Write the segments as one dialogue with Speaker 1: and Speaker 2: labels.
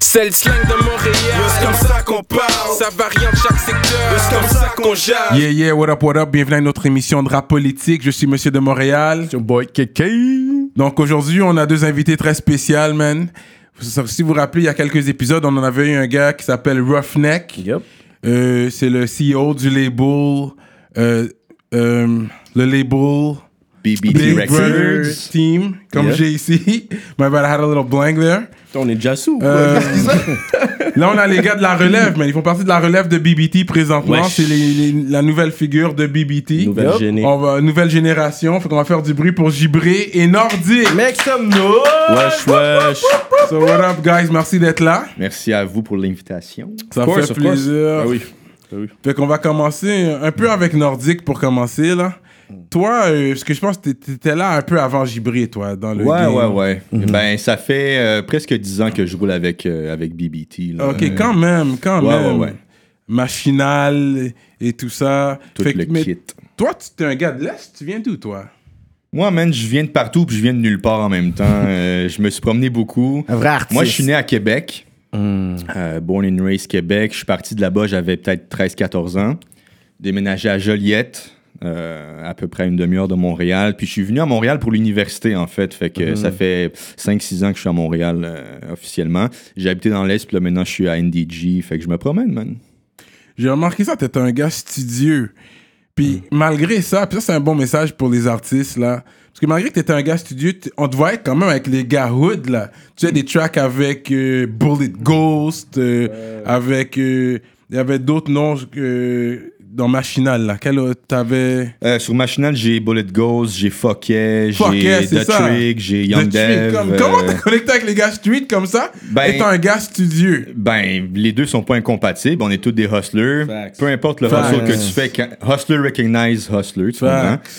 Speaker 1: C'est le slang de Montréal.
Speaker 2: C'est comme ça qu'on parle.
Speaker 1: Ça varie en chaque secteur.
Speaker 2: C'est comme ça qu'on
Speaker 3: Ah,
Speaker 2: jase.
Speaker 4: Yeah, yeah, what up, what up? Bienvenue à notre émission de rap politique. Je suis Monsieur de Montréal.
Speaker 3: Your boy KK.
Speaker 4: Donc aujourd'hui, on a deux invités très spéciaux, man. Si vous vous rappelez, il y a quelques épisodes, on en avait eu un gars qui s'appelle Roughneck.
Speaker 3: Yep.
Speaker 4: Euh, c'est le CEO du label, euh, euh, le label
Speaker 2: BBT
Speaker 4: Big
Speaker 2: Records.
Speaker 4: Brother Team, comme
Speaker 3: E Yeah.
Speaker 4: j'ai ici. My bad, I had a little blank there.
Speaker 3: On est déjà sous.
Speaker 4: Euh, là, on a les gars de la relève, mais ils font partie de la relève de BBT présentement.
Speaker 3: Wesh.
Speaker 4: C'est les- les- la nouvelle figure de BBT.
Speaker 3: Nouvelle
Speaker 4: Yep.
Speaker 3: géné.
Speaker 4: On va, nouvelle génération. Fait qu'on va faire du bruit pour Gibré et Nordique.
Speaker 2: Make some noise.
Speaker 3: Wesh, wesh.
Speaker 4: So, what up, guys? Merci d'être là.
Speaker 5: Merci à vous pour l'invitation.
Speaker 4: Ça
Speaker 3: Of course,
Speaker 4: fait
Speaker 3: of course.
Speaker 4: plaisir.
Speaker 3: Ah oui.
Speaker 4: Fait qu'on va commencer un peu avec Nordique pour commencer, là. Toi, euh, parce que je pense que t'é- t'étais là un peu avant Gibré, toi, dans le
Speaker 5: ouais,
Speaker 4: game.
Speaker 5: ouais, ouais,
Speaker 4: Mm-hmm.
Speaker 5: Ben, ça fait euh, presque 10 ans que je roule avec, euh, avec BBT. là.
Speaker 4: Ok,
Speaker 5: Euh,
Speaker 4: quand même, quand
Speaker 5: Ouais,
Speaker 4: même.
Speaker 5: ouais, ouais.
Speaker 4: Machinal et tout ça.
Speaker 5: Tout
Speaker 4: Fait que-
Speaker 5: le
Speaker 4: mais
Speaker 5: kit.
Speaker 4: Toi, tu t'es un gars de l'Est, tu viens d'où, toi?
Speaker 5: Moi, man, je viens de partout puis je viens de nulle part en même temps. Euh, je me suis promené beaucoup.
Speaker 4: Ah
Speaker 3: Un vrai artiste.
Speaker 5: Moi, je suis né à Québec. Euh, born and raised Québec. Je suis parti de là-bas, j'avais peut-être 13-14 ans. Déménagé à Joliette, euh, à peu près à une demi-heure de Montréal. Puis je suis venu à Montréal pour l'université, en fait. Fait que
Speaker 4: Mhm.
Speaker 5: ça fait 5-6 ans que je suis à Montréal euh, officiellement. J'ai habité dans l'Est, puis là, maintenant, je suis à NDG. Fait que je me promène, man.
Speaker 4: J'ai remarqué ça, t'es un gars studieux. Puis
Speaker 5: Mm.
Speaker 4: malgré ça, puis ça c'est un bon message pour les artistes là. Parce que malgré que t'étais un gars studieux, t- on te voyait quand même avec les gars hood là. Tu as des tracks avec euh, Bullet Ghost, euh, avec euh, il y avait d'autres noms euh, dans Machinal là. Quel autre t'avais
Speaker 5: Euh, sur Machinal, j'ai Bullet Ghost, j'ai Foquet,
Speaker 4: Fuck yeah,
Speaker 5: j'ai
Speaker 4: c'est ça.
Speaker 5: Datrick, j'ai
Speaker 4: De
Speaker 5: Young
Speaker 4: street,
Speaker 5: Dev.
Speaker 4: comme-
Speaker 5: euh,
Speaker 4: Comment t'as connecté avec les gars street comme ça
Speaker 5: Ben-
Speaker 4: Étant un gars studieux.
Speaker 5: Ben, les deux sont pas incompatibles. On est tous des hustlers.
Speaker 3: Facts.
Speaker 5: Peu importe le
Speaker 4: Facts.
Speaker 5: hustle que tu fais, quand- hustler recognize hustler, tu comprends?
Speaker 4: Facts.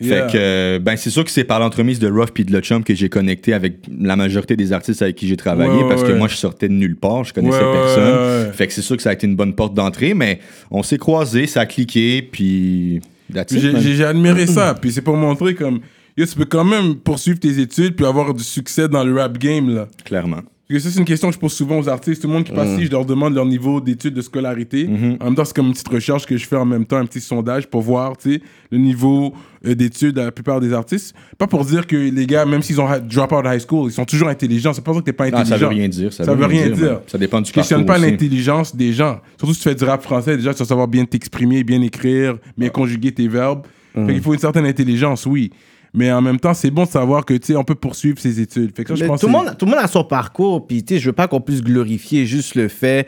Speaker 5: Fait
Speaker 4: Yeah.
Speaker 5: que, euh, ben, c'est sûr que c'est par l'entremise de Ruff puis de Lechum que j'ai connecté avec la majorité des artistes avec qui j'ai travaillé
Speaker 4: Ouais, ouais,
Speaker 5: parce que
Speaker 4: ouais.
Speaker 5: moi, je sortais de nulle part, je connaissais
Speaker 4: Ouais, ouais,
Speaker 5: personne.
Speaker 4: ouais, ouais.
Speaker 5: Fait que c'est sûr que ça a été une bonne porte d'entrée, mais on s'est croisés, ça a cliqué, puis. that's it,
Speaker 4: J'ai-
Speaker 5: man.
Speaker 4: J'ai j'ai admiré ça. Puis c'est pour montrer comme yo, tu peux quand même poursuivre tes études puis avoir du succès dans le rap game là.
Speaker 5: Clairement. Ah,
Speaker 4: Parce que ça c'est une question que je pose souvent aux artistes. Tout le monde qui passe
Speaker 5: Mm.
Speaker 4: ici, je leur demande leur niveau d'études, de scolarité.
Speaker 5: Mm-hmm.
Speaker 4: En même temps, c'est comme une petite recherche que je fais en même temps, un petit sondage pour voir tu sais, le niveau euh, d'études à la plupart des artistes. Pas pour dire que les gars, même s'ils ont ha- drop out of high school, ils sont toujours intelligents. C'est pas ça que t'es pas
Speaker 5: Non,
Speaker 4: intelligent.
Speaker 5: ça veut rien dire. Ça,
Speaker 4: Ça veut rien dire.
Speaker 5: man. Ça dépend du
Speaker 4: Tu questionnes
Speaker 5: parcours
Speaker 4: pas
Speaker 5: aussi.
Speaker 4: l'intelligence des gens. Surtout si tu fais du rap français, déjà, tu dois savoir bien t'exprimer, bien écrire, bien conjuguer tes verbes.
Speaker 5: Mm.
Speaker 4: Fait qu'il faut une certaine intelligence, oui. Mais en même temps, c'est bon de savoir que, tu sais, on peut poursuivre ses études. Fait que ça, je
Speaker 3: Mais
Speaker 4: pense
Speaker 3: tout, le
Speaker 4: que-
Speaker 3: monde, tout le monde a son parcours, puis tu sais, je veux pas qu'on puisse glorifier juste le fait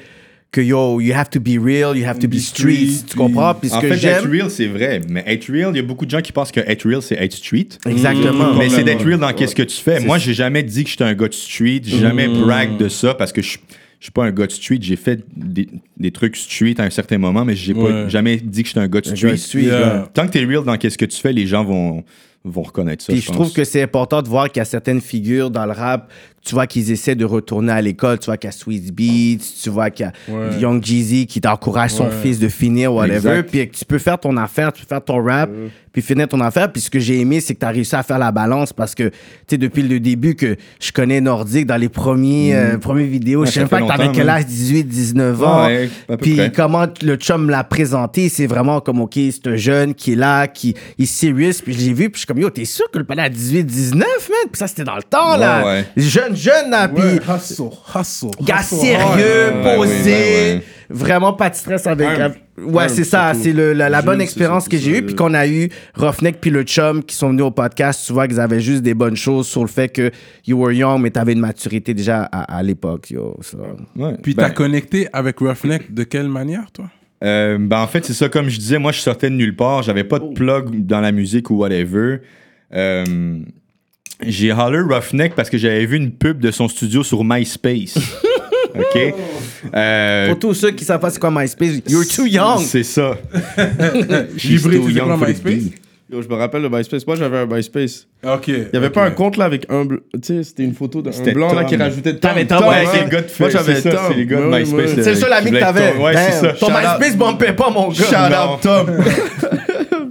Speaker 3: que yo, you have to be real, you have to be,
Speaker 4: Be
Speaker 3: street,
Speaker 4: street,
Speaker 3: tu comprends? Puis ce
Speaker 5: En
Speaker 3: que
Speaker 5: fait, être
Speaker 3: j'aime.
Speaker 5: real, c'est vrai. Mais être real, il y a beaucoup de gens qui pensent que être real, c'est être street.
Speaker 3: Exactement.
Speaker 5: Mais
Speaker 4: Complètement.
Speaker 5: c'est d'être real dans qu'est-ce que tu fais. Moi, j'ai jamais dit que j'étais un gars de street. J'ai jamais
Speaker 4: Mm.
Speaker 5: brag de ça parce que je je suis pas un gars de street. J'ai fait des, des trucs street à un certain moment, mais j'ai
Speaker 4: Ouais.
Speaker 5: pas jamais dit que j'étais un gars de street.
Speaker 3: gars de street,
Speaker 4: Yeah. ouais.
Speaker 5: Tant que t'es real dans qu'est-ce que tu fais, les gens vont, vont reconnaître ça.
Speaker 3: Puis je
Speaker 5: pense.
Speaker 3: trouve que c'est important de voir qu'il y a certaines figures dans le rap, tu vois qu'ils essaient de retourner à l'école, tu vois qu'il y a Sweet Beats, tu vois qu'il y a
Speaker 4: Ouais.
Speaker 3: Young Jeezy qui t'encourage son fils de finir, whatever,
Speaker 5: Exact.
Speaker 3: puis que tu peux faire ton affaire, tu peux faire ton rap, puis finir ton affaire, puis ce que j'ai aimé, c'est que tu as réussi à faire la balance, parce que, tu sais, depuis le début que je connais Nordique, dans les premiers, euh, premières vidéos,
Speaker 5: Mm. Ouais,
Speaker 3: je
Speaker 5: ça
Speaker 3: sais pas
Speaker 5: fait
Speaker 3: que t'avais
Speaker 5: longtemps,
Speaker 3: quel
Speaker 5: man.
Speaker 3: âge, 18, 19 ans,
Speaker 5: Ouais, à peu
Speaker 3: puis
Speaker 5: près.
Speaker 3: comment le chum l'a présenté, c'est vraiment comme, OK, c'est un jeune qui est là, qui il est serious. Puis je l'ai vu, puis je suis comme, yo, t'es sûr que le palais à 18, 19, man? Puis ça, c'était dans le temps, là.
Speaker 5: Ouais,
Speaker 3: Jeune, jeune, là.
Speaker 4: Ouais,
Speaker 3: Puis
Speaker 4: hustle, hustle, Ah
Speaker 3: gars
Speaker 4: hustle
Speaker 3: sérieux,
Speaker 4: hard.
Speaker 5: ouais, ouais,
Speaker 3: posé,
Speaker 5: ouais.
Speaker 3: vraiment pas de stress avec.
Speaker 5: Humble.
Speaker 3: Ouais, c'est ça, c'est le- la, la bonne
Speaker 5: c'est
Speaker 3: expérience que
Speaker 5: surtout
Speaker 3: j'ai
Speaker 5: ça,
Speaker 3: eue,
Speaker 5: le-
Speaker 3: puis qu'on a eu Roughneck puis le chum qui sont venus au podcast, tu vois qu'ils avaient juste des bonnes choses sur le fait que you were young, mais t'avais une maturité déjà à, à l'époque, yo. ça.
Speaker 5: Ouais.
Speaker 4: Puis
Speaker 5: Ben,
Speaker 4: t'as connecté avec Roughneck de quelle manière, toi
Speaker 5: Euh, ben en fait, c'est ça, comme je disais, moi je sortais de nulle part, j'avais
Speaker 3: Oh.
Speaker 5: pas de plug dans la musique ou whatever. Euh, j'ai holler Roughneck parce que j'avais vu une pub de son studio sur MySpace. OK? Euh,
Speaker 3: Pour tous ceux qui savent pas c'est quoi MySpace, you're too young.
Speaker 5: C'est ça. She's
Speaker 4: Gibré,
Speaker 5: too
Speaker 4: tu sais
Speaker 5: young
Speaker 4: quoi,
Speaker 5: for the
Speaker 4: MySpace?
Speaker 5: beat.
Speaker 6: Yo, je me rappelle le MySpace. Moi, j'avais un MySpace.
Speaker 4: Ok. Il
Speaker 6: Il n'y avait pas un compte là avec un. bl- Tu sais, c'était une photo d'un
Speaker 5: C'était
Speaker 6: blanc là
Speaker 5: Tom.
Speaker 6: qui rajoutait.
Speaker 3: T'avais Tom,
Speaker 5: Ouais,
Speaker 3: Ouais.
Speaker 5: c'est le gars de
Speaker 6: Moi, j'avais
Speaker 5: c'est ça,
Speaker 6: Tom.
Speaker 5: c'est les gars de
Speaker 6: Ouais,
Speaker 5: MySpace.
Speaker 6: ouais.
Speaker 5: le-
Speaker 3: C'est le seul
Speaker 5: qui
Speaker 3: ami que
Speaker 5: voulaient
Speaker 3: t'avais.
Speaker 5: Tom. Ouais, c'est
Speaker 3: Damn,
Speaker 5: ça.
Speaker 3: Ton
Speaker 5: Shout out-
Speaker 3: MySpace bumpait pas, mon gars.
Speaker 6: Shout out Tom.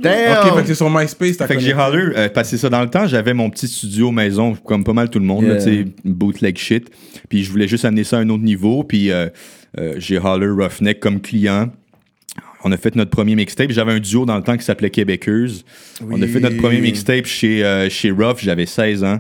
Speaker 3: Damn!
Speaker 4: Ok, fait que c'est sur MySpace, t'as
Speaker 5: Fait que
Speaker 4: connu.
Speaker 5: j'ai rendu, euh, passé ça dans le temps, j'avais mon petit studio maison, comme pas mal tout le monde, là,
Speaker 3: Yeah.
Speaker 5: tu sais, bootleg shit. Puis je voulais juste amener ça à un autre niveau, puis euh, euh, j'ai Holler Roughneck comme client. On a fait notre premier mixtape. J'avais un duo dans le temps qui s'appelait Québécoise. On a fait notre premier mixtape chez, euh, chez Rough, j'avais 16 ans.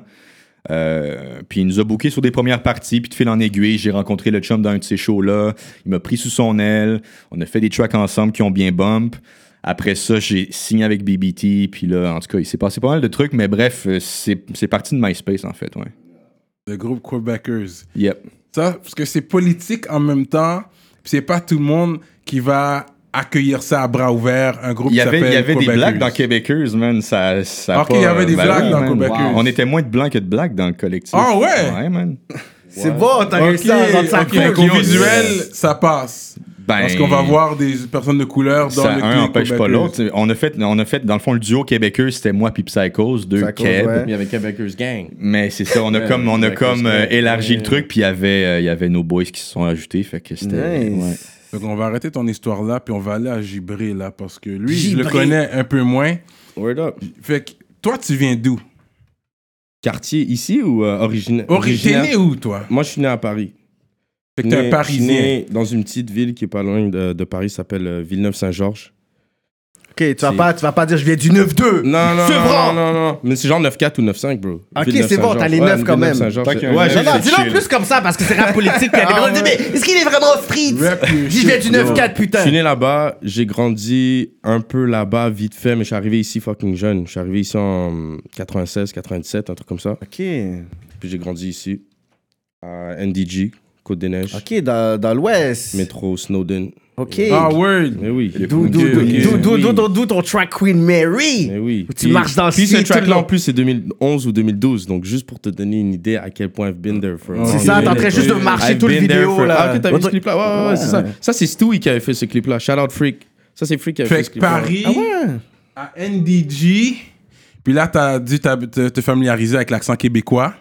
Speaker 5: Euh, puis il nous a booké sur des premières parties, puis de fil en aiguille, j'ai rencontré le chum dans un de ces shows-là. Il m'a pris sous son aile. On a fait des tracks ensemble qui ont bien bump. Après ça, j'ai signé avec BBT, puis là, en tout cas, il s'est passé pas mal de trucs, mais bref, euh, c'est c'est parti de MySpace, en fait, ouais.
Speaker 4: Le groupe Quebecers.
Speaker 5: Yep.
Speaker 4: Ça, parce que c'est politique en même temps, puis c'est pas tout le monde qui va accueillir ça à bras ouverts, un groupe
Speaker 5: Il y
Speaker 4: qui
Speaker 5: avait,
Speaker 4: s'appelle
Speaker 5: il y avait des
Speaker 4: Quebecers.
Speaker 5: blacks dans Québécoise, man. Ça, ça a
Speaker 4: Ok, il y avait des
Speaker 5: Ben
Speaker 4: blacks
Speaker 5: oui,
Speaker 4: dans
Speaker 5: man.
Speaker 4: Québécoise.
Speaker 5: On était moins de blancs que de blacks dans le collectif.
Speaker 4: Ah ouais?
Speaker 5: Ouais, man.
Speaker 3: C'est bon, t'as
Speaker 4: Ok,
Speaker 3: réussi à rendre ça
Speaker 4: ok,
Speaker 3: cool.
Speaker 4: donc au visuel, ça passe.
Speaker 5: Ben,
Speaker 4: Parce qu'on va voir des personnes de couleur dans
Speaker 5: ça,
Speaker 4: le
Speaker 5: un
Speaker 4: clip
Speaker 5: n'empêche pas
Speaker 4: Quebecers.
Speaker 5: l'autre. On a fait, on a fait, dans le fond, le duo québécois, c'était moi puis Psychose, deux
Speaker 3: Psychose,
Speaker 5: Keb.
Speaker 3: ouais.
Speaker 6: Il y avait Québecers Gang.
Speaker 5: Mais c'est ça, on a comme, on a
Speaker 6: Québécois,
Speaker 5: comme euh,
Speaker 6: c'est-
Speaker 5: élargi le truc, puis il y avait, euh, il y avait nos boys qui se sont ajoutés, fait que c'était. ouais.
Speaker 3: Nice.
Speaker 4: Donc on va arrêter ton histoire là, puis on va aller à Gibré là, parce que lui, je le
Speaker 3: Gibré.
Speaker 4: connais un peu moins.
Speaker 6: Word up.
Speaker 4: Fait que toi, tu viens d'où
Speaker 6: Quartier ici ou euh, origina-
Speaker 4: Ori- T'es
Speaker 6: originaire?
Speaker 4: né où, toi
Speaker 6: Moi, je suis né à Paris.
Speaker 4: Fait que t'es
Speaker 6: Né-
Speaker 4: un
Speaker 6: je suis
Speaker 4: Parisien.
Speaker 6: né dans une petite ville qui est pas loin de, de Paris, s'appelle euh, Villeneuve-Saint-Georges.
Speaker 3: Ok, tu vas,
Speaker 6: C'est-
Speaker 3: pas, tu vas pas dire je viens du 9-2.
Speaker 6: Non, non,
Speaker 3: C'est vrai.
Speaker 6: non, non, non, non. Mais c'est genre 9-4 ou 9-5, bro.
Speaker 3: Ok, c'est bon, t'as les
Speaker 6: Ouais,
Speaker 3: 9 quand même.
Speaker 6: Villeneuve-Saint-Georges,
Speaker 5: Tant qu'il y a un
Speaker 6: ouais,
Speaker 5: neuf,
Speaker 6: j'ai-
Speaker 3: Non, non,
Speaker 5: c'est
Speaker 3: dis-le
Speaker 5: chill.
Speaker 3: plus comme ça parce que c'est rap politique. puis il y a des gens qui disent, Mais est-ce qu'il est vraiment street?
Speaker 4: Rap, euh,
Speaker 3: Dis, je viens du
Speaker 4: shit, yo.
Speaker 3: 9-4,
Speaker 6: Je
Speaker 3: putain.
Speaker 6: suis né là-bas, j'ai grandi un peu là-bas, vite fait, mais je suis arrivé ici fucking jeune. Je suis arrivé ici en 96, 97, un truc comme ça.
Speaker 3: Ok,
Speaker 6: Puis j'ai grandi ici, à NDG, Côte-des-Neiges,
Speaker 3: ok, dans, dans l'ouest.
Speaker 6: métro Snowden.
Speaker 3: Ok.
Speaker 4: Ah, word.
Speaker 6: Mais oui.
Speaker 3: D'où- d'où-
Speaker 4: Ok, ok.
Speaker 3: d'où- d'où-
Speaker 6: Oui.
Speaker 3: d'où- d'où- D'où ton track Queen Mary?
Speaker 6: Mais oui.
Speaker 3: Où tu marches dans le
Speaker 6: Puis ce
Speaker 3: street tout le
Speaker 6: track-là,
Speaker 3: long.
Speaker 6: en plus, c'est 2011 ou 2012. Donc, juste pour te donner une idée à quel point I've been there for.
Speaker 4: C'est ça, t'es en train
Speaker 3: juste de marcher tout le vidéo, là.
Speaker 6: Ah, ok, t'as vu ce clip-là? Ouais, ouais, ouais, c'est ça.
Speaker 3: Ouais.
Speaker 6: Ça, c'est Stewie qui avait fait ce clip-là. Shout out Freak. Ça, c'est Freak qui avait fait,
Speaker 4: Fait
Speaker 6: ce
Speaker 4: que
Speaker 6: clip-là.
Speaker 4: Paris, à NDG, puis là, t'as dû t'hab- te, te familiariser avec l'accent québécois.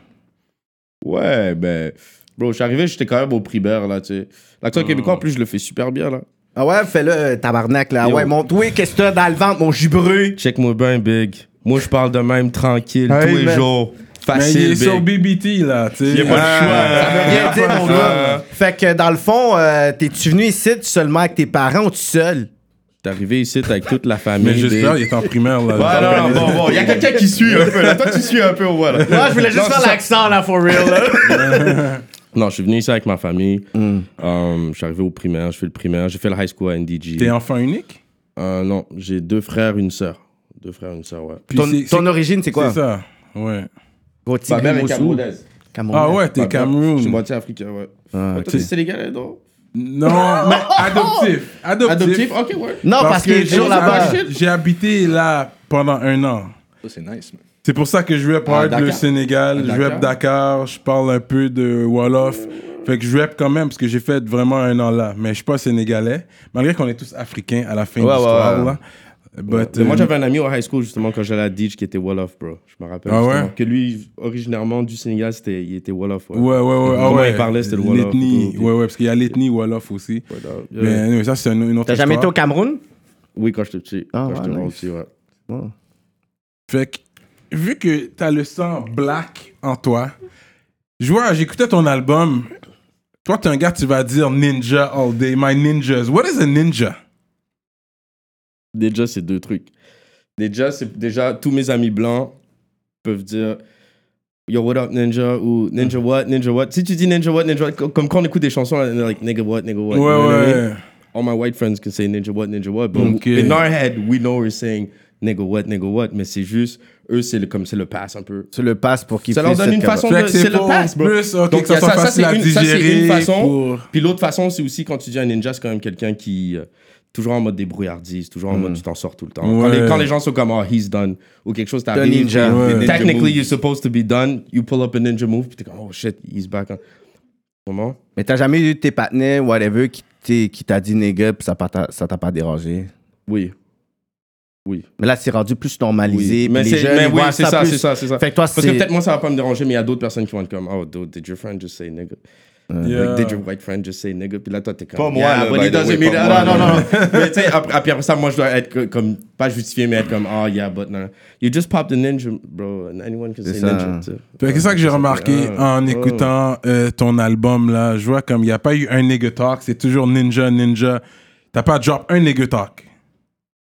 Speaker 6: Ouais, ben. Bro, je suis arrivé, j'étais quand même au Pribert, là, tu sais. L'accent québécois, en plus, je le fais super bien, là.
Speaker 3: Ah ouais, fais-le, euh, tabarnak, là.
Speaker 6: Yo.
Speaker 3: Ouais, monte. Oui, qu'est-ce que t'as dans le ventre, mon gibreux?
Speaker 6: Check-moi bien, big. Moi, je parle de même tranquille,
Speaker 3: Hey,
Speaker 6: tous les
Speaker 3: man.
Speaker 6: jours.
Speaker 4: Mais il
Speaker 6: Facile,
Speaker 4: est sur
Speaker 6: big.
Speaker 4: BBT, là, tu sais.
Speaker 5: Il y a pas le choix.
Speaker 3: Ça veut rien
Speaker 4: Ah,
Speaker 3: dire, mon
Speaker 4: ça.
Speaker 3: gars. Fait que dans le fond, euh, t'es-tu venu ici seulement avec tes parents ou tout seul?
Speaker 6: T'es arrivé ici t'es avec toute la
Speaker 4: Mais
Speaker 6: famille,
Speaker 4: j'espère, il
Speaker 6: big.
Speaker 4: est en primaire, là.
Speaker 5: Ouais, non, non, bon, bon, il y a quelqu'un qui suit
Speaker 6: hein.
Speaker 5: un peu, là. Toi, tu suis un peu, voilà.
Speaker 3: Moi, je voulais juste faire l'accent, là, for real, là.
Speaker 6: Non, je suis venu ici avec ma famille. Euh, je suis arrivé au primaire, je fais le primaire. J'ai fait le high school à NDG.
Speaker 4: T'es enfant unique?
Speaker 6: Euh, non, j'ai deux frères, une sœur. Deux frères, une sœur, ouais.
Speaker 4: Puis
Speaker 3: Ton,
Speaker 4: c'est-
Speaker 3: ton
Speaker 4: c'est-
Speaker 3: origine, c'est quoi?
Speaker 4: C'est ça, ouais.
Speaker 3: Gros tigre, Moussou. Camerounais.
Speaker 4: Ah ouais, t'es
Speaker 6: Ma mère, Je suis
Speaker 4: Cameroun.
Speaker 6: moitié africain, ouais.
Speaker 3: Ah,
Speaker 6: Toi,
Speaker 3: ok.
Speaker 6: t'es sénégalais, non
Speaker 4: Non, mais adoptif. Adoptif.
Speaker 6: Adoptif Oh, Ok, ouais.
Speaker 3: Non, parce qu'il est toujours
Speaker 4: j'ai-
Speaker 3: là-bas.
Speaker 4: j'ai- J'ai habité là pendant un an.
Speaker 5: Ça, c'est nice, man.
Speaker 4: C'est pour ça que je rap hard le
Speaker 6: Ah, Dakar.
Speaker 4: Sénégal, je rap Dakar, je parle un peu de Wolof. Fait que je rap quand même parce que j'ai fait vraiment un an là. Mais je suis pas sénégalais, malgré qu'on est tous africains à la fin de
Speaker 6: ouais,
Speaker 4: l'histoire
Speaker 6: ouais.
Speaker 4: là. But,
Speaker 6: Mais moi,
Speaker 4: euh,
Speaker 6: j'avais un ami au high school, justement, quand j'allais à Dij, qui était Wolof, bro. Je me rappelle.
Speaker 4: Ah
Speaker 6: justement,
Speaker 4: ouais
Speaker 6: Que lui, originairement, du Sénégal, c'était, il était Wolof. Ouais.
Speaker 4: Ouais, ouais, ouais. ah
Speaker 6: Comment
Speaker 4: ouais.
Speaker 6: il parlait, c'était le Wolof.
Speaker 4: L'ethnie,
Speaker 6: Tout.
Speaker 4: ouais, ouais, parce qu'il y a l'ethnie Wolof aussi.
Speaker 6: Ouais, non,
Speaker 4: Mais
Speaker 6: yeah.
Speaker 4: anyway, ça, c'est un- une autre
Speaker 3: T'as jamais été au
Speaker 4: histoire.
Speaker 3: Cameroun?
Speaker 6: Oui, quand j'étais petit.
Speaker 3: Ah,
Speaker 6: quand
Speaker 3: ouais,
Speaker 6: j'étais
Speaker 3: nice.
Speaker 6: grand aussi, ouais.
Speaker 4: Fait que, vu que t'as le sang black en toi, je vois, j'écoutais ton album. Toi, t'es un gars, tu vas dire ninja all day, my ninjas. What is a ninja?
Speaker 6: Déjà, c'est deux trucs. Déjà, c'est déjà tous mes amis blancs peuvent dire Yo, what up, ninja ou ninja
Speaker 4: Mm.
Speaker 6: what, ninja what. Si tu dis ninja what, ninja what, co- comme quand on écoute des chansons, là, like nigga what, nigga what.
Speaker 4: Ouais,
Speaker 6: you know what I mean?
Speaker 4: ouais.
Speaker 6: All my white friends can say ninja what, ninja what. But
Speaker 4: Ok.
Speaker 6: in our head, we know we're saying nigga what, nigga what. Mais c'est juste, eux, c'est le, comme c'est le pass un peu.
Speaker 3: Tu le passes pour qu'il
Speaker 6: Ça leur
Speaker 3: puisse
Speaker 6: donne
Speaker 3: être
Speaker 6: une
Speaker 3: Cameroun.
Speaker 6: façon
Speaker 4: Fait
Speaker 6: de.
Speaker 4: que
Speaker 6: C'est
Speaker 4: c'est
Speaker 6: le
Speaker 4: pour
Speaker 6: pass, bro.
Speaker 4: plus, ok, que ça
Speaker 6: y a
Speaker 4: soit facile
Speaker 6: c'est
Speaker 4: à
Speaker 6: une- ça, c'est
Speaker 4: digérer
Speaker 6: une façon.
Speaker 4: pour-
Speaker 6: Puis l'autre façon, c'est aussi quand tu dis un ninja, c'est quand même quelqu'un qui. euh, toujours en mode débrouillardise, toujours en mode tu t'en sors tout le temps. Quand,
Speaker 4: Ouais.
Speaker 6: les, quand les gens sont comme, oh, he's done, ou quelque chose
Speaker 3: T'es un
Speaker 6: t'arrive.
Speaker 3: ninja.
Speaker 4: Ouais.
Speaker 6: puis
Speaker 4: Ninja
Speaker 6: Technically, you're supposed to be done. You pull up a ninja move, puis t'es comme, oh shit, he's back. on- Comment
Speaker 3: Mais t'as jamais eu de tes partenaires, whatever, qui t'est- qui t'a dit nigga, puis ça pas t'a ça t'a pas dérangé.
Speaker 6: Oui.
Speaker 3: Mais là, c'est rendu plus
Speaker 6: oui.
Speaker 3: normalisé.
Speaker 6: Mais,
Speaker 3: puis les
Speaker 6: c'est,
Speaker 3: jeunes,
Speaker 6: mais
Speaker 3: ils
Speaker 6: oui,
Speaker 3: voient
Speaker 6: c'est ça,
Speaker 3: plus.
Speaker 6: c'est ça, c'est ça.
Speaker 3: Fait que toi,
Speaker 6: Parce que
Speaker 3: c'est.
Speaker 6: peut-être moi, ça va pas me déranger, mais il y a d'autres personnes qui vont être comme, oh, dude, did your friend just say nigga?
Speaker 4: Yeah.
Speaker 6: Like, did your white friend just say nigga? Puis là, toi, t'es comme.
Speaker 5: Pas moi,
Speaker 6: Yeah,
Speaker 5: là,
Speaker 6: but
Speaker 5: by
Speaker 6: it
Speaker 5: the way,
Speaker 6: doesn't mean
Speaker 5: pas moi,
Speaker 6: that. Non, non,
Speaker 5: là.
Speaker 6: non. mais tu sais, après, après- après ça, moi, je dois être que- comme. Pas justifié, mais être comme. Oh, yeah, but no. You just popped a ninja, bro. And anyone can
Speaker 3: C'est
Speaker 6: say
Speaker 3: ça.
Speaker 6: ninja. tu sais.
Speaker 4: Fait que C'est ça que j'ai remarqué
Speaker 6: Ah,
Speaker 4: en
Speaker 6: oh.
Speaker 4: écoutant euh, ton album là. Je vois comme il n'y a pas eu un nigga talk, c'est toujours ninja, ninja. T'as pas drop un nigga talk.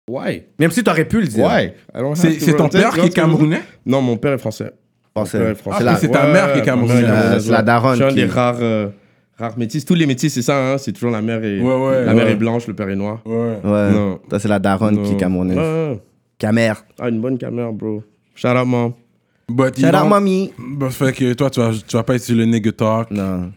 Speaker 6: Why?
Speaker 3: Même si t'aurais pu le dire.
Speaker 5: Ouais.
Speaker 6: I don't have
Speaker 4: C'est
Speaker 6: to-
Speaker 4: c'est ton
Speaker 6: tu sais,
Speaker 4: père
Speaker 6: tu
Speaker 4: qui est
Speaker 6: vois ce que je veux dire?
Speaker 4: camerounais
Speaker 6: Non, mon père est français.
Speaker 3: Français.
Speaker 6: Mon père est
Speaker 4: Ah, parce que c'est ta
Speaker 6: Ouais,
Speaker 4: mère qui est
Speaker 6: ouais,
Speaker 4: camerounaise.
Speaker 6: ouais,
Speaker 3: La-
Speaker 6: ouais,
Speaker 3: c'est la
Speaker 6: ouais.
Speaker 3: daronne
Speaker 6: Je suis un
Speaker 3: qui-
Speaker 6: des rares, euh, rares métis. Tous les métis, c'est ça, hein, c'est toujours la mère est,
Speaker 4: Ouais, ouais,
Speaker 6: la mère
Speaker 4: ouais.
Speaker 6: est blanche, le père est noir.
Speaker 4: Ouais.
Speaker 3: Ouais.
Speaker 6: Non.
Speaker 3: Ça, c'est la daronne qui est
Speaker 6: Ouais,
Speaker 5: Ah.
Speaker 3: camerounaise.
Speaker 6: ouais.
Speaker 3: Camère.
Speaker 6: Ah, une bonne caméra, bro. Shout out, mom.
Speaker 4: But ils
Speaker 3: Shout out,
Speaker 4: ont-
Speaker 3: mommy.
Speaker 4: Bah, fait que toi, tu vas, tu vas pas être sur le nigga talk.
Speaker 3: Non.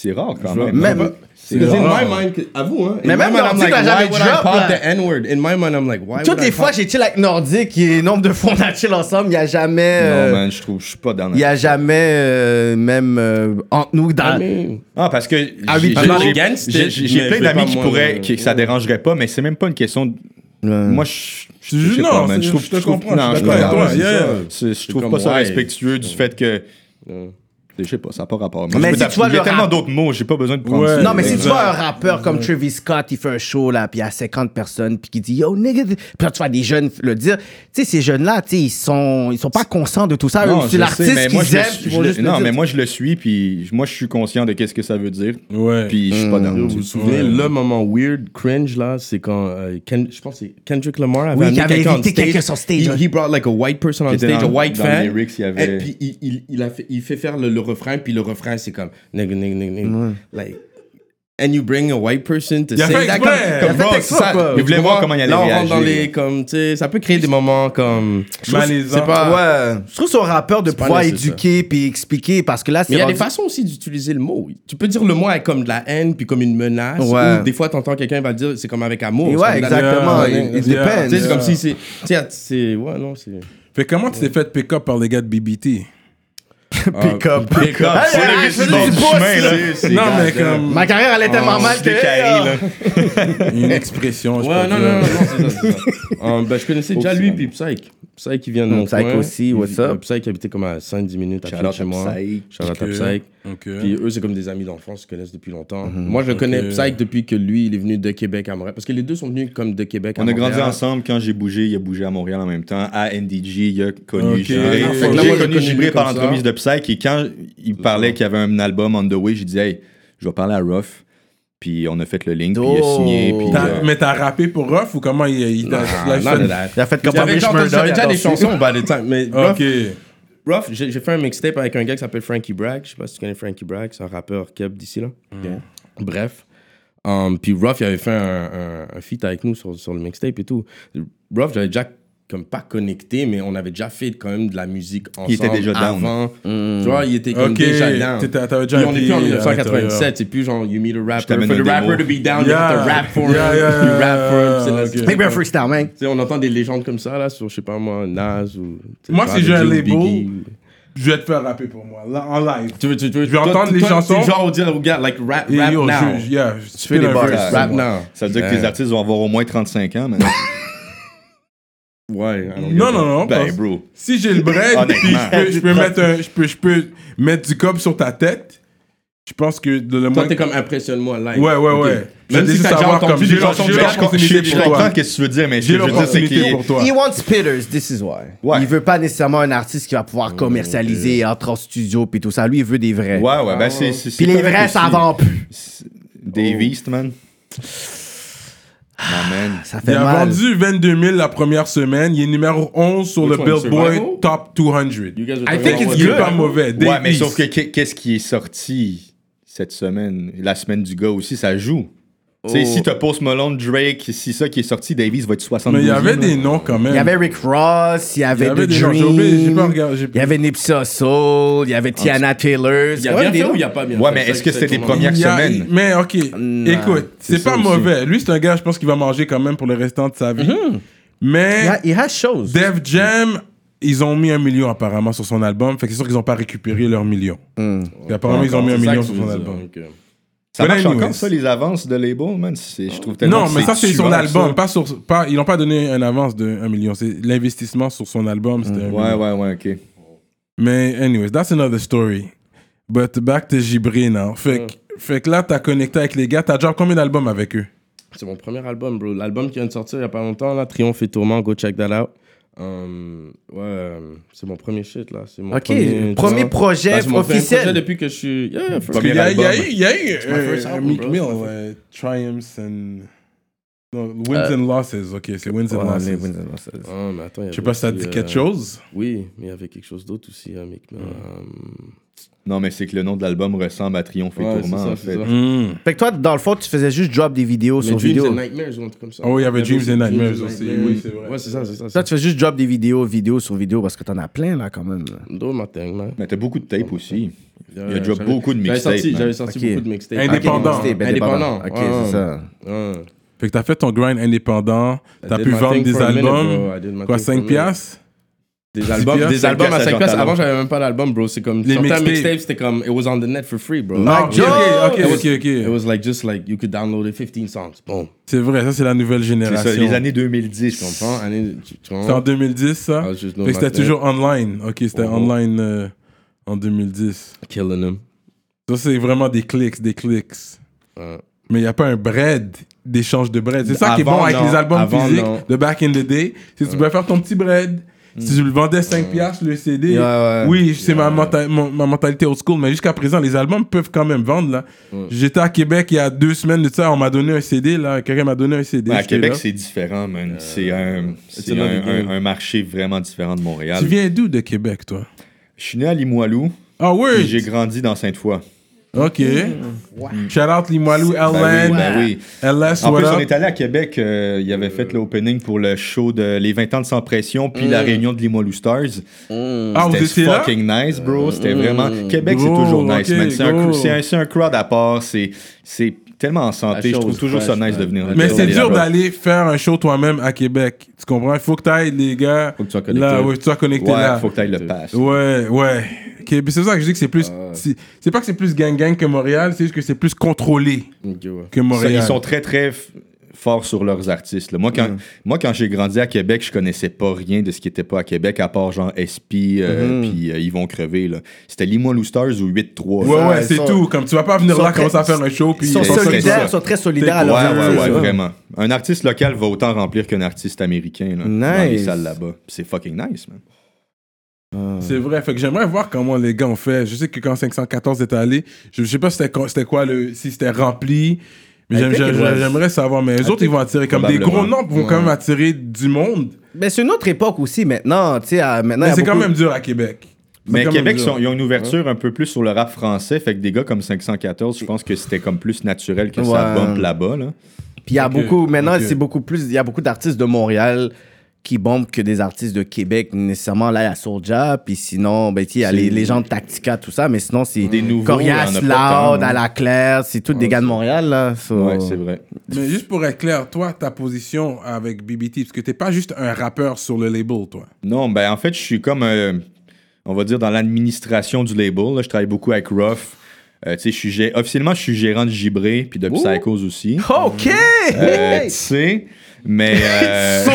Speaker 5: C'est rare quand
Speaker 6: Je vois-
Speaker 5: même.
Speaker 3: Même-
Speaker 5: C'est
Speaker 6: Because in
Speaker 5: rare.
Speaker 6: my mind, avoue, hein. in
Speaker 3: Mais
Speaker 6: my
Speaker 3: même
Speaker 6: mind,
Speaker 3: leur
Speaker 6: I'm
Speaker 3: titre,
Speaker 6: like,
Speaker 3: là, j'avais
Speaker 6: why would I
Speaker 3: drop,
Speaker 6: pop
Speaker 3: là.
Speaker 6: the N-word? In my mind, I'm like, why
Speaker 3: Toutes
Speaker 6: would I
Speaker 3: les fois,
Speaker 6: pop-
Speaker 3: j'ai chill avec Nordique et nombre de fois on a chill ensemble, il n'y a jamais. euh,
Speaker 5: Non, man, je trouve, je suis pas dans la-
Speaker 3: Il n'y a jamais, euh, même euh, entre nous, dans.
Speaker 6: I mean,
Speaker 5: Ah, parce que j'ai-
Speaker 3: Ah oui,
Speaker 5: j'ai-
Speaker 6: I'm not
Speaker 5: j'ai-
Speaker 6: against it,
Speaker 5: j'ai- j'ai j'ai
Speaker 6: mais
Speaker 5: plein
Speaker 6: je vais
Speaker 5: d'amis
Speaker 6: pas,
Speaker 5: qui
Speaker 6: moi,
Speaker 5: pourraient,
Speaker 6: le-
Speaker 5: qui, que ça dérangerait pas, mais c'est même pas une question de.
Speaker 3: Ouais.
Speaker 5: Moi, je.
Speaker 4: Je-
Speaker 5: je- je sais
Speaker 4: non,
Speaker 5: pas, man,
Speaker 4: c'est-
Speaker 5: je trouve,
Speaker 4: je te
Speaker 5: je trouve-
Speaker 4: comprends,
Speaker 5: non,
Speaker 4: je
Speaker 5: je
Speaker 4: suis
Speaker 5: trouve-
Speaker 4: d'accord
Speaker 5: non,
Speaker 4: avec toi,
Speaker 5: c'est
Speaker 4: yeah.
Speaker 5: ça. C'est- Je trouve
Speaker 6: comme,
Speaker 5: pas ça
Speaker 6: ouais.
Speaker 5: respectueux du fait que. Je sais pas, ça n'a pas rapport.
Speaker 3: Mais
Speaker 5: je peux
Speaker 3: si tu vois
Speaker 5: t'appuyer. Il y a
Speaker 3: le
Speaker 5: tellement
Speaker 3: rap-
Speaker 5: d'autres mots, j'ai pas besoin de prendre
Speaker 4: Ouais.
Speaker 5: ça.
Speaker 3: Non, mais si tu
Speaker 4: Exact.
Speaker 3: vois un rappeur comme Travis Scott, il fait un show, là, puis il y a 50 personnes, puis qui dit Yo, nigga. Puis là, tu vois des jeunes le dire. Tu sais, ces jeunes-là, tu sais, ils sont, ils sont pas conscients de tout ça. Eux,
Speaker 5: Non,
Speaker 3: Ah, C'est
Speaker 5: je sais, mais
Speaker 3: l'artiste
Speaker 5: moi, je
Speaker 3: qu'ils
Speaker 5: le
Speaker 3: aiment.
Speaker 5: suis-
Speaker 3: puis ils
Speaker 5: je
Speaker 3: vont
Speaker 5: le-
Speaker 3: juste le
Speaker 5: Non,
Speaker 3: dire.
Speaker 5: mais moi, je le suis, puis moi, je suis conscient de qu'est-ce que ça veut dire.
Speaker 4: Ouais.
Speaker 5: Puis je suis pas dans
Speaker 6: Yo, vous vous souvenez, le moment weird, cringe, là, c'est quand, euh, Ken- je pense que c'est Kendrick Lamar avait
Speaker 3: Oui,
Speaker 6: amené
Speaker 3: qui avait
Speaker 6: quelqu'un on
Speaker 3: invité
Speaker 6: stage.
Speaker 3: quelqu'un sur stage,
Speaker 6: He,
Speaker 3: ouais.
Speaker 6: he brought like a white person on
Speaker 5: Qui était
Speaker 6: stage,
Speaker 5: dans-
Speaker 6: a white
Speaker 5: dans
Speaker 6: fan.
Speaker 5: les lyrics, il y avait-
Speaker 6: Et puis il, il, il a fait, il fait faire le, le refrain, puis le refrain, c'est comme nigga, nigga, nigga, nigga. Like, and you bring a white person to
Speaker 4: Il a
Speaker 6: sing
Speaker 4: fait
Speaker 6: that,
Speaker 4: exprès.
Speaker 6: comme-
Speaker 4: Il a
Speaker 6: comme,
Speaker 5: fait
Speaker 6: bro,
Speaker 5: exprès,
Speaker 6: c'est ça.
Speaker 5: quoi.
Speaker 6: Vous
Speaker 5: Il voulait voir comment il allait
Speaker 6: Là, on rentre dans
Speaker 5: réagir.
Speaker 6: les, comme, tu sais, ça peut créer des moments comme. Je trouve-
Speaker 4: Malaisant.
Speaker 6: C'est pas.
Speaker 3: Ouais. Je trouve son rappeur de
Speaker 6: C'est pas
Speaker 3: pouvoir
Speaker 6: nécessaire.
Speaker 3: éduquer puis expliquer parce que là, c'est.
Speaker 6: Mais il y a des
Speaker 3: rendu-
Speaker 6: façons aussi d'utiliser le mot. Tu peux dire le mot avec comme de la haine, puis comme une menace.
Speaker 3: Ouais.
Speaker 6: Ou des fois, t'entends quelqu'un, il va le dire, c'est comme avec amour.
Speaker 3: Et
Speaker 6: c'est
Speaker 3: Ouais,
Speaker 6: comme de la-
Speaker 3: exactement.
Speaker 4: Yeah,
Speaker 3: It- It
Speaker 4: yeah.
Speaker 6: Tu sais,
Speaker 3: depends.
Speaker 6: c'est comme si c'est. Tu sais, c'est. Ouais, non, c'est.
Speaker 4: Fait que comment tu t'es fait pick up par les gars de BBT
Speaker 3: Pick-up.
Speaker 5: Pick-up.
Speaker 3: Ah,
Speaker 5: C'est
Speaker 3: ah,
Speaker 5: le
Speaker 3: je
Speaker 5: gars
Speaker 3: faisais
Speaker 5: du
Speaker 3: du
Speaker 5: bon
Speaker 3: boss,
Speaker 5: chemin,
Speaker 3: là.
Speaker 5: là.
Speaker 4: Non, mais comme
Speaker 3: Ma carrière, elle était tellement mal
Speaker 5: Je
Speaker 3: que.
Speaker 5: décaille, là.
Speaker 4: une expression. je
Speaker 6: Ouais,
Speaker 4: sais pas
Speaker 6: non, non,
Speaker 4: dire.
Speaker 6: non, non, c'est ça, c'est ça. Euh, ben, je connaissais déjà lui, puis Psyche. Psyche qui vient de mon
Speaker 3: Mm, Psyche
Speaker 6: coin.
Speaker 3: aussi, what's
Speaker 6: Il- euh,
Speaker 3: up?
Speaker 6: Psyche qui habitait comme à 5-10 minutes à
Speaker 5: Shout
Speaker 6: pied de
Speaker 5: out
Speaker 6: chez
Speaker 5: à
Speaker 6: moi.
Speaker 5: Psyche.
Speaker 6: Shout out à
Speaker 4: Ok.
Speaker 6: Psyche.
Speaker 3: Mm.
Speaker 4: Ok.
Speaker 6: Puis eux, c'est comme des amis d'enfance, ils se connaissent depuis longtemps.
Speaker 3: Mm-hmm.
Speaker 6: Moi, je le connais Psyche depuis que lui, il est venu de Québec à Montréal. Parce que les deux sont venus comme de Québec à
Speaker 5: On a
Speaker 6: Montréal.
Speaker 5: grandi ensemble. Quand j'ai bougé, il a bougé à Montréal en même temps. À NDG, il a connu
Speaker 4: Ok.
Speaker 5: Gibré.
Speaker 4: Ah,
Speaker 6: fait que là,
Speaker 5: J'ai
Speaker 6: moi, j'ai
Speaker 5: connu
Speaker 6: connu
Speaker 5: Gibré
Speaker 6: lui
Speaker 5: par
Speaker 6: comme ça.
Speaker 5: l'entremise de Psy. Et quand il parlait qu'il y avait un album on the way, j'ai dit, hey, je vais parler à Ruff. Puis on a fait le link, puis il a signé. Puis,
Speaker 4: T'as-
Speaker 5: euh,
Speaker 4: Mais t'as rappé pour Ruff ou comment il, il t'a il a
Speaker 6: Ah, non,
Speaker 4: fait-
Speaker 6: non, non.
Speaker 3: Il a fait comme
Speaker 6: J'avais
Speaker 3: Publish
Speaker 6: déjà entendu-
Speaker 3: Murder,
Speaker 6: j'avais déjà
Speaker 3: il a
Speaker 6: des
Speaker 3: reçu.
Speaker 6: chansons by the time, mais
Speaker 4: Ok.
Speaker 6: Ruff, Ruff, j'ai j'ai fait un mixtape avec un gars qui s'appelle Frankie Bragg. Je sais pas si tu connais Frankie Bragg, c'est un rappeur keb d'ici là. Bref. Um, puis Ruff, il avait fait un, un, un feat avec nous sur, sur le mixtape et tout. Ruff, j'avais déjà comme pas connecté, mais on avait déjà fait quand même de la musique ensemble.
Speaker 5: Il était déjà down. Mm.
Speaker 6: avant. Tu vois, il était comme
Speaker 4: Ok.
Speaker 6: déjà down.
Speaker 4: T'étais- t'avais déjà
Speaker 6: Puis
Speaker 4: un
Speaker 6: on est
Speaker 4: pied
Speaker 6: plus en
Speaker 4: à
Speaker 6: 1987, c'est plus genre you meet a rapper.
Speaker 5: t'amène
Speaker 6: For
Speaker 5: un
Speaker 6: the
Speaker 5: démo.
Speaker 6: rapper to be down, you have
Speaker 4: Yeah.
Speaker 6: to rap for
Speaker 4: Yeah,
Speaker 6: him.
Speaker 4: yeah,
Speaker 6: you rap for him.
Speaker 4: yeah,
Speaker 6: C'est la-
Speaker 4: ok.
Speaker 3: Make
Speaker 6: c'est
Speaker 3: me a
Speaker 6: comme-
Speaker 3: freestyle, man.
Speaker 6: tu sais, on entend des légendes comme ça, là, sur, je sais pas moi, Nas ou... tu sais,
Speaker 4: Moi, si
Speaker 6: Prodigy
Speaker 4: j'ai un
Speaker 6: ou
Speaker 4: label,
Speaker 6: Biggie.
Speaker 4: Je vais te faire rapper pour moi, là, en live.
Speaker 6: Tu veux, tu veux...
Speaker 4: je vais entendre les chansons.
Speaker 6: genre, on dirait, regarde, like, rap,
Speaker 4: Et
Speaker 6: rap
Speaker 4: yo,
Speaker 6: now.
Speaker 4: je- yeah, je-
Speaker 6: fais des
Speaker 4: un
Speaker 6: bars,
Speaker 4: verse.
Speaker 6: rap now.
Speaker 5: ça veut dire que les artistes vont avoir au moins 35 ans maintenant.
Speaker 6: Ouais. I don't get
Speaker 4: Non,
Speaker 6: it.
Speaker 4: non, non.
Speaker 5: ben,
Speaker 4: parce-
Speaker 5: bro.
Speaker 4: Si j'ai le bread, puis je peux, je peux mettre un- je peux, je peux mettre du cob sur ta tête, je pense que de le
Speaker 6: Toi,
Speaker 4: moins.
Speaker 6: t'es comme impressionne-moi, live.
Speaker 4: Ouais, ouais,
Speaker 6: Ok.
Speaker 4: ouais.
Speaker 6: Même
Speaker 4: J'ai
Speaker 6: si
Speaker 4: juste
Speaker 6: t'as déjà
Speaker 4: savoir
Speaker 6: entendu
Speaker 4: comme-
Speaker 6: des
Speaker 4: j'ai-
Speaker 6: chansons
Speaker 4: j'ai
Speaker 6: de rap,
Speaker 5: Je comprends-
Speaker 4: l'opportunité
Speaker 5: Je
Speaker 4: pour
Speaker 5: je
Speaker 4: toi.
Speaker 5: comprends ce que tu veux dire, mais ce
Speaker 4: J'ai
Speaker 5: que je veux dire, c'est
Speaker 4: l'opportunité
Speaker 5: qu'il
Speaker 4: pour toi.
Speaker 3: He wants spitters, this is why.
Speaker 5: Ouais.
Speaker 3: Il veut pas nécessairement un artiste qui va pouvoir commercialiser, entre en studio puis tout ça. Lui, il veut des vrais.
Speaker 5: Ouais, ouais, ben c'est. c'est- c'est
Speaker 3: Puis les
Speaker 5: correct
Speaker 3: vrais, Oh.
Speaker 5: aussi.
Speaker 3: ça vend plus.
Speaker 5: Dave East, man. Ah, man.
Speaker 3: Ça fait
Speaker 4: Il a
Speaker 3: mal.
Speaker 4: vendu 22 000 la première semaine. Il est numéro 11 sur le
Speaker 6: Which one,
Speaker 4: Billboard
Speaker 6: Survival?
Speaker 4: Top 200.
Speaker 6: You guys are
Speaker 4: I
Speaker 6: talking
Speaker 4: think
Speaker 6: about
Speaker 4: it's
Speaker 6: what
Speaker 4: il est
Speaker 6: you
Speaker 4: pas
Speaker 6: do.
Speaker 4: mauvais.
Speaker 5: Ouais,
Speaker 4: Dave
Speaker 5: mais
Speaker 4: East.
Speaker 5: sauf que qu'est- qu'est-ce qui est sorti cette semaine, la semaine du gars aussi, ça joue. Tu sais,
Speaker 4: Oh.
Speaker 5: si t'as Post Malone, Drake, si ça qui est sorti, Davis va être 70.
Speaker 4: Mais il y avait
Speaker 5: euh,
Speaker 4: des noms quand même.
Speaker 3: Il y avait Rick Ross, il y avait The
Speaker 4: des noms. J'ai oublié, j'ai pas
Speaker 3: Dream,
Speaker 4: regardé. j'ai
Speaker 3: il y
Speaker 4: pas-
Speaker 3: avait Nipsey Soul, il y avait Tiana Taylor.
Speaker 6: Il y a bien fait ou il y a pas bien
Speaker 5: Ouais,
Speaker 6: fait?
Speaker 5: mais
Speaker 6: C'est
Speaker 5: est-ce
Speaker 6: ça
Speaker 5: que
Speaker 6: c'est
Speaker 5: c'était des
Speaker 6: comment-
Speaker 5: premières
Speaker 4: Il y a-
Speaker 5: semaines?
Speaker 4: Mais ok, écoute,
Speaker 5: c'est
Speaker 4: c'est pas
Speaker 5: ça aussi.
Speaker 4: mauvais. Lui, c'est un gars, je pense qu'il va manger quand même pour le restant de sa vie. Mais
Speaker 3: Il a chose.
Speaker 4: Def Jam, ils ont mis un million apparemment sur son album. Fait que c'est sûr qu'ils n'ont pas récupéré leur million.
Speaker 5: Mm.
Speaker 4: Puis apparemment, ils ont mis un
Speaker 6: C'est ça
Speaker 4: million
Speaker 6: que
Speaker 4: sur
Speaker 6: je
Speaker 4: son
Speaker 6: veux
Speaker 4: album.
Speaker 6: dire, donc, euh,
Speaker 5: Ça
Speaker 4: But
Speaker 5: marche
Speaker 4: anyways.
Speaker 5: encore, ça, les avances de label, man? C'est- Je trouve tellement
Speaker 4: Non,
Speaker 5: que
Speaker 4: mais ça, c'est
Speaker 5: tuant,
Speaker 4: son album.
Speaker 5: ça.
Speaker 4: Pas sur, pas, ils n'ont pas donné un avance de 1 million. C'est l'investissement sur son album. c'était un
Speaker 5: Ouais,
Speaker 4: million.
Speaker 5: ouais, ouais, ok.
Speaker 4: Mais, anyways, that's another story. But back to Jibril, non. Fait,
Speaker 6: Mm.
Speaker 4: que- fait que là, t'as connecté avec les gars. T'as déjà combien d'albums avec eux?
Speaker 6: C'est mon premier album, bro. L'album qui vient de sortir il y a pas longtemps, là, Triomphe et Tourment, go check that out. Euh, ouais, euh, c'est mon premier shit, là. C'est mon
Speaker 3: Ok,
Speaker 6: premier,
Speaker 3: premier,
Speaker 6: tu vois.
Speaker 3: projet
Speaker 6: Bah, c'est mon premier projet
Speaker 3: officiel.
Speaker 6: depuis que je suis. Yeah, yeah, first-
Speaker 4: Parce qu'il y a, il y a eu, il y a eu
Speaker 6: my
Speaker 4: euh,
Speaker 6: first
Speaker 4: un
Speaker 6: album,
Speaker 4: Meek
Speaker 6: bro.
Speaker 4: Mill,
Speaker 6: It's my first-
Speaker 4: euh, Triumphs and. Non, wins
Speaker 6: Euh.
Speaker 4: and Losses, ok, c'est Wins and
Speaker 3: Ouais,
Speaker 4: Losses.
Speaker 3: les Wins and Losses.
Speaker 6: Ah, mais attends, il y
Speaker 4: Je sais
Speaker 6: avait
Speaker 4: pas si ça te
Speaker 6: aussi,
Speaker 4: dit
Speaker 6: euh,
Speaker 4: quelque chose.
Speaker 6: Oui, mais il y avait quelque chose d'autre aussi, hein, mec. mais, euh,
Speaker 5: Non, mais c'est que le nom de l'album ressemble à Triomphe
Speaker 6: Ouais,
Speaker 5: et Tourment,
Speaker 6: c'est ça,
Speaker 5: en fait.
Speaker 6: c'est ça.
Speaker 3: Fait que toi, dans le fond, tu faisais juste drop des vidéos
Speaker 6: mais
Speaker 3: sur
Speaker 6: Dreams and
Speaker 3: vidéo.
Speaker 6: Nightmares ou un truc comme ça.
Speaker 4: Oh, il y avait Dreams and Nightmares
Speaker 6: and
Speaker 4: aussi,
Speaker 6: Nightmares.
Speaker 4: oui, c'est vrai.
Speaker 6: Ouais, c'est ça, c'est ça.
Speaker 3: Toi, tu fais juste drop des vidéos, vidéo sur vidéo, parce que t'en as plein, là, quand même. là.
Speaker 6: Do my thing, man.
Speaker 5: Mais t'as beaucoup de tapes aussi.
Speaker 6: Il
Speaker 5: a drop beaucoup de mixtapes,
Speaker 6: J'avais sorti,
Speaker 5: man.
Speaker 6: j'avais sorti
Speaker 3: Ok.
Speaker 6: beaucoup de mixtapes.
Speaker 4: Indépendant.
Speaker 3: Mixtape,
Speaker 6: Indépendant.
Speaker 3: Ok,
Speaker 6: Ouais,
Speaker 3: c'est ça.
Speaker 6: Ouais.
Speaker 4: Fait que t'as fait ton grind indépendant,
Speaker 6: I
Speaker 4: t'as
Speaker 6: did
Speaker 4: pu
Speaker 6: my
Speaker 4: vendre
Speaker 6: thing
Speaker 4: des
Speaker 6: for a minute,
Speaker 4: albums.
Speaker 6: bro. I did
Speaker 4: Quoi,
Speaker 6: my thing for a
Speaker 4: 5
Speaker 6: minute.
Speaker 4: piastres
Speaker 6: Des albums,
Speaker 4: piastres,
Speaker 6: des
Speaker 5: cinq
Speaker 6: albums à
Speaker 5: piastres,
Speaker 6: 5
Speaker 5: genre
Speaker 6: piastres.
Speaker 5: talent.
Speaker 6: Avant, j'avais même pas d'album, bro. C'est comme.
Speaker 4: Les
Speaker 6: Certains
Speaker 4: mixtapes.
Speaker 6: mixtapes, c'était comme. It was on the net for free, bro.
Speaker 4: Ah, ok, ok, ok,
Speaker 6: It was-
Speaker 4: ok, ok.
Speaker 6: It was like just like you could download it, 15 songs. Boom.
Speaker 4: C'est vrai, ça c'est la nouvelle
Speaker 5: C'est
Speaker 4: génération.
Speaker 5: ça, les années
Speaker 6: Tu
Speaker 5: 2010.
Speaker 6: comprends? Année- Tu tu
Speaker 4: C'était en
Speaker 6: comprends?
Speaker 4: 2010 ça.
Speaker 5: Ah,
Speaker 6: I was
Speaker 4: Fait
Speaker 6: just doing
Speaker 4: que c'était
Speaker 6: my thing.
Speaker 4: toujours online. Ok, c'était
Speaker 6: Oh.
Speaker 4: online euh, en 2010.
Speaker 6: Killing them.
Speaker 4: Ça c'est vraiment des clics, des clics.
Speaker 6: Ouais.
Speaker 4: Mais il n'y a pas un bread, d'échange de bread. C'est ça qui est
Speaker 5: Avant,
Speaker 4: bon avec
Speaker 5: non.
Speaker 4: les albums
Speaker 5: Avant,
Speaker 4: physiques
Speaker 5: non.
Speaker 4: de back in the day. Si tu pouvais faire ton petit bread, si tu le vendais 5 piastres le CD,
Speaker 6: Yeah, ouais.
Speaker 4: oui, c'est ma, menta- mon- ma mentalité old school, mais jusqu'à présent, les albums peuvent quand même vendre. là. J'étais à Québec il y a deux semaines de ça, on m'a donné un CD, là. quelqu'un m'a donné un CD.
Speaker 5: à
Speaker 4: j'étais
Speaker 5: Québec,
Speaker 4: là.
Speaker 5: c'est différent, man. c'est un, c'est
Speaker 6: another
Speaker 5: un- un-
Speaker 6: game.
Speaker 5: un marché vraiment différent de Montréal.
Speaker 4: Tu viens d'où de Québec, toi
Speaker 5: Je suis né à Limoilou,
Speaker 4: Ah,
Speaker 5: puis
Speaker 4: oui
Speaker 5: j'ai grandi dans Sainte-Foy.
Speaker 4: Ok. Shout out Limoilou,
Speaker 5: Ben Mm. oui,
Speaker 4: Ellen,
Speaker 5: ben oui.
Speaker 4: LS,
Speaker 5: En
Speaker 4: what
Speaker 5: plus, on
Speaker 4: up?
Speaker 5: est allé à Québec. euh, il avait fait l'opening pour le show de Les 20 ans de Sans Pression, puis la réunion de Limoilou Stars.
Speaker 4: Euh. Ah, vous
Speaker 5: C'était
Speaker 4: étiez là
Speaker 5: fucking nice, bro. C'était vraiment. Québec, c'est
Speaker 4: Gros,
Speaker 5: toujours nice,
Speaker 4: ok,
Speaker 5: man. C'est un,
Speaker 4: gros.
Speaker 5: cr- c'est un, c'est un crowd à part. C'est c'est tellement en santé. Je
Speaker 6: chose
Speaker 5: trouve toujours ça
Speaker 6: fraîche,
Speaker 5: nice de
Speaker 6: man.
Speaker 5: venir.
Speaker 4: Mais
Speaker 5: de
Speaker 4: c'est
Speaker 5: venir
Speaker 4: dur
Speaker 5: là-bas.
Speaker 4: d'aller faire un show toi-même à Québec. Tu comprends? Il faut que tu ailles, les gars.
Speaker 6: Faut que tu sois connecté.
Speaker 4: Là, ouais, tu sois connecté là.
Speaker 5: Ouais, faut que t'ailles le pass.
Speaker 4: Ouais, ouais. Ok, puis C'est ça que je dis que c'est plus.
Speaker 5: Ah.
Speaker 4: C'est c'est pas que c'est plus gang-gang que Montréal, c'est juste que c'est plus contrôlé
Speaker 6: Ok, ouais.
Speaker 4: que
Speaker 5: Ça,
Speaker 4: Montréal.
Speaker 5: ils sont très, très f- forts sur leurs artistes. là. Moi, quand, moi, quand j'ai grandi à Québec, je connaissais pas rien de ce qui était pas à Québec, à part genre SP, euh, puis euh, Ils vont crever. là. C'était Limoilou Stars ou 8-3.
Speaker 4: Ouais,
Speaker 5: là.
Speaker 4: ouais,
Speaker 3: ils
Speaker 4: c'est
Speaker 3: sont-
Speaker 4: tout. Comme tu vas pas venir
Speaker 3: ils
Speaker 4: là
Speaker 3: sont
Speaker 4: commencer à
Speaker 5: très-
Speaker 4: faire un show. Puis
Speaker 3: Ils sont
Speaker 5: c'est-
Speaker 3: solidaires,
Speaker 5: c'est-
Speaker 3: ils sont très solidaires à
Speaker 5: Ouais,
Speaker 3: leur
Speaker 5: ouais,
Speaker 3: artiste,
Speaker 5: ouais,
Speaker 3: là.
Speaker 5: vraiment. Un artiste local va autant remplir qu'un artiste américain là, dans les
Speaker 3: Nice.
Speaker 5: salles là-bas. C'est fucking nice, man.
Speaker 4: C'est vrai. Fait que j'aimerais voir comment les gars ont fait. Je sais que quand 514 est allé, je, je sais pas c'était quoi- c'était quoi le. Si c'était rempli. Mais
Speaker 3: I
Speaker 4: j'aime-
Speaker 3: think it
Speaker 4: j'aime-
Speaker 3: was-
Speaker 4: j'aimerais savoir. Mais les autres, ils vont attirer comme des gros
Speaker 5: probablement.
Speaker 4: noms vont quand même attirer du monde.
Speaker 3: Mais c'est une autre époque aussi, maintenant. Tu sais, à- maintenant, il y
Speaker 4: Mais
Speaker 3: a
Speaker 4: c'est quand
Speaker 3: beaucoup-
Speaker 4: même dur à Québec. C'est
Speaker 5: Mais
Speaker 4: quand même
Speaker 5: Québec,
Speaker 4: dur.
Speaker 5: sont- ils ont une ouverture un peu plus sur le rap français. Fait que des gars comme 514, je pense que c'était comme plus naturel que ça
Speaker 3: Ouais.
Speaker 5: bump là-bas. Là.
Speaker 3: Puis il y a
Speaker 4: Ok,
Speaker 3: beaucoup, maintenant,
Speaker 4: ok.
Speaker 3: c'est beaucoup plus. Il y a beaucoup d'artistes de Montréal qui bombent que des artistes de Québec, nécessairement. Là, il y a Soulja, puis sinon, ben, tu sais, il y a les, les gens de Tactica, tout ça, mais sinon, c'est
Speaker 5: Des nouveaux,
Speaker 3: Corias,
Speaker 5: il y en a pas tant,
Speaker 3: Loud,
Speaker 5: hein.
Speaker 3: à la Claire, c'est tous des gars de Montréal, là. so-
Speaker 5: Ouais, c'est vrai.
Speaker 4: Mais juste pour être clair, toi, ta position avec BBT, parce que t'es pas juste un rappeur sur le label, toi.
Speaker 5: Non, ben en fait, je suis comme, euh, on va dire, dans l'administration du label. là. Je travaille beaucoup avec Ruff. Euh, tu sais, je suis gé- officiellement, je suis gérant de Gibré, puis de Psychos aussi.
Speaker 3: OK!
Speaker 5: Euh, tu sais, mais... euh, tu sais.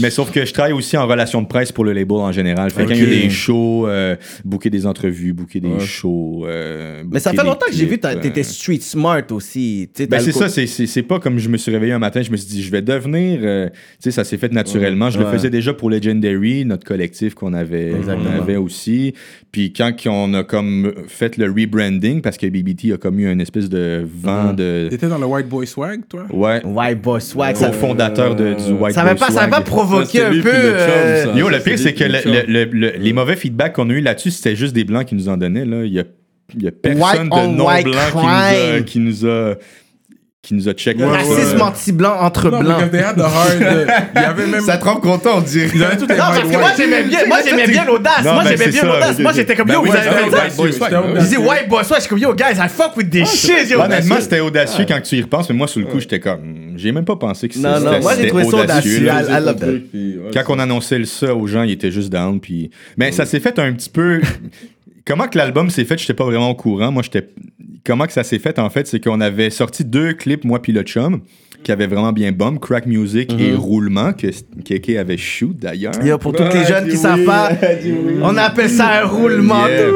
Speaker 5: Mais sauf que je travaille aussi en relation de presse pour le label en général. Fait que quand il y a
Speaker 4: Ok.
Speaker 5: des shows, euh, booker des entrevues, booker des
Speaker 6: Ouais.
Speaker 5: shows... euh,
Speaker 3: Mais ça
Speaker 5: booker
Speaker 3: fait
Speaker 5: des
Speaker 3: longtemps que j'ai vu,
Speaker 5: clips,
Speaker 3: t'as-
Speaker 5: euh.
Speaker 3: t'étais street smart aussi. tu sais, t'as
Speaker 5: Ben
Speaker 3: le
Speaker 5: c'est
Speaker 3: co-
Speaker 5: ça, c'est- c'est c'est pas comme je me suis réveillé un matin, je me suis dit, je vais devenir. euh, tu sais, ça s'est fait naturellement. Je le
Speaker 3: Ouais.
Speaker 5: faisais déjà pour Legendary, notre collectif qu'on avait, qu'on
Speaker 3: Exactement.
Speaker 5: avait aussi. Puis quand on a comme fait le rebranding, parce que BBT a comme eu une espèce de vent de.
Speaker 4: T'étais dans le White Boy Swag, toi
Speaker 5: Ouais.
Speaker 3: Ouais, boss, ouais. Ça,
Speaker 5: Co-fondateur de- du White
Speaker 3: ça va
Speaker 5: Boy
Speaker 3: pas, ça va
Speaker 5: Swag.
Speaker 3: pas provoquer
Speaker 6: Ça,
Speaker 3: un
Speaker 6: c'était lui,
Speaker 3: peu.
Speaker 6: puis le chum,
Speaker 3: euh,
Speaker 6: ça.
Speaker 5: Yo,
Speaker 6: Ah,
Speaker 5: le
Speaker 6: ça,
Speaker 5: pire,
Speaker 6: c'est
Speaker 5: c'est
Speaker 6: des
Speaker 5: que le-
Speaker 6: punitions.
Speaker 5: le- le- le- les mauvais feedbacks qu'on a eu là-dessus, c'était juste des blancs qui nous en donnaient. Là. Il y a, il y a personne
Speaker 3: White on
Speaker 5: de non
Speaker 3: white
Speaker 5: blanc
Speaker 3: crime.
Speaker 5: qui nous a qui nous a checké.
Speaker 3: racisme
Speaker 4: ouais.
Speaker 3: anti-blanc entre
Speaker 4: Non,
Speaker 3: blancs.
Speaker 4: mais quand they had the hard. euh, Il y avait même.
Speaker 5: te rend content, on dirait.
Speaker 4: Ils avaient tous les
Speaker 3: Non, parce
Speaker 4: White
Speaker 3: que moi
Speaker 4: White.
Speaker 3: j'aimais bien, moi j'aimais bien l'audace,
Speaker 5: Non,
Speaker 3: moi
Speaker 5: ben,
Speaker 3: j'aimais
Speaker 5: c'est
Speaker 3: bien
Speaker 5: ça,
Speaker 3: l'audace,
Speaker 5: ok,
Speaker 3: moi
Speaker 5: ok.
Speaker 3: j'étais comme
Speaker 5: Ben
Speaker 3: yo,
Speaker 5: oui,
Speaker 3: vous
Speaker 5: ben,
Speaker 3: avez fait
Speaker 5: ouais,
Speaker 3: ça.
Speaker 5: White Boy Swag,
Speaker 4: J'étais
Speaker 5: ben oui.
Speaker 3: Je
Speaker 4: audace.
Speaker 3: disais white boy, swag, je suis comme yo guys, I fuck with this shit, yo.
Speaker 5: Honnêtement, c'était audacieux quand tu y repenses, mais moi, sur le coup, j'étais comme. J'ai même pas pensé que c'était
Speaker 3: Non, non, moi j'ai
Speaker 5: c'était
Speaker 3: trouvé ça audacieux, I,
Speaker 5: là.
Speaker 3: I love that.
Speaker 5: Quand on annonçait le ça aux gens, ils étaient juste down. Puis... Mais ça s'est fait un petit peu. Comment que l'album s'est fait, j'étais pas vraiment au courant. Moi, j'étais. Comment que ça s'est fait, en fait, c'est qu'on avait sorti deux clips, moi puis le chum, qui avaient vraiment bien bomb, Crack Music
Speaker 3: Mm-hmm.
Speaker 5: et Roulement, que Keke avait shoot d'ailleurs.
Speaker 3: Yo, pour toutes les jeunes qui savent pas, on appelle ça un roulement.
Speaker 5: Yeah.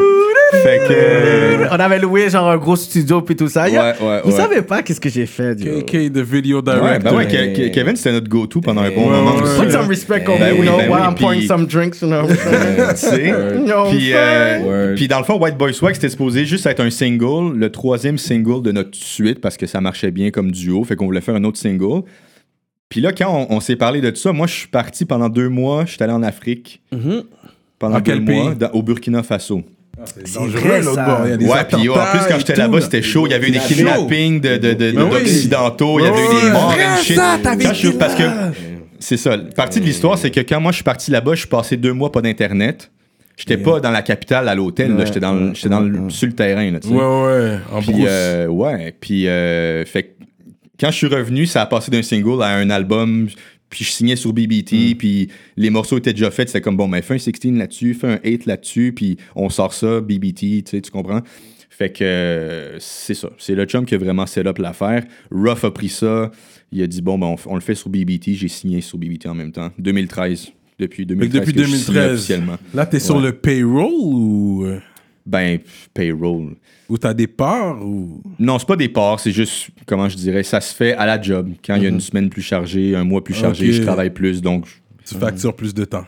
Speaker 5: Fait que.
Speaker 3: On avait loué genre un gros studio puis tout ça.
Speaker 5: Ouais,
Speaker 3: Yo,
Speaker 5: ouais,
Speaker 3: vous
Speaker 5: ouais.
Speaker 3: savez pas qu'est-ce que j'ai fait. yo.
Speaker 4: KK, the video director.
Speaker 5: Ouais, bah ouais,
Speaker 3: Ouais.
Speaker 5: Ke- Ke- Kevin, c'était notre go-to pendant un bon
Speaker 4: Ouais,
Speaker 5: moment.
Speaker 4: ouais,
Speaker 5: aussi,
Speaker 3: Put
Speaker 5: là.
Speaker 3: some respect on
Speaker 5: Ben
Speaker 3: me, you
Speaker 5: oui,
Speaker 3: know,
Speaker 5: ben
Speaker 3: while
Speaker 5: oui,
Speaker 3: I'm pouring
Speaker 5: puis-
Speaker 3: some drinks, you know.
Speaker 5: Euh, tu sais.
Speaker 3: No,
Speaker 5: Puis,
Speaker 3: fuck.
Speaker 5: euh,
Speaker 6: Word.
Speaker 5: puis dans le fond, White Boy Swag, c'était supposé juste être un single, le troisième single de notre suite, parce que ça marchait bien comme duo, fait qu'on voulait faire un autre single. Puis là, quand on, on s'est parlé de tout ça, moi, je suis parti pendant deux mois, je suis allé en Afrique. Pendant
Speaker 4: Dans
Speaker 5: deux
Speaker 4: quel
Speaker 5: mois,
Speaker 4: pays?
Speaker 5: dans- au Burkina Faso.
Speaker 4: C'est
Speaker 3: vrai,
Speaker 4: dangereux, l'autre
Speaker 3: ça.
Speaker 4: bord. Il y a des
Speaker 5: ouais, puis oh, en plus, quand j'étais là-bas, c'était chaud. Il y avait eu des
Speaker 4: Chaud.
Speaker 5: kidnappings de- de- de-
Speaker 4: Ben oui.
Speaker 5: d'occidentaux, il y avait eu des
Speaker 4: Ouais.
Speaker 5: morts
Speaker 4: Vrai,
Speaker 5: and shit.
Speaker 4: ça, t'avais
Speaker 5: Quand je suis-
Speaker 4: été
Speaker 5: parce que c'est ça. Partie de l'histoire, c'est que quand moi je suis parti là-bas, je suis passé deux mois pas d'internet. J'étais pas dans la capitale à l'hôtel, là. j'étais dans, le- j'étais dans le- sur le terrain. Là, tu sais.
Speaker 4: Ouais, ouais, en
Speaker 5: Puis,
Speaker 4: brousse.
Speaker 5: euh, ouais, puis, euh, fait que quand je suis revenu, ça a passé d'un single à un album, puis je signais sur BBT, puis les morceaux étaient déjà faits, c'était comme, bon, mais fais un 16 là-dessus, fais un 8 là-dessus, puis on sort ça, BBT, tu sais, tu comprends? Fait que euh, c'est ça, c'est le chum qui a vraiment set up l'affaire. Ruff a pris ça, il a dit, bon, ben, on, f- on le fait sur BBT, j'ai signé sur BBT en même temps, 2013. Depuis
Speaker 4: Fait
Speaker 5: 2013,
Speaker 4: que depuis
Speaker 5: que je signe
Speaker 4: 2013,
Speaker 5: officiellement.
Speaker 4: là, t'es sur
Speaker 5: Ouais.
Speaker 4: le payroll ou, euh,
Speaker 5: Ben, pff, payroll.
Speaker 4: ou t'as des parts ou...
Speaker 5: Non, c'est pas des parts, c'est juste, comment je dirais, ça se fait à la job. Quand il y a une semaine plus chargée, un mois plus chargé,
Speaker 4: Ok.
Speaker 5: je travaille plus, donc je-
Speaker 4: Tu factures plus de temps.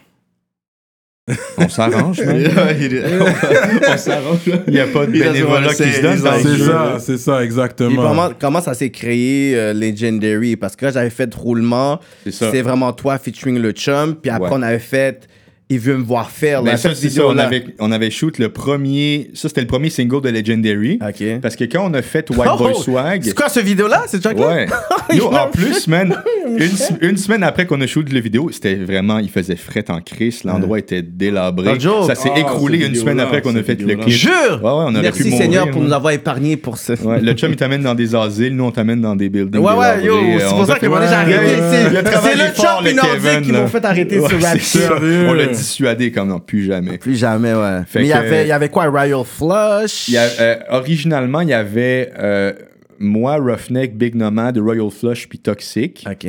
Speaker 5: on s'arrange. man.
Speaker 6: On s'arrange.
Speaker 5: il n'y a pas de
Speaker 6: Il a
Speaker 5: bénévolat
Speaker 6: raison,
Speaker 5: qui se donne.
Speaker 6: c'est-
Speaker 5: dans le
Speaker 4: C'est
Speaker 5: jeu, là.
Speaker 4: ça, c'est ça,
Speaker 3: Puis
Speaker 4: exactement.
Speaker 3: comment, comment ça s'est créé euh, Legendary Parce que là, j'avais fait Roulement,
Speaker 5: C'est ça.
Speaker 3: c'est vraiment toi featuring le chum, puis après,
Speaker 5: Ouais.
Speaker 3: on avait fait Il veut me voir faire.
Speaker 5: Ben
Speaker 3: là,
Speaker 5: ça,
Speaker 3: cette
Speaker 5: c'est ça. On
Speaker 3: vidéo-là.
Speaker 5: avait, on avait shoot le premier. Ça, c'était le premier single de Legendary.
Speaker 3: Ah, Ok.
Speaker 5: Parce que quand on a fait White
Speaker 3: Oh,
Speaker 5: Boy
Speaker 3: oh,
Speaker 5: Swag.
Speaker 3: C'est quoi ce vidéo-là C'est Jack là
Speaker 5: Ouais. Yo, en plus, man, une, se- une semaine après qu'on a shooté le vidéo, c'était vraiment, il faisait fret en crise, l'endroit était délabré.
Speaker 3: Pas de joke.
Speaker 5: Ça s'est
Speaker 6: Ah,
Speaker 5: écroulé
Speaker 6: cette
Speaker 5: une semaine
Speaker 6: vidéo-là,
Speaker 5: après qu'on a
Speaker 6: cette
Speaker 5: fait le
Speaker 6: vidéo-là.
Speaker 5: clip.
Speaker 3: Jure
Speaker 5: Ouais, ouais, on aurait
Speaker 3: Merci
Speaker 5: pu
Speaker 3: Seigneur
Speaker 5: mourir,
Speaker 3: pour
Speaker 5: man.
Speaker 3: nous avoir épargnés pour ça.
Speaker 5: Ouais, le chum, il t'amène dans des asiles, nous, on t'amène dans des buildings.
Speaker 3: Ouais, ouais,
Speaker 5: délabrés.
Speaker 3: yo, c'est
Speaker 5: euh, On
Speaker 3: pour
Speaker 5: t'a
Speaker 3: ça
Speaker 5: fait-
Speaker 3: que moi, j'ai arrêté.
Speaker 5: Ouais,
Speaker 3: C'est-
Speaker 5: le travail
Speaker 3: C'est le
Speaker 5: est fort,
Speaker 3: Trump et
Speaker 5: le
Speaker 3: Nordique
Speaker 5: Kevin,
Speaker 3: qui
Speaker 5: là.
Speaker 3: m'ont fait arrêter
Speaker 5: Ouais,
Speaker 3: ce rap
Speaker 5: c'est
Speaker 3: shit.
Speaker 5: ça.
Speaker 4: Sérieux?
Speaker 5: On l'a dissuadé comme non, plus jamais.
Speaker 3: Plus jamais, ouais.
Speaker 5: Fait
Speaker 3: Mais il y
Speaker 5: que-
Speaker 3: avait, il y avait quoi Royal Flush
Speaker 5: Il y a- euh, originalement, il y avait euh, moi, Roughneck, Big Nomad, Royal Flush, puis Toxic.
Speaker 3: Ok.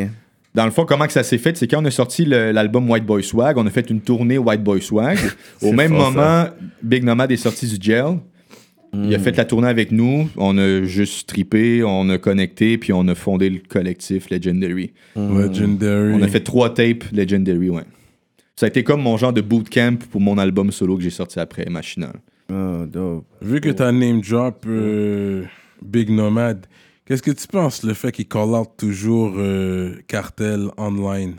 Speaker 5: Dans le fond, comment que ça s'est fait, c'est quand on a sorti le- l'album White Boy Swag, on a fait une tournée White Boy Swag. Au même
Speaker 3: fort,
Speaker 5: moment, Big Nomad est sorti du jail. Il
Speaker 3: Hmm.
Speaker 5: a fait la tournée avec nous, on a juste trippé, on a connecté, puis on a fondé le collectif Legendary.
Speaker 4: Legendary.
Speaker 5: On a fait trois tapes Legendary, ouais. Ça a été comme mon genre de bootcamp pour mon album solo que j'ai sorti après, Machinal.
Speaker 3: Oh, dope.
Speaker 4: Vu que t'as name drop euh, Big Nomad, qu'est-ce que tu penses le fait qu'il call out toujours euh, Cartel online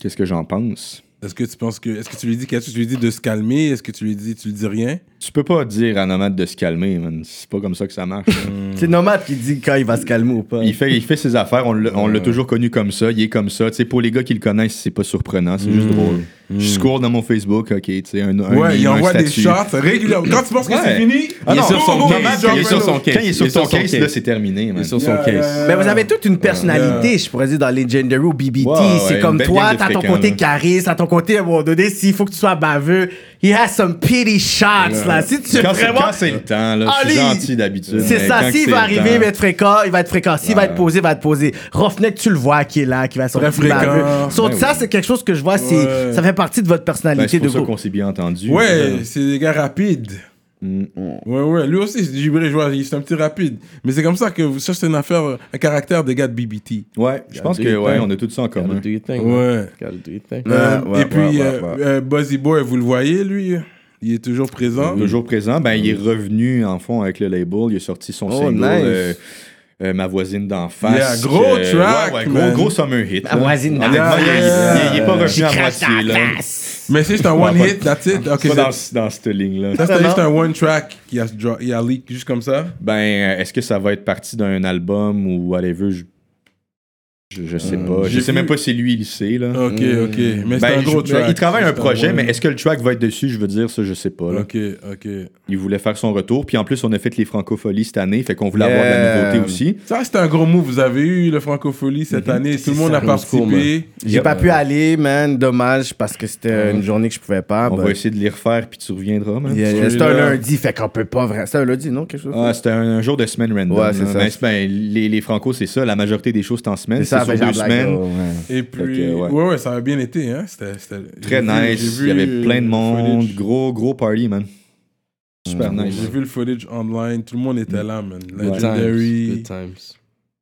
Speaker 5: Qu'est-ce que j'en pense?
Speaker 4: Est-ce que tu penses que est-ce que tu lui dis qu'est-ce que tu lui dis de se calmer Est-ce que tu lui dis tu lui dis rien
Speaker 5: Tu peux pas dire à Nomade de se calmer, man. C'est pas comme ça que ça marche.
Speaker 3: C'est Nomad qui dit quand il va se calmer ou pas.
Speaker 5: Mm. il, fait, il fait ses affaires, on l'a on l'a toujours connu comme ça, il est comme ça. Tu sais, pour les gars qui le connaissent, c'est pas surprenant, c'est juste drôle. Je scroll dans mon Facebook, ok, tu sais, un, un
Speaker 4: Ouais,
Speaker 5: meme,
Speaker 4: il
Speaker 5: un
Speaker 4: envoie des
Speaker 5: statut.
Speaker 4: shots régulièrement. Quand tu penses que c'est
Speaker 5: Ouais.
Speaker 4: fini,
Speaker 5: Ah
Speaker 6: Il est
Speaker 5: non,
Speaker 6: sur son
Speaker 5: oh, oh,
Speaker 6: case,
Speaker 5: Nomade, quand
Speaker 6: il est sur son
Speaker 5: Quand il est sur
Speaker 6: case,
Speaker 5: ton case, là, c'est terminé, man.
Speaker 6: C'est sur son
Speaker 4: Yeah,
Speaker 6: case.
Speaker 4: yeah,
Speaker 3: Mais
Speaker 4: yeah.
Speaker 3: Ben, vous avez toute une personnalité, je pourrais dire, dans Legendary ou BBT.
Speaker 5: Euh, Ouais,
Speaker 3: c'est
Speaker 5: ouais, une
Speaker 3: comme
Speaker 5: belle
Speaker 3: toi,
Speaker 5: game de
Speaker 3: t'as ton
Speaker 5: fréquent,
Speaker 3: côté
Speaker 5: là.
Speaker 3: cariste, t'as ton côté, à un moment donné, s'il faut que tu sois baveux, he has some pity shots, là. Si tu es
Speaker 5: Quand c'est-
Speaker 3: vraiment...
Speaker 5: quand c'est le temps, là, je suis
Speaker 3: Ali,
Speaker 5: gentil d'habitude.
Speaker 3: C'est
Speaker 5: mais
Speaker 3: ça,
Speaker 5: quand
Speaker 3: s'il
Speaker 5: c'est
Speaker 3: va
Speaker 5: le
Speaker 3: arriver,
Speaker 5: temps-
Speaker 3: il va être fréquent, il va être fréquent. S'il va être posé, il va être posé. Roughneck, tu le vois qui est là, qui va sortir.
Speaker 4: Très fréquent.
Speaker 3: baveux. So,
Speaker 5: Ben
Speaker 3: ça, c'est quelque chose que je vois, c'est
Speaker 4: Ouais.
Speaker 3: ça fait partie de votre
Speaker 5: Ben,
Speaker 3: personnalité
Speaker 5: c'est pour
Speaker 3: de
Speaker 5: ça
Speaker 3: groupe.
Speaker 5: qu'on s'est bien entendu. Euh,
Speaker 4: Ouais, c'est des gars rapides. Ouais, ouais. Lui aussi, c'est du gibré, je vois, il- c'est un petit rapide. Mais c'est comme ça que vous- ça, c'est une affaire, un caractère des gars de BBT.
Speaker 5: Ouais, je pense que
Speaker 6: des
Speaker 5: ouais,
Speaker 6: temps.
Speaker 5: on a tout ça en commun.
Speaker 6: Gotta do your thing.
Speaker 4: Ouais.
Speaker 6: Gotta do your thing.
Speaker 4: Euh,
Speaker 3: Ouais, ouais,
Speaker 4: et puis,
Speaker 3: ouais, ouais,
Speaker 4: euh,
Speaker 3: ouais.
Speaker 4: euh, Buzzy Boy, vous le voyez, lui Il est toujours présent.
Speaker 5: Toujours présent. Ben, il est revenu en fond avec le label. Il a sorti son
Speaker 3: Oh,
Speaker 5: single.
Speaker 3: nice.
Speaker 5: euh, euh, ma voisine d'en
Speaker 4: Yeah,
Speaker 5: face.
Speaker 4: gros
Speaker 5: que-
Speaker 4: track,
Speaker 5: ouais, ouais,
Speaker 4: man.
Speaker 5: gros, gros summer hit.
Speaker 3: Ma
Speaker 5: là.
Speaker 3: voisine d'en
Speaker 5: Honnêtement,
Speaker 4: face.
Speaker 5: Ah, il est- il est- Il est pas revenu
Speaker 3: J'ai
Speaker 5: à
Speaker 3: craché
Speaker 5: moitié.
Speaker 3: la
Speaker 5: Là.
Speaker 3: face.
Speaker 4: Mais c'est juste un one
Speaker 5: Ouais,
Speaker 4: hit, that's it. Ok,
Speaker 5: Pas dans,
Speaker 4: c'est-
Speaker 5: dans cette ligne-là.
Speaker 4: ça, c'était juste un one track qui a, dro- il a leak juste comme ça.
Speaker 5: Ben, euh, est-ce que ça va être parti d'un album ou whatever? Je, je, je sais pas. Je
Speaker 4: j'ai
Speaker 5: sais
Speaker 4: vu-
Speaker 5: même pas si lui, il le sait. Là.
Speaker 4: Ok, ok. Mais c'est
Speaker 5: Mm. Ben,
Speaker 4: un gros
Speaker 5: je-
Speaker 4: track.
Speaker 5: il travaille
Speaker 4: C'est
Speaker 5: un
Speaker 4: juste
Speaker 5: projet,
Speaker 4: one-
Speaker 5: mais est-ce que le track va être dessus? Je veux dire, ça, je sais pas. Là.
Speaker 4: Ok, ok.
Speaker 5: Il voulait faire son retour. Puis en plus, on a fait les francopholies cette année. Fait qu'on voulait avoir de la
Speaker 3: Yeah.
Speaker 5: nouveauté aussi.
Speaker 4: Ça, c'était un gros move. Vous avez eu le Francophonie cette année. Tout le monde a
Speaker 3: ça,
Speaker 4: participé.
Speaker 3: J'ai pas pu aller, man, dommage, parce que c'était une journée que je pouvais pas.
Speaker 5: On
Speaker 3: but-
Speaker 5: va essayer de les refaire, puis tu reviendras, man.
Speaker 3: Ah ben. Yeah, yeah,
Speaker 4: Celui-là.
Speaker 3: C'est un lundi, fait qu'on peut pas vraiment. C'est un lundi, non? Quelque chose?
Speaker 5: Ah, c'était un, un jour de semaine random.
Speaker 3: Ouais, c'est
Speaker 5: là.
Speaker 3: ça.
Speaker 5: Ben, c'est- ben, les, les Franco, c'est ça. La majorité des choses, c'est en semaine.
Speaker 3: C'est ça,
Speaker 5: C'est sur
Speaker 3: avec
Speaker 5: deux semaines.
Speaker 4: Et puis,
Speaker 5: Fait que,
Speaker 4: ouais.
Speaker 5: ouais.
Speaker 4: ouais, ça a bien été. Hein? C'était, c'était-
Speaker 5: Très
Speaker 4: j'ai vu-
Speaker 5: nice.
Speaker 4: j'ai
Speaker 5: Il
Speaker 4: vu,
Speaker 5: y avait plein de
Speaker 4: euh,
Speaker 5: monde.
Speaker 4: footage.
Speaker 5: Gros, gros party, man. Super nice.
Speaker 4: J'ai vu le footage online, tout le monde était là, man.
Speaker 5: Good
Speaker 4: Legendary.
Speaker 6: Good times.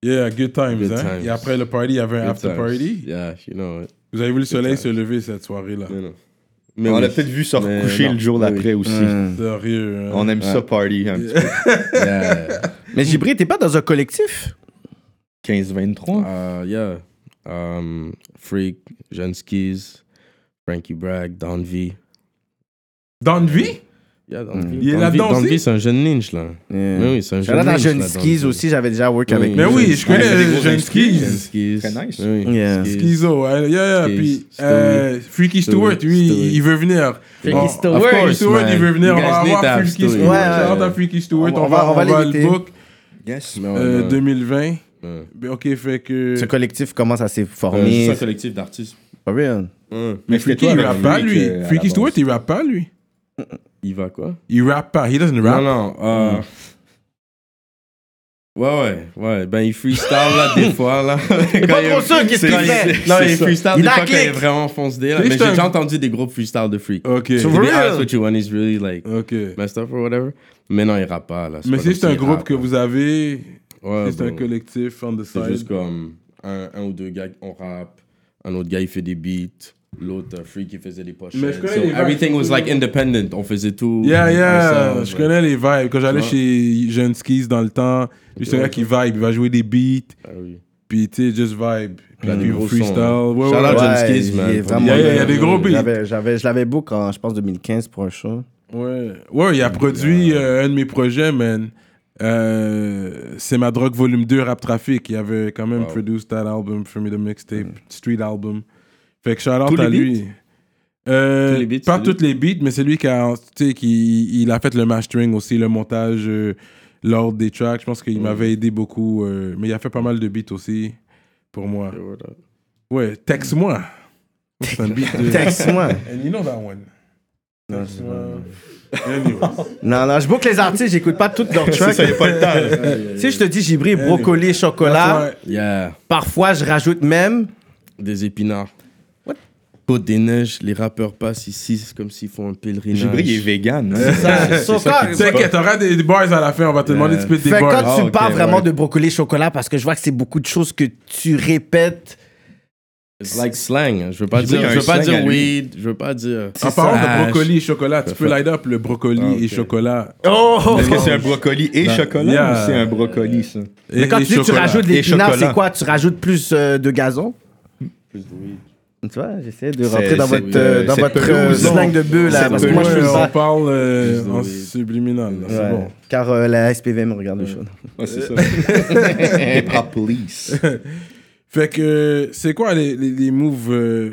Speaker 4: Yeah, good times,
Speaker 6: Good
Speaker 4: hein.
Speaker 6: times.
Speaker 4: Et après le party, il y avait un
Speaker 6: Good
Speaker 4: after
Speaker 6: times.
Speaker 4: party. Ah.
Speaker 6: Yeah, you know it.
Speaker 4: Vous avez vu le soleil
Speaker 6: times.
Speaker 4: se lever cette soirée-là.
Speaker 6: Mais non.
Speaker 5: Mais
Speaker 6: Mais
Speaker 5: on
Speaker 6: oui.
Speaker 5: l'a peut-être vu se
Speaker 6: Mais
Speaker 5: recoucher
Speaker 6: non.
Speaker 5: le jour
Speaker 6: Mais
Speaker 5: d'après aussi.
Speaker 3: Hmm.
Speaker 4: Sérieux, hein.
Speaker 5: On aime ça party un petit peu.
Speaker 6: Yeah.
Speaker 3: Mais Gibri, t'es pas dans un collectif?
Speaker 5: 15-23.
Speaker 6: Uh, yeah. Um, Freak, Jeune Skis, Frankie Bragg, Don V.
Speaker 4: Dans vie?
Speaker 6: Yeah, Don V.
Speaker 3: Mm.
Speaker 4: Il est
Speaker 6: Don
Speaker 4: là
Speaker 6: V-
Speaker 4: dedans
Speaker 6: Don
Speaker 4: aussi?
Speaker 6: V, c'est un jeune ninja, là. Mais oui, c'est un jeune
Speaker 3: J'allais dans
Speaker 6: ninja,
Speaker 3: Jeune
Speaker 6: là, Don
Speaker 3: Skis
Speaker 6: V.
Speaker 3: aussi, j'avais déjà work
Speaker 6: Oui.
Speaker 3: avec
Speaker 4: Mais
Speaker 3: lui.
Speaker 4: Ben oui, je connais euh,
Speaker 5: Ah, il y a des gros
Speaker 4: James Keys.
Speaker 6: Jeune Skis.
Speaker 5: Très nice.
Speaker 6: Oui.
Speaker 3: Yeah.
Speaker 6: Skis.
Speaker 4: Schizo, hein. yeah, yeah.
Speaker 6: Skis,
Speaker 4: Puis
Speaker 6: Stewart.
Speaker 4: euh, Freaky
Speaker 6: Stewart,
Speaker 4: Stewart, lui,
Speaker 6: Stewart.
Speaker 4: il veut venir.
Speaker 3: Freaky
Speaker 4: On-
Speaker 3: Stewart.
Speaker 4: of
Speaker 6: Of
Speaker 4: course,
Speaker 6: course,
Speaker 4: Stewart,
Speaker 6: man.
Speaker 4: il veut venir.
Speaker 6: You
Speaker 4: On
Speaker 6: guys
Speaker 4: va
Speaker 6: need
Speaker 4: avoir
Speaker 6: to have
Speaker 4: Freaky
Speaker 6: Stewart.
Speaker 4: Stewart.
Speaker 3: Ouais, ouais.
Speaker 4: Shout out à Freaky Stewart.
Speaker 3: On va-
Speaker 4: On va,
Speaker 3: on
Speaker 4: on
Speaker 3: va
Speaker 4: va le
Speaker 3: l'éviter.
Speaker 4: book
Speaker 5: Yes.
Speaker 6: Mais ouais,
Speaker 4: euh,
Speaker 6: non.
Speaker 4: 2020.
Speaker 6: Ouais.
Speaker 4: Ben, Ok, fait que.
Speaker 3: Ce collectif commence à
Speaker 6: Euh,
Speaker 3: s'former.
Speaker 6: un collectif d'artistes.
Speaker 3: For real.
Speaker 4: Mais
Speaker 5: Mais c'était
Speaker 4: Freaky,
Speaker 5: toi
Speaker 4: il
Speaker 5: avec
Speaker 6: hein,
Speaker 4: rappe pas,
Speaker 5: lui que, à
Speaker 4: lui.
Speaker 5: la
Speaker 4: Freaky
Speaker 5: base.
Speaker 4: Stewart, il rappe pas, lui.
Speaker 6: Il va quoi
Speaker 4: Il rappe pas. He doesn't rap.
Speaker 6: Non, non. euh, Ouais, ouais, ouais. Ben, il freestyle là, des fois. Là.
Speaker 3: est pas
Speaker 6: Quand
Speaker 3: trop sûr qu'est-ce
Speaker 6: c'est-
Speaker 3: qu'il
Speaker 6: quand il-
Speaker 3: fait.
Speaker 6: Non,
Speaker 5: C'est
Speaker 6: il
Speaker 5: ça.
Speaker 6: freestyle
Speaker 3: Il
Speaker 6: des
Speaker 3: a
Speaker 6: fois
Speaker 3: un
Speaker 6: quand il est
Speaker 3: clic.
Speaker 6: vraiment foncé. Là.
Speaker 4: C'est
Speaker 6: Mais j'ai
Speaker 4: juste un- Euh,
Speaker 6: déjà entendu des gros freestyles de freak.
Speaker 4: Ok.
Speaker 6: To be
Speaker 3: real.
Speaker 6: honest with you, when he's really like
Speaker 4: Ok.
Speaker 6: messed up or whatever. Mais non, il rappe pas. Là.
Speaker 4: Mais
Speaker 6: pas
Speaker 4: c'est juste
Speaker 6: comme
Speaker 4: un
Speaker 6: s'il
Speaker 4: groupe
Speaker 6: rappe,
Speaker 4: que
Speaker 6: là.
Speaker 4: vous avez.
Speaker 6: Ouais,
Speaker 4: C'est un
Speaker 6: bro.
Speaker 4: collectif on the
Speaker 6: C'est juste
Speaker 4: side.
Speaker 6: comme un, un ou deux gars, on rappe. Un autre gars, il fait des beats. L'autre, euh, Freak, il faisait des pochettes.
Speaker 4: Mais je connais
Speaker 6: So,
Speaker 4: les vibes
Speaker 6: everything was like
Speaker 4: surtout.
Speaker 6: independent. On faisait tout.
Speaker 4: Yeah, yeah,
Speaker 6: ourselves,
Speaker 4: je
Speaker 6: like-
Speaker 4: connais les vibes. Quand j'allais
Speaker 6: Ouais.
Speaker 4: chez Jeune Skis dans le temps, lui, c'est un gars qui vibe, il va jouer des beats,
Speaker 6: Ah oui.
Speaker 4: puis tu sais, just vibe. Puis
Speaker 6: a des
Speaker 4: puis
Speaker 6: Mm. gros
Speaker 4: freestyle.
Speaker 6: sons.
Speaker 4: Ouais,
Speaker 6: Shout
Speaker 4: ouais, ouais.
Speaker 6: out Jeune Skis, man.
Speaker 3: Il est vraiment-
Speaker 4: Il y a- il y a des gros beats.
Speaker 3: J'avais- j'avais- Je l'avais book en, je pense, 2015 pour un show.
Speaker 4: Ouais, ouais, il a produit euh, un de mes projets, man. Euh, c'est ma drogue volume 2 rap trafic. Il avait quand même
Speaker 6: Wow. Mm.
Speaker 4: produced that album for me, the mixtape, street album. Fait que shout out
Speaker 6: Tous les
Speaker 4: à lui. Euh,
Speaker 6: Tous les beats,
Speaker 4: pas
Speaker 6: c'est
Speaker 4: toutes les beats, mais c'est lui qui a, tu sais, qui, il a fait le mastering aussi, le montage, euh, l'ordre des tracks. Je pense qu'il
Speaker 6: Mm.
Speaker 4: m'avait aidé beaucoup, euh, mais il a fait pas mal de beats aussi pour moi. Ouais, texte-moi. C'est un beat de-
Speaker 3: Texte-moi.
Speaker 4: And you know that one. Texte-moi. Anyways.
Speaker 3: Non, non, je book les artistes, j'écoute pas toutes leurs tracks.
Speaker 5: Ça, il n'y a pas de temps. là.
Speaker 3: Si je te dis Gibri, brocoli, chocolat,
Speaker 4: Ouais.
Speaker 6: Yeah.
Speaker 3: parfois je rajoute même.
Speaker 6: Des épinards. What? Côte des neiges, les rappeurs passent ici, c'est comme s'ils font un pèlerinage.
Speaker 5: J'ai brillé vegan. hein.
Speaker 3: Sauf quand-
Speaker 4: T'inquiète, t'auras des, des bars à la fin, on va te demander de split des
Speaker 3: Fait que
Speaker 4: bars.
Speaker 3: quand tu
Speaker 5: Ah, ok,
Speaker 3: parles vraiment
Speaker 5: ouais.
Speaker 3: de brocoli, chocolat, parce que je vois que c'est beaucoup de choses que tu répètes.
Speaker 6: It's like slang. hein. Je veux pas
Speaker 5: J'ai dit, il y
Speaker 6: dire,
Speaker 5: a
Speaker 6: je
Speaker 5: un
Speaker 6: veux pas
Speaker 5: slang à
Speaker 6: dire
Speaker 5: lui.
Speaker 6: weed, je veux pas dire.
Speaker 4: En parlant
Speaker 6: Ah,
Speaker 4: de brocoli et chocolat, tu peux light up le brocoli
Speaker 5: Ah, ok.
Speaker 4: et chocolat.
Speaker 3: Oh!
Speaker 5: Est-ce que c'est un brocoli et chocolat
Speaker 4: Yeah.
Speaker 5: ou c'est un brocoli, ça?
Speaker 3: Mais quand
Speaker 4: Et- et
Speaker 3: tu dis que tu
Speaker 4: chocolat.
Speaker 3: rajoutes
Speaker 5: Et
Speaker 3: l'épinard,
Speaker 5: chocolat.
Speaker 3: c'est quoi? Tu rajoutes plus euh, de gazon? Tu vois, j'essaie de rentrer
Speaker 5: C'est-
Speaker 3: dans
Speaker 5: c'est-
Speaker 3: votre, euh,
Speaker 5: euh,
Speaker 3: dans
Speaker 5: c'est
Speaker 3: votre
Speaker 5: pelouse,
Speaker 3: euh,
Speaker 5: non.
Speaker 3: slang de bœuf, là,
Speaker 5: C'est
Speaker 3: parce que moi, je
Speaker 4: Ouais,
Speaker 3: fais
Speaker 4: on
Speaker 3: ça.
Speaker 4: parle euh, en
Speaker 6: Oui.
Speaker 4: subliminal, là, c'est
Speaker 3: Ouais,
Speaker 4: bon.
Speaker 3: Car euh, la SPV me regarde le show.
Speaker 5: Ouais, c'est ça. Hip Hop Police.
Speaker 4: Fait que c'est quoi les, les, les moves euh,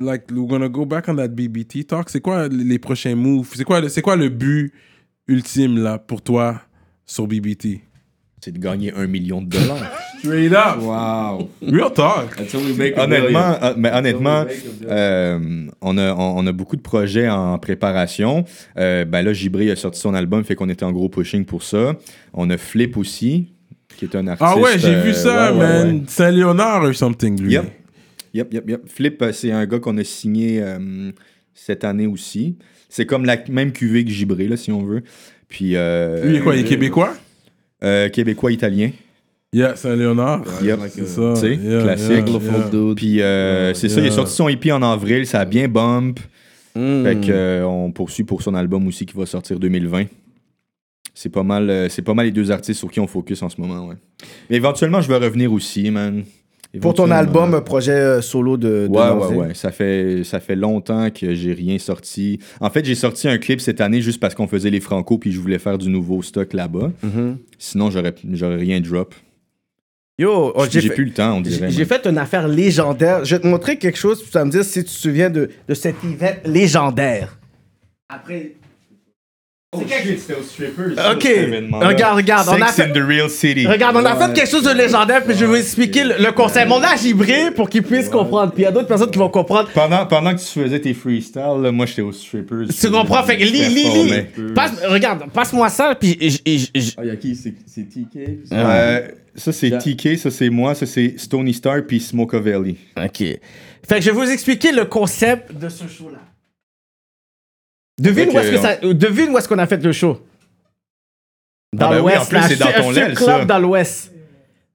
Speaker 4: Like, we're gonna go back on that BBT talk. C'est quoi les, les prochains moves C'est quoi, le- c'est quoi le but ultime là pour toi sur BBT
Speaker 5: C'est de gagner un million de dollars.
Speaker 4: Straight up
Speaker 5: Wow.
Speaker 4: Real talk
Speaker 5: Honnêtement, euh, mais honnêtement euh, on, a, on, on a beaucoup de projets en préparation. Euh, ben là, Gibri a sorti son album, fait qu'on était en gros pushing pour ça. On a Flip aussi, qui est un artiste.
Speaker 4: Ah ouais, j'ai
Speaker 5: euh,
Speaker 4: vu ça,
Speaker 5: ouais, ouais,
Speaker 4: man.
Speaker 5: ouais.
Speaker 4: Saint-Léonard ou something, lui.
Speaker 5: Yep. Yep, yep, yep. Flip, euh, c'est un gars qu'on a signé euh, cette année aussi. C'est comme la même cuvée que Gibré, là, si on veut. Puis. euh,
Speaker 4: Lui, il est quoi Il est québécois
Speaker 5: euh, Québécois-italien.
Speaker 4: Yeah, Saint-Léonard.
Speaker 5: Yep.
Speaker 4: C'est ça.
Speaker 5: Tu sais,
Speaker 4: Yeah,
Speaker 5: classique.
Speaker 4: yeah,
Speaker 6: Little
Speaker 4: yeah.
Speaker 6: folk dude.
Speaker 5: Puis euh, c'est ça, il a
Speaker 4: yeah.
Speaker 5: sorti son EP en avril, ça a bien bump.
Speaker 3: Hmm.
Speaker 5: Fait que, euh, on poursuit pour son album aussi qui va sortir 2020. C'est pas mal, euh, c'est pas mal les deux artistes sur qui on focus en ce moment, ouais. Mais éventuellement, je vais revenir aussi, man.
Speaker 3: Pour ton
Speaker 5: Éventuellement.
Speaker 3: album, euh, projet euh, solo de, de
Speaker 5: Ouais,
Speaker 3: Nancy.
Speaker 5: ouais, ouais. Ça fait, ça fait longtemps que j'ai rien sorti. En fait, j'ai sorti un clip cette année juste parce qu'on faisait les Franco puis je voulais faire du nouveau stock là-bas.
Speaker 3: Mhm.
Speaker 5: Sinon, j'aurais, j'aurais rien drop.
Speaker 3: Yo, oh,
Speaker 5: j'ai
Speaker 3: j'ai fait-
Speaker 5: plus le temps, on dirait.
Speaker 3: j'ai j'ai
Speaker 5: man.
Speaker 3: fait une affaire légendaire. Je vais te montrer quelque chose, puis tu vas me dire si tu te souviens de, de cet event légendaire. Après.
Speaker 5: Oh,
Speaker 3: Ok, regarde, regarde, on a
Speaker 5: Sex
Speaker 3: fait-
Speaker 5: in the real city.
Speaker 3: Regarde, on a fait quelque chose de légendaire, puis je vais vous expliquer le, le concept. On a gibré pour qu'ils puissent comprendre, puis il y a d'autres personnes qui vont comprendre.
Speaker 5: Pendant, pendant que tu faisais tes freestyles, là, moi j'étais au strippers.
Speaker 3: Tu comprends? Fait que lis, lis, lis. Passe- regarde, passe-moi ça, puis j- j- j-
Speaker 6: Ah, y'a qui C'est c'est TK
Speaker 5: Euh, ça c'est TK, ça c'est moi, ça c'est Stony Star puis Smokavelli.
Speaker 3: OK. Fait que je vais vous expliquer le concept de ce show-là. Devine
Speaker 5: Fait
Speaker 3: où est-ce
Speaker 5: que
Speaker 3: que ça- euh, devine où est-ce qu'on a fait le show. Dans
Speaker 5: Ah ben oui,
Speaker 3: l'Ouest.
Speaker 5: en plus,
Speaker 3: là,
Speaker 5: c'est dans
Speaker 3: un
Speaker 5: ton
Speaker 3: strip
Speaker 5: l'aile,
Speaker 3: club
Speaker 5: ça.
Speaker 3: dans l'Ouest.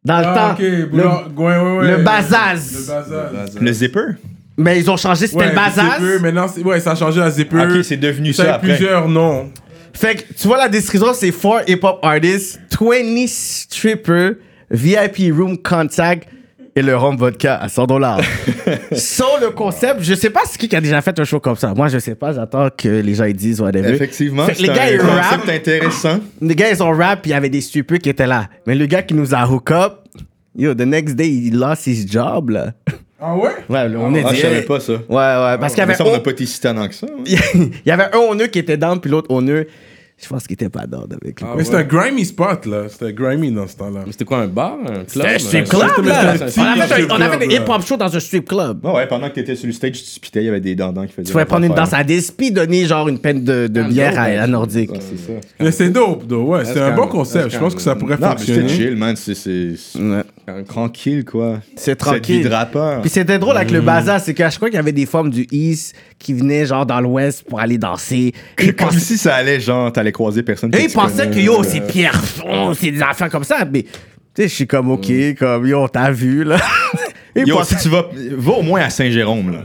Speaker 3: Dans le temps.
Speaker 4: Ah, ok, Boulan- ouais, ouais, ouais.
Speaker 3: le Bazaz.
Speaker 4: Le Bazaz.
Speaker 5: Le zipper.
Speaker 3: Mais ils ont changé, c'était
Speaker 4: Ouais,
Speaker 3: le Bazaz.
Speaker 4: Zipper, maintenant, c'est- ouais, ça a changé à Zipper.
Speaker 5: Ah, Ok, c'est devenu
Speaker 4: Ça
Speaker 5: ça
Speaker 4: a eu
Speaker 5: après.
Speaker 4: plusieurs noms.
Speaker 3: Fait que tu vois la description, c'est four hip-hop artists, 20 strippers, VIP room contact et le rhum vodka à 100 dollars. Sans le concept, je sais pas c'est qui qui a déjà fait un show comme ça. Moi, je sais pas, j'attends que les gens ils disent whatever.
Speaker 5: Effectivement,
Speaker 3: Fait que
Speaker 5: c'est
Speaker 3: les gars, ils
Speaker 5: un concept
Speaker 3: rap,
Speaker 5: intéressant.
Speaker 3: les gars, ils ont rap, puis il y avait des strippers qui étaient là. Mais le gars qui nous a hook up, yo, the next day, il lost his job, là.
Speaker 4: Ah ouais?
Speaker 3: Ouais, on est
Speaker 5: Ah, je
Speaker 3: dit,
Speaker 5: savais
Speaker 3: hey.
Speaker 5: pas ça.
Speaker 3: Ouais, ouais, parce qu'il y
Speaker 5: Mais
Speaker 3: avait
Speaker 5: ça, on
Speaker 3: un-
Speaker 5: n'a pas été si tannant que ça. hein.
Speaker 3: il y avait un honneur qui était down, puis l'autre honneur, je pense qu'il était pas down avec
Speaker 5: Ah,
Speaker 3: lui.
Speaker 4: mais c'était un grimy spot, là. C'était grimy dans ce temps-là.
Speaker 6: Mais c'était quoi, un bar, un club?
Speaker 3: C'était un strip
Speaker 6: un-
Speaker 3: club,
Speaker 6: c'était-
Speaker 3: là.
Speaker 6: c'était un
Speaker 4: petit
Speaker 3: On a fait,
Speaker 4: strip
Speaker 3: un- on a fait
Speaker 4: club,
Speaker 3: des
Speaker 4: là.
Speaker 3: hip-hop shows dans un strip club.
Speaker 5: Ouais, ouais, pendant que t'étais sur le stage, tu te pitais, il y avait des dandans qui faisaient.
Speaker 3: Tu pouvais
Speaker 5: leurs
Speaker 3: prendre une
Speaker 5: affaires.
Speaker 3: danse à 10 puis donner genre une peine de, de bière à, à Nordique.
Speaker 5: Ouais, Ah, c'est ça.
Speaker 4: Mais c'est dope, though. Ouais, c'est un
Speaker 6: quand
Speaker 4: bon
Speaker 6: même-
Speaker 4: concept.
Speaker 6: that's
Speaker 4: Je pense
Speaker 6: quand
Speaker 4: que ça pourrait
Speaker 5: Non, mais c'était
Speaker 4: fonctionner.
Speaker 5: chill, man. C'est- C'est c'est
Speaker 3: Ouais.
Speaker 5: tranquille, quoi.
Speaker 3: C'est
Speaker 5: Cette vie
Speaker 3: tranquille.
Speaker 5: de rappeur.
Speaker 3: Puis c'était drôle avec le
Speaker 5: Mm.
Speaker 3: bazar, c'est que je crois qu'il y avait des femmes du East qui venaient genre dans l'Ouest pour aller danser. Et ils
Speaker 5: Comme
Speaker 3: pensaient-
Speaker 5: si ça allait, genre, t'allais croiser personne.
Speaker 3: et
Speaker 5: tu
Speaker 3: ils pensaient que
Speaker 5: connais. euh,
Speaker 3: yo, c'est Pierre Fon, c'est des affaires comme ça. Mais tu sais, je suis comme ok, comme yo, t'a vu là. Ils
Speaker 5: Mm. Yo, si
Speaker 3: pensaient-
Speaker 5: tu vas, va au moins à Saint-Jérôme, là.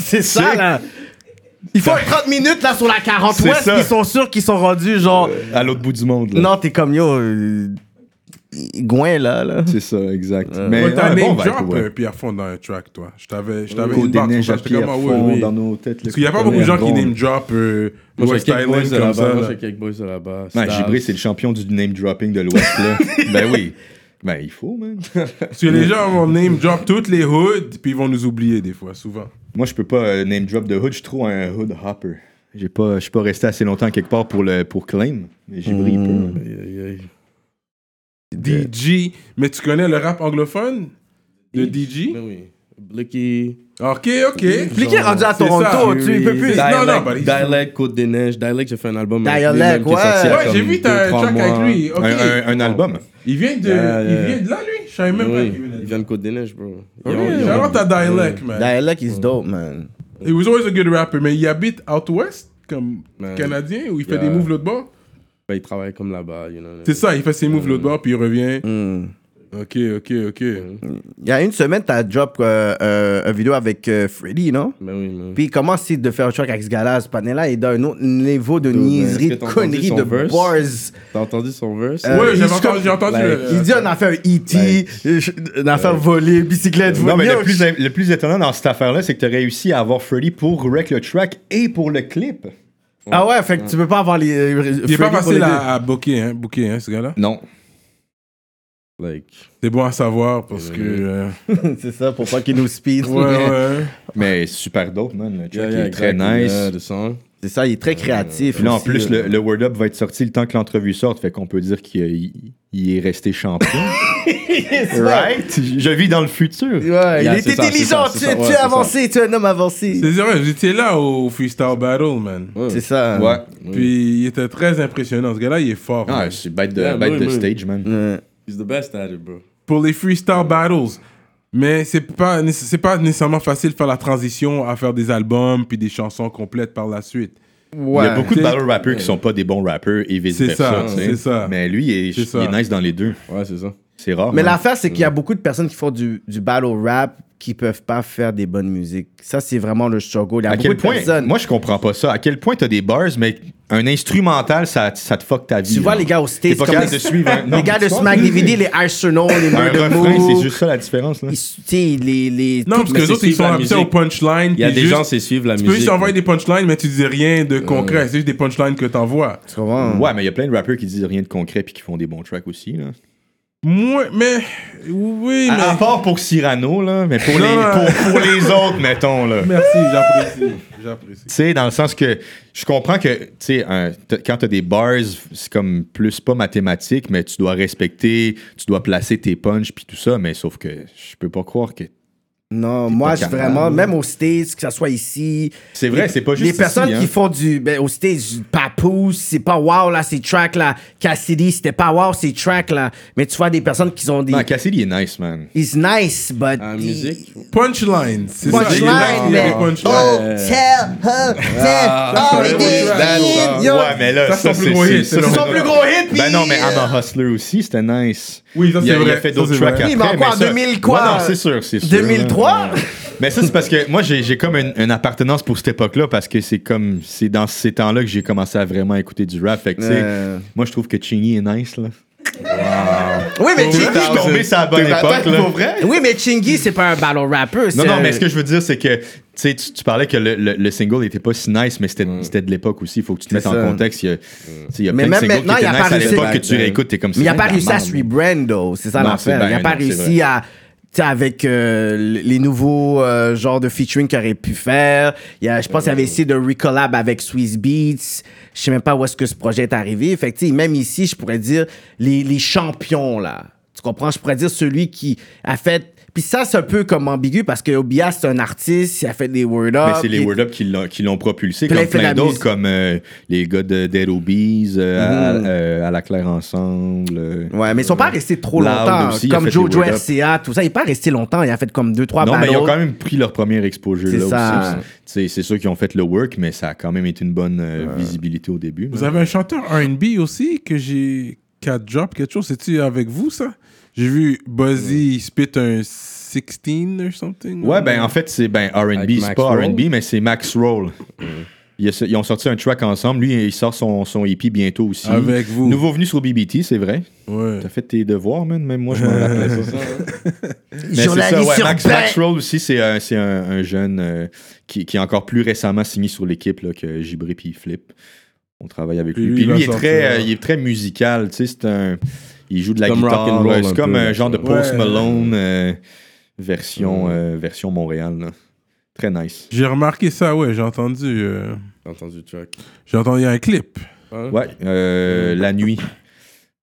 Speaker 3: c'est ça là. Il faut 30 minutes là sur la 40
Speaker 5: C'est
Speaker 3: Ouest,
Speaker 5: ça.
Speaker 3: ils sont sûrs qu'ils sont rendus genre.
Speaker 5: À l'autre bout du monde, là.
Speaker 3: Non, t'es comme yo. euh, Gouin, là, là.
Speaker 5: C'est ça, exact. Mais
Speaker 4: Ouais,
Speaker 5: t'as
Speaker 4: t'as
Speaker 5: un
Speaker 4: name
Speaker 5: bon
Speaker 4: drop
Speaker 5: vibe, ouais.
Speaker 4: euh, Pierre Fond dans un track, toi. Je t'avais je t'avais
Speaker 5: Côte des
Speaker 4: inbox,
Speaker 5: neiges à
Speaker 4: j'étais comme,
Speaker 5: Pierre
Speaker 4: ah, oui,
Speaker 5: fond
Speaker 4: oui.
Speaker 5: dans nos têtes.
Speaker 4: Parce qu'il n'y a pas beaucoup de gens qui name drop euh,
Speaker 6: Moi,
Speaker 4: West
Speaker 6: j'ai quelques boys
Speaker 4: Island
Speaker 6: de
Speaker 4: comme
Speaker 6: là-bas.
Speaker 4: ça.
Speaker 6: Moi,
Speaker 4: là.
Speaker 6: j'ai quelques boys de là-bas.
Speaker 5: Ouais,
Speaker 6: Stars.
Speaker 5: Gibré, c'est le champion du name dropping de l'Ouest, là. ben oui. Ben il faut, man.
Speaker 4: Parce que les gens vont name drop toutes les hoods, puis ils vont nous oublier des fois, souvent.
Speaker 5: Moi, je peux pas euh, name drop de hood. Je suis trop un hood hopper. J'ai pas, je suis pas resté assez longtemps quelque part pour le pour claim. Mais Gibré, il peut.
Speaker 6: Aïe, aïe, aïe.
Speaker 4: DJ. Mais tu connais le rap anglophone de
Speaker 6: Mais
Speaker 4: DJ?
Speaker 6: Ben oui. Blicky.
Speaker 4: Ok, ok.
Speaker 3: Puis qui est rendu à
Speaker 4: C'est
Speaker 3: Toronto,
Speaker 4: ça.
Speaker 3: tu il peut plus.
Speaker 4: Dialect.
Speaker 6: Non,
Speaker 4: non,
Speaker 6: non,
Speaker 4: bah, il-
Speaker 6: Dialect, Côte des Neiges. Dialect, j'ai fait un album. avec lui
Speaker 3: Dialect,
Speaker 6: même qui est sorti il y a
Speaker 4: ouais. Ouais, j'ai
Speaker 6: comme
Speaker 4: vu, t'as
Speaker 6: deux,
Speaker 4: un
Speaker 6: trois
Speaker 4: track avec
Speaker 6: mois.
Speaker 4: lui, ok.
Speaker 5: Un, un- un album.
Speaker 4: Il vient de,
Speaker 6: Yeah,
Speaker 4: il
Speaker 6: yeah.
Speaker 4: vient de là, lui? Je savais même pas
Speaker 6: Ben Oui,
Speaker 4: qu'il venait
Speaker 6: il
Speaker 4: de
Speaker 6: vient de Côte des Neiges, bro. Ils ont- ils ont-
Speaker 4: là. ta dialect, man.
Speaker 3: Dialect is dope, man.
Speaker 4: He was always a good rapper, mais il habite out west, comme
Speaker 6: Man.
Speaker 4: Canadien, où il fait
Speaker 6: Yeah.
Speaker 4: des moves l'autre bord.
Speaker 6: Ils travaillent Ben, comme là-bas, you know.
Speaker 4: C'est ça, il fait ses moves l'autre bord, puis il revient.
Speaker 6: Mm.
Speaker 3: Hmm.
Speaker 4: Ok, ok, ok.
Speaker 3: Il y a une semaine, t'as drop euh, euh, une vidéo avec euh, Freddy, non?
Speaker 6: Mais Ben oui, mais oui.
Speaker 3: Puis il commence de faire un truc avec ce gars-là, ce panel-là, et d'un autre niveau de
Speaker 6: Dude, man,
Speaker 3: niaiserie,
Speaker 6: est-ce que
Speaker 3: de
Speaker 6: t'as entendu
Speaker 3: conneries,
Speaker 6: son
Speaker 3: de
Speaker 6: verse?
Speaker 3: bars.
Speaker 6: T'as entendu son verse?
Speaker 3: Euh,
Speaker 4: ouais,
Speaker 3: il
Speaker 4: j'avais
Speaker 3: se
Speaker 4: entendu,
Speaker 3: com-
Speaker 4: j'ai entendu.
Speaker 6: like,
Speaker 4: euh,
Speaker 3: Il dit on a fait un E E.T., euh, une affaire volée, bicyclette volée.
Speaker 5: Non, mais
Speaker 3: Yo,
Speaker 5: le plus, le plus étonnant dans cette affaire-là, c'est que t'as réussi à avoir Freddy pour wreck le track et pour le clip.
Speaker 3: Ah ouais, fait que tu peux pas avoir les. euh,
Speaker 4: il est pas facile à, à booker, hein, booker, hein, ce gars-là.
Speaker 5: Non.
Speaker 6: Like,
Speaker 4: C'est bon à savoir parce que. euh,
Speaker 3: C'est ça, pour pas qu'il nous speed.
Speaker 4: ouais, ouais.
Speaker 5: Mais super dope, man. Le
Speaker 6: yeah,
Speaker 5: track
Speaker 6: yeah,
Speaker 5: est très
Speaker 6: exactly,
Speaker 5: nice.
Speaker 6: yeah, the song.
Speaker 3: C'est ça, il est très créatif.
Speaker 5: Puis là, en
Speaker 3: aussi,
Speaker 5: plus,
Speaker 3: là.
Speaker 5: le, le Word Up va être sorti le temps que l'entrevue sorte, fait qu'on peut dire qu'il il- il est resté champion. right? Je vis dans le futur.
Speaker 3: Ouais,
Speaker 6: Yeah,
Speaker 3: il est,
Speaker 6: c'est ça,
Speaker 3: intelligent,
Speaker 6: c'est
Speaker 3: tu,
Speaker 6: ça,
Speaker 3: tu
Speaker 6: c'est ça, ouais,
Speaker 3: es
Speaker 6: c'est
Speaker 3: avancé, tu es un homme avancé.
Speaker 4: C'est vrai, j'étais là au Freestyle Battle, man.
Speaker 3: C'est ça. hein.
Speaker 5: Ouais.
Speaker 4: Puis il était très impressionnant. Ce gars-là, il est fort.
Speaker 5: Ah,
Speaker 4: man.
Speaker 5: c'est bête de,
Speaker 6: Yeah,
Speaker 5: bête
Speaker 6: oui,
Speaker 5: de
Speaker 6: oui.
Speaker 5: stage, man.
Speaker 3: Ouais.
Speaker 6: He's the best at it, bro.
Speaker 4: Pour les Freestyle Battles. Mais c'est pas, né- c'est pas nécessairement facile de faire la transition à faire des albums puis des chansons complètes par la suite.
Speaker 5: Il y a beaucoup de
Speaker 4: T'sais-
Speaker 5: battle rappers qui sont pas des bons rappers et vice
Speaker 4: C'est ça,
Speaker 5: versa. tu sais.
Speaker 4: c'est ça.
Speaker 5: Mais lui, il est,
Speaker 4: C'est ça.
Speaker 5: il est nice dans les deux.
Speaker 6: Ouais, c'est ça.
Speaker 5: C'est rare. hein.
Speaker 3: Mais
Speaker 5: man.
Speaker 3: l'affaire, c'est qu'il
Speaker 5: Mm.
Speaker 3: y a beaucoup de personnes qui font du, du battle rap qui peuvent pas faire des bonnes musiques. Ça, c'est vraiment le struggle. Il y a
Speaker 5: à
Speaker 3: beaucoup
Speaker 5: quel
Speaker 3: de
Speaker 5: point,
Speaker 3: personnes.
Speaker 5: moi je comprends pas ça. À quel point t'as des bars, mais un instrumental, ça, ça te fuck ta vie.
Speaker 3: tu vois
Speaker 5: là.
Speaker 3: les gars au
Speaker 5: T'es
Speaker 3: States,
Speaker 5: pas
Speaker 3: comme
Speaker 5: capable
Speaker 3: les,
Speaker 5: de suivre. un-
Speaker 3: les
Speaker 5: Non,
Speaker 3: gars
Speaker 5: tu
Speaker 3: de
Speaker 5: vois,
Speaker 3: Smack DVD, les Arsenal, les
Speaker 5: Un
Speaker 3: Murder
Speaker 5: refrain, c'est
Speaker 3: Move.
Speaker 5: juste ça la différence. là.
Speaker 3: ils- Tu sais, les. les
Speaker 4: Non,
Speaker 3: tout-
Speaker 4: parce que
Speaker 6: mais
Speaker 4: les
Speaker 6: c'est
Speaker 4: autres, ils
Speaker 6: suivre
Speaker 4: sont
Speaker 6: la
Speaker 4: habitués au
Speaker 6: musique.
Speaker 4: punchline.
Speaker 6: Il y a
Speaker 4: puis
Speaker 6: des
Speaker 4: juste-
Speaker 6: gens, c'est suivre la
Speaker 4: Tu
Speaker 6: musique.
Speaker 4: peux juste envoyer des punchlines, mais tu dis rien de concret. C'est juste des punchlines que t'envoies.
Speaker 3: Tu comprends?
Speaker 5: Ouais, mais il y a plein de rappeurs qui disent rien de concret puis qui font des bons tracks aussi. Là.
Speaker 4: Moi, mais. Oui,
Speaker 6: Ah,
Speaker 4: mais.
Speaker 5: À, à part pour Cyrano, là, mais pour,
Speaker 4: Non,
Speaker 5: les,
Speaker 4: non.
Speaker 5: pour, pour les autres, mettons. Là.
Speaker 6: ah.
Speaker 4: Merci, j'apprécie. J'apprécie.
Speaker 5: Tu sais, dans le sens que je comprends que, tu sais, un- t'as- quand t'as des bars, c'est comme plus pas mathématique, mais tu dois respecter, tu dois placer tes punches puis tout ça, mais sauf que je peux pas croire que
Speaker 3: Non, moi, je,
Speaker 5: capable.
Speaker 3: vraiment, même aux States, que ça soit ici.
Speaker 5: C'est vrai, c'est pas juste
Speaker 3: Les
Speaker 5: ici,
Speaker 3: personnes
Speaker 5: hein.
Speaker 3: qui font du. Ben, aux States, du Papoose, c'est pas wow, là, c'est track, là. Cassidy, c'était pas wow, c'est track, là. Mais tu vois des personnes qui ont des.
Speaker 5: Non, Cassidy est nice, man.
Speaker 3: It's nice, but.
Speaker 6: En musique.
Speaker 4: Punchline, c'est ça.
Speaker 3: Punchline, Ah,
Speaker 4: il y a des
Speaker 3: man.
Speaker 4: punchlines.
Speaker 3: Oh, tell her
Speaker 4: Ah,
Speaker 3: that all it is in your-
Speaker 5: Ah. Ouais, mais là,
Speaker 4: Ça, c'est
Speaker 5: ça,
Speaker 4: son
Speaker 5: c'est
Speaker 4: plus gros hit,
Speaker 5: ça,
Speaker 4: c'est
Speaker 5: c'est-
Speaker 4: son
Speaker 5: c'est-
Speaker 3: plus gros hit, puis-
Speaker 5: Ben non, mais I'm a Hustler aussi, c'était nice.
Speaker 4: Oui, ça,
Speaker 5: Il a-
Speaker 4: c'est
Speaker 5: Il a
Speaker 4: vrai.
Speaker 5: fait
Speaker 4: Ça,
Speaker 5: d'autres
Speaker 4: c'est
Speaker 5: tracks
Speaker 4: vrai.
Speaker 5: après.
Speaker 3: Oui, mais encore
Speaker 5: ça-
Speaker 3: 2000 quoi?
Speaker 5: Ouais, non, c'est sûr, c'est sûr. Ouais.
Speaker 3: 2003?
Speaker 5: Mais Ben, ça, c'est parce que moi, j'ai j'ai comme une, une appartenance pour cette époque-là parce que c'est comme. C'est dans ces temps-là que j'ai commencé à vraiment écouter du rap. Fait que, tu sais,
Speaker 3: Euh.
Speaker 5: moi, je trouve que Chingy est nice, là.
Speaker 3: Oui, mais
Speaker 5: Je
Speaker 3: Chingy.
Speaker 5: suis tombé sur la bonne époque, là.
Speaker 3: Oui, mais Chingy, c'est pas un battle rapper.
Speaker 5: Non, non, mais ce que je veux dire, c'est que tu, sais, tu, tu parlais que le, le- le single n'était pas si nice, mais c'était c'était de l'époque aussi. Il faut que tu te mettes
Speaker 3: ça.
Speaker 5: en contexte. Il y a, tu sais, il y a
Speaker 3: Mm. Mais
Speaker 5: plein de
Speaker 3: même
Speaker 5: singles
Speaker 3: maintenant,
Speaker 5: qui
Speaker 3: il a
Speaker 5: étaient nice
Speaker 3: pas
Speaker 5: à
Speaker 3: réussi-
Speaker 5: l'époque que tu réécoutes. T'es comme
Speaker 3: Mais il n'a
Speaker 5: c'est
Speaker 3: pas
Speaker 5: de la
Speaker 3: réussi à
Speaker 5: merde.
Speaker 3: se rebrand, though. C'est ça
Speaker 5: Non,
Speaker 3: l'affaire.
Speaker 5: c'est
Speaker 3: il n'a
Speaker 5: bien,
Speaker 3: pas
Speaker 5: non, c'est
Speaker 3: réussi à. tu sais, avec euh, les nouveaux euh, genres de featuring qu'il aurait pu faire. Il y a- je pense qu'il avait essayé de recollab avec Swiss Beats. Je sais même pas où est-ce que ce projet est arrivé. Fait que, tu sais, même ici, je pourrais dire les, les champions, là. Tu comprends? Je pourrais dire celui qui a fait. Puis ça, c'est un peu comme ambigu parce que Obia, c'est un artiste, il a fait des word up.
Speaker 5: Mais c'est les
Speaker 3: il-
Speaker 5: Word Up qui l'ont- qui l'ont propulsé,
Speaker 3: Plein
Speaker 5: comme
Speaker 3: fait de la
Speaker 5: plein d'autres,
Speaker 3: musique.
Speaker 5: comme euh, les gars de Dead Obies, euh, à, euh, à la Claire Ensemble. euh.
Speaker 3: Mm-hmm. Ouais, mais ils sont pas restés trop
Speaker 5: Loud
Speaker 3: longtemps.
Speaker 5: aussi, il a
Speaker 3: comme
Speaker 5: fait
Speaker 3: Joe
Speaker 5: des Word Up.
Speaker 3: RCA, tout ça, il n'est pas resté longtemps. Il a fait comme deux, trois
Speaker 5: non, mais
Speaker 3: battles.
Speaker 5: ils ont quand même pris leur premier exposure
Speaker 3: C'est
Speaker 5: là
Speaker 3: ça.
Speaker 5: aussi. C'est- C'est c'est sûr qu'ils ont fait le work, mais ça a quand même été une bonne euh, visibilité au début.
Speaker 4: Vous
Speaker 5: mais-
Speaker 4: avez un chanteur R&B aussi que j'ai qui a drop quelque chose. C'est-tu avec vous, ça? J'ai vu Buzzy spit un 16 or something.
Speaker 5: Ouais, ben en fait, c'est ben, RB,
Speaker 6: Avec
Speaker 5: c'est
Speaker 6: Max
Speaker 5: pas
Speaker 6: Roll.
Speaker 5: RB, mais c'est Max Roll.
Speaker 3: Mm-hmm.
Speaker 5: Ils ont- Ils ont sorti un track ensemble. Lui, il sort son, son EP bientôt aussi.
Speaker 4: Avec vous.
Speaker 5: Nouveau venu sur BBT, c'est vrai.
Speaker 4: Ouais.
Speaker 5: T'as fait tes devoirs, man. Même moi, je m'en rappelais ça.
Speaker 6: hein.
Speaker 5: Mais c'est
Speaker 3: Journaliste
Speaker 5: ça, ouais.
Speaker 3: sur
Speaker 5: Max,
Speaker 3: Ben.
Speaker 5: Max Roll aussi, c'est un, c'est un- un jeune euh, qui, qui est encore plus récemment signé sur l'équipe là, que Gibri puis Flip. On travaille avec
Speaker 4: Puis
Speaker 5: lui.
Speaker 4: lui,
Speaker 5: Puis
Speaker 4: il va
Speaker 5: lui, il est,
Speaker 4: sortir,
Speaker 5: très, euh,
Speaker 4: ouais.
Speaker 5: il est très musical. Tu sais, c'est un... Il joue de la
Speaker 6: Comme
Speaker 5: guitare.
Speaker 6: rock and roll
Speaker 5: euh,
Speaker 6: un
Speaker 5: C'est
Speaker 6: peu,
Speaker 5: comme un
Speaker 6: là,
Speaker 5: genre de
Speaker 6: ça.
Speaker 5: Post
Speaker 4: Ouais.
Speaker 5: Malone euh, version, euh, version Montréal. là. Très nice.
Speaker 4: J'ai remarqué ça, ouais. J'ai entendu... euh,
Speaker 6: J'ai entendu le track.
Speaker 4: J'ai entendu un clip.
Speaker 5: Ouais, euh, La Nuit.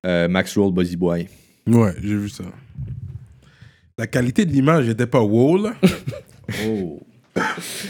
Speaker 5: Euh, Max Roll, Buzzy Boy.
Speaker 4: Ouais, j'ai vu ça. La qualité de l'image n'était pas wow, là.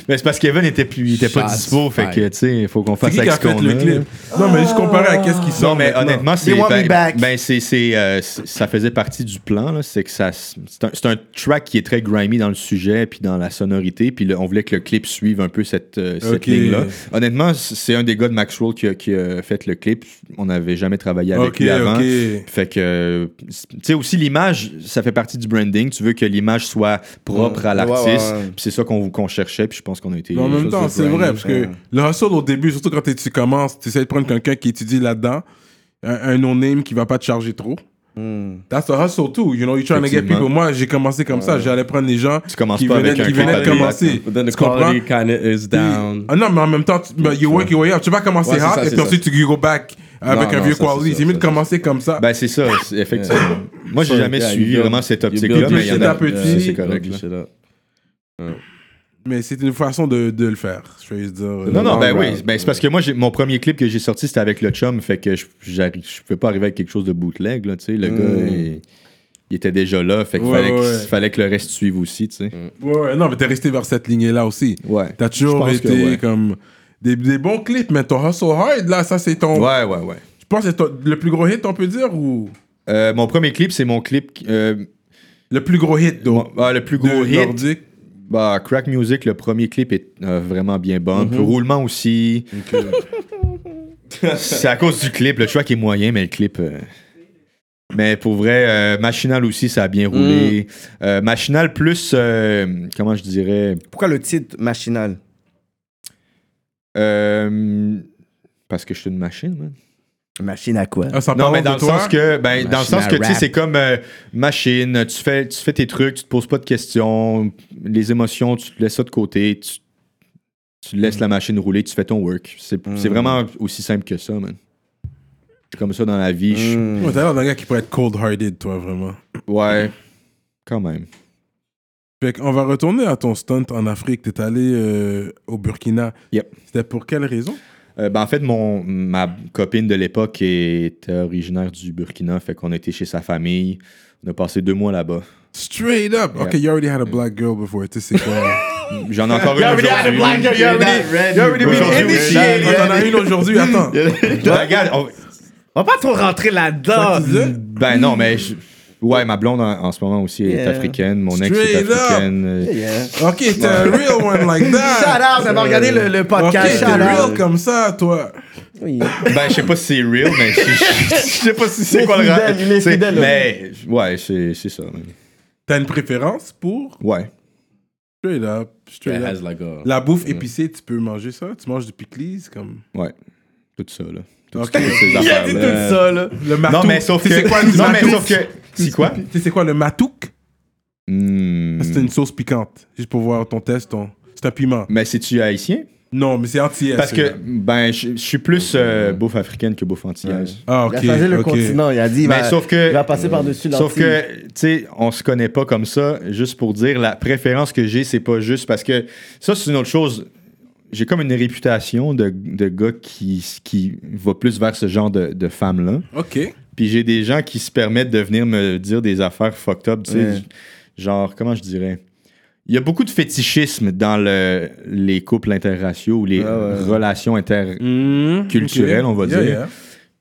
Speaker 5: Mais c'est parce qu'Evan était, plus, il était pas
Speaker 6: Shots
Speaker 5: dispo, fait que,
Speaker 6: fired.
Speaker 5: tu sais, il faut qu'on
Speaker 4: C'est
Speaker 5: fasse
Speaker 4: qui qui
Speaker 5: avec
Speaker 4: a
Speaker 5: ce
Speaker 4: fait
Speaker 5: qu'on
Speaker 4: le
Speaker 5: a.
Speaker 4: clip? Non, mais juste comparé à qu'est-ce qui sort
Speaker 5: Non, mais
Speaker 4: maintenant.
Speaker 5: honnêtement, c'est.
Speaker 3: They want me
Speaker 5: Ben,
Speaker 3: back.
Speaker 5: ben, c'est, c'est, euh, c'est- ça faisait partie du plan, là. C'est que ça. C'est un, c'est un track qui est très grimy dans le sujet, puis dans la sonorité, puis le- on voulait que le clip suive un peu cette, euh, cette
Speaker 4: Ok.
Speaker 5: ligne-là. Honnêtement, c- c'est un des gars de Maxwell qui a, qui a fait le clip. On n'avait jamais travaillé avec
Speaker 4: Ok,
Speaker 5: lui avant.
Speaker 4: ok.
Speaker 5: Fait que, euh, c- tu sais, aussi l'image, ça fait partie du branding. Tu veux que l'image soit propre à l'artiste.
Speaker 3: ouais, ouais.
Speaker 5: Puis c'est ça qu'on, qu'on cherchait, puis je pense qu'on a été.
Speaker 4: Mais en même
Speaker 5: chose
Speaker 4: temps,
Speaker 5: de
Speaker 4: c'est
Speaker 5: branding.
Speaker 4: vrai, parce que le hustle au début, surtout quand t'es- tu commences, tu essaies de prendre quelqu'un qui étudie là-dedans, un, un non-name qui va pas te charger trop. That's a hustle too, you know, you're trying to get
Speaker 5: Effectivement.
Speaker 4: people. Moi, j'ai commencé comme ça, j'allais prendre les gens
Speaker 5: Tu commences
Speaker 4: qui
Speaker 5: pas
Speaker 4: venaient,
Speaker 5: avec un
Speaker 4: qui venaient de
Speaker 5: quality
Speaker 4: commencer.
Speaker 6: But then the
Speaker 4: Tu comprends?
Speaker 6: quality kind of is down.
Speaker 4: Ah non, mais en même temps, tu, ben, you work your way up. Tu vas commencer
Speaker 6: Ouais, c'est
Speaker 4: hard
Speaker 6: ça,
Speaker 4: et
Speaker 6: c'est
Speaker 4: puis
Speaker 6: ça.
Speaker 4: ensuite tu go back avec
Speaker 6: Non,
Speaker 4: un
Speaker 6: non,
Speaker 4: vieux
Speaker 6: ça, c'est Bah-
Speaker 4: quality.
Speaker 6: ça,
Speaker 4: C'est mieux de
Speaker 6: ça,
Speaker 4: commencer comme ça.
Speaker 5: Ben, c'est ça, c'est- effectivement. Moi, j'ai
Speaker 6: Yeah,
Speaker 5: jamais
Speaker 6: you
Speaker 5: suivi
Speaker 6: build-
Speaker 5: vraiment cette
Speaker 6: you
Speaker 5: optique-là,
Speaker 6: build
Speaker 5: mais il y en a
Speaker 4: petit à
Speaker 5: ça,
Speaker 4: petit.
Speaker 5: c'est
Speaker 6: Build
Speaker 5: correct.
Speaker 6: this
Speaker 5: là.
Speaker 6: shit up.
Speaker 4: mais c'est une façon de, de le faire, je vais dire.
Speaker 5: Non, non, ben
Speaker 4: Long
Speaker 5: oui.
Speaker 4: round.
Speaker 5: Ben, c'est parce que moi, j'ai- mon premier clip que j'ai sorti, c'était avec le chum, fait que je j'arrive- je peux pas arriver avec quelque chose de bootleg, là, tu sais. Le gars, il, il était déjà là, fait qu'il
Speaker 4: Ouais,
Speaker 5: fallait, qu'il-
Speaker 4: ouais.
Speaker 5: fallait que le reste suive aussi, tu sais.
Speaker 4: Ouais, ouais, non, mais t'es resté vers cette lignée-là aussi.
Speaker 5: Mm. Ouais.
Speaker 4: T'as toujours
Speaker 5: Je pense que
Speaker 4: été
Speaker 5: ouais.
Speaker 4: comme des, des bons clips, mais ton hustle hard, là, ça c'est ton.
Speaker 5: Ouais, ouais, ouais.
Speaker 4: Je pense que c'est ton- le plus gros hit, on peut dire, ou.
Speaker 5: Euh, mon premier clip, c'est mon clip. euh,
Speaker 4: Le plus gros hit, donc.
Speaker 5: mon- ah, le plus gros
Speaker 4: de
Speaker 5: hit.
Speaker 4: Nordique.
Speaker 5: Bah, Crack Music, le premier clip est euh, vraiment bien bon. Puis Roulement aussi. c'est à cause du clip. Le track est moyen, mais le clip. euh, Mais pour vrai, euh, Machinal aussi, ça a bien roulé. Euh, Machinal plus, euh, comment je dirais,
Speaker 3: Pourquoi le titre machinal
Speaker 5: euh, parce que je suis une machine, man.
Speaker 3: Machine à quoi
Speaker 4: Ah, ça
Speaker 5: Non,
Speaker 4: parle
Speaker 5: mais dans
Speaker 4: de
Speaker 5: le
Speaker 4: toi.
Speaker 5: sens que, ben, dans le
Speaker 3: Machine
Speaker 5: sens
Speaker 3: à
Speaker 5: que, tu sais,
Speaker 3: rap.
Speaker 5: c'est comme euh, machine, tu fais, tu fais tes trucs, tu te poses pas de questions, les émotions, tu te laisses ça de côté, tu, tu laisses la machine rouler, tu fais ton work. C'est c'est
Speaker 4: Hmm.
Speaker 5: vraiment aussi simple que ça, man. Comme ça dans la vie, je-
Speaker 4: Ouais, T'as l'air d'un gars qui pourrait être cold-hearted, toi, vraiment.
Speaker 5: ouais, quand même.
Speaker 4: Fait qu'on va retourner à ton stunt en Afrique. T'es allé euh, au Burkina.
Speaker 5: Yep.
Speaker 4: C'était pour quelle raison
Speaker 5: Euh, ben, en fait, mon, ma copine de l'époque était originaire du Burkina, fait qu'on était chez sa famille, on a passé deux mois là-bas.
Speaker 4: Straight up. Okay, you already had a black girl before. Tu sais, c'est quoi?
Speaker 5: J'en ai encore une
Speaker 3: already had a
Speaker 5: aujourd'hui.
Speaker 3: black girl, you already- you already been
Speaker 5: Aujourd'hui,
Speaker 3: initiated.
Speaker 4: Quand t'en as une aujourd'hui, attends.
Speaker 5: Regarde, Ben, on-
Speaker 3: On va pas trop rentrer là-dedans.
Speaker 4: Tu disais?
Speaker 5: ben non, mais je- ouais, ma blonde en, en ce moment aussi est
Speaker 3: Yeah.
Speaker 5: africaine, mon ex
Speaker 4: Straight
Speaker 5: est
Speaker 4: up.
Speaker 5: africaine. euh,
Speaker 4: Ok, t'es un real one like
Speaker 3: Shout
Speaker 4: that.
Speaker 3: out, d'avoir regardé le, le
Speaker 4: Ok,
Speaker 3: podcast.
Speaker 4: t'es
Speaker 3: shout out.
Speaker 4: real comme ça, toi.
Speaker 5: Ben, je sais pas si c'est real, mais je je- je sais pas si
Speaker 3: Il
Speaker 5: c'est
Speaker 3: est
Speaker 5: quoi le
Speaker 3: fidèle,
Speaker 5: rap.
Speaker 3: il est
Speaker 5: C'est-
Speaker 3: fidèle, là.
Speaker 5: Mais ouais, c'est c'est ça.
Speaker 4: T'as une préférence pour
Speaker 5: Ouais.
Speaker 4: straight up, straight
Speaker 6: It
Speaker 4: up.
Speaker 6: has like a-
Speaker 4: La bouffe épicée, tu peux manger ça? Tu manges du pickles comme.
Speaker 5: Ouais. Tout ça, là. Tout
Speaker 4: Ok.
Speaker 5: ce- toutes ces
Speaker 3: Il a dit tout
Speaker 5: affaires-là.
Speaker 3: ça, là.
Speaker 4: Le matouk.
Speaker 5: Non, mais sauf que.
Speaker 4: Tu sais c'est quoi du
Speaker 5: non, mais
Speaker 4: matouk?
Speaker 5: sauf que. C'est quoi?
Speaker 4: Tu sais c'est quoi le matouk?
Speaker 5: Hmm.
Speaker 4: C'est une sauce piquante. Juste pour voir ton test, ton... c'est un piment.
Speaker 5: Mais c'est-tu haïtien?
Speaker 4: Non, mais c'est anti
Speaker 5: Parce que, ben, je je suis plus euh, bouffe africaine que bouffe antillaise.
Speaker 4: Ah, ok.
Speaker 3: Il a changé le
Speaker 4: ok.
Speaker 3: continent. Il a dit, il
Speaker 5: Mais
Speaker 3: va,
Speaker 5: sauf que.
Speaker 3: il va passer par-dessus
Speaker 5: Sauf
Speaker 3: l'Antille.
Speaker 5: que, tu sais, on se connaît pas comme ça. Juste pour dire, la préférence que j'ai, c'est pas juste parce que ça, c'est une autre chose. J'ai comme une réputation de, de gars qui, qui va plus vers ce genre de, de femmes-là.
Speaker 4: Ok.
Speaker 5: Puis j'ai des gens qui se permettent de venir me dire des affaires fucked up, tu sais,
Speaker 3: Ouais.
Speaker 5: j- genre, comment je dirais? Il y a beaucoup de fétichisme dans le, les couples interraciaux ou les
Speaker 3: Ouais, ouais.
Speaker 5: relations inter...
Speaker 4: Culturel,
Speaker 5: Culturel, on va dire.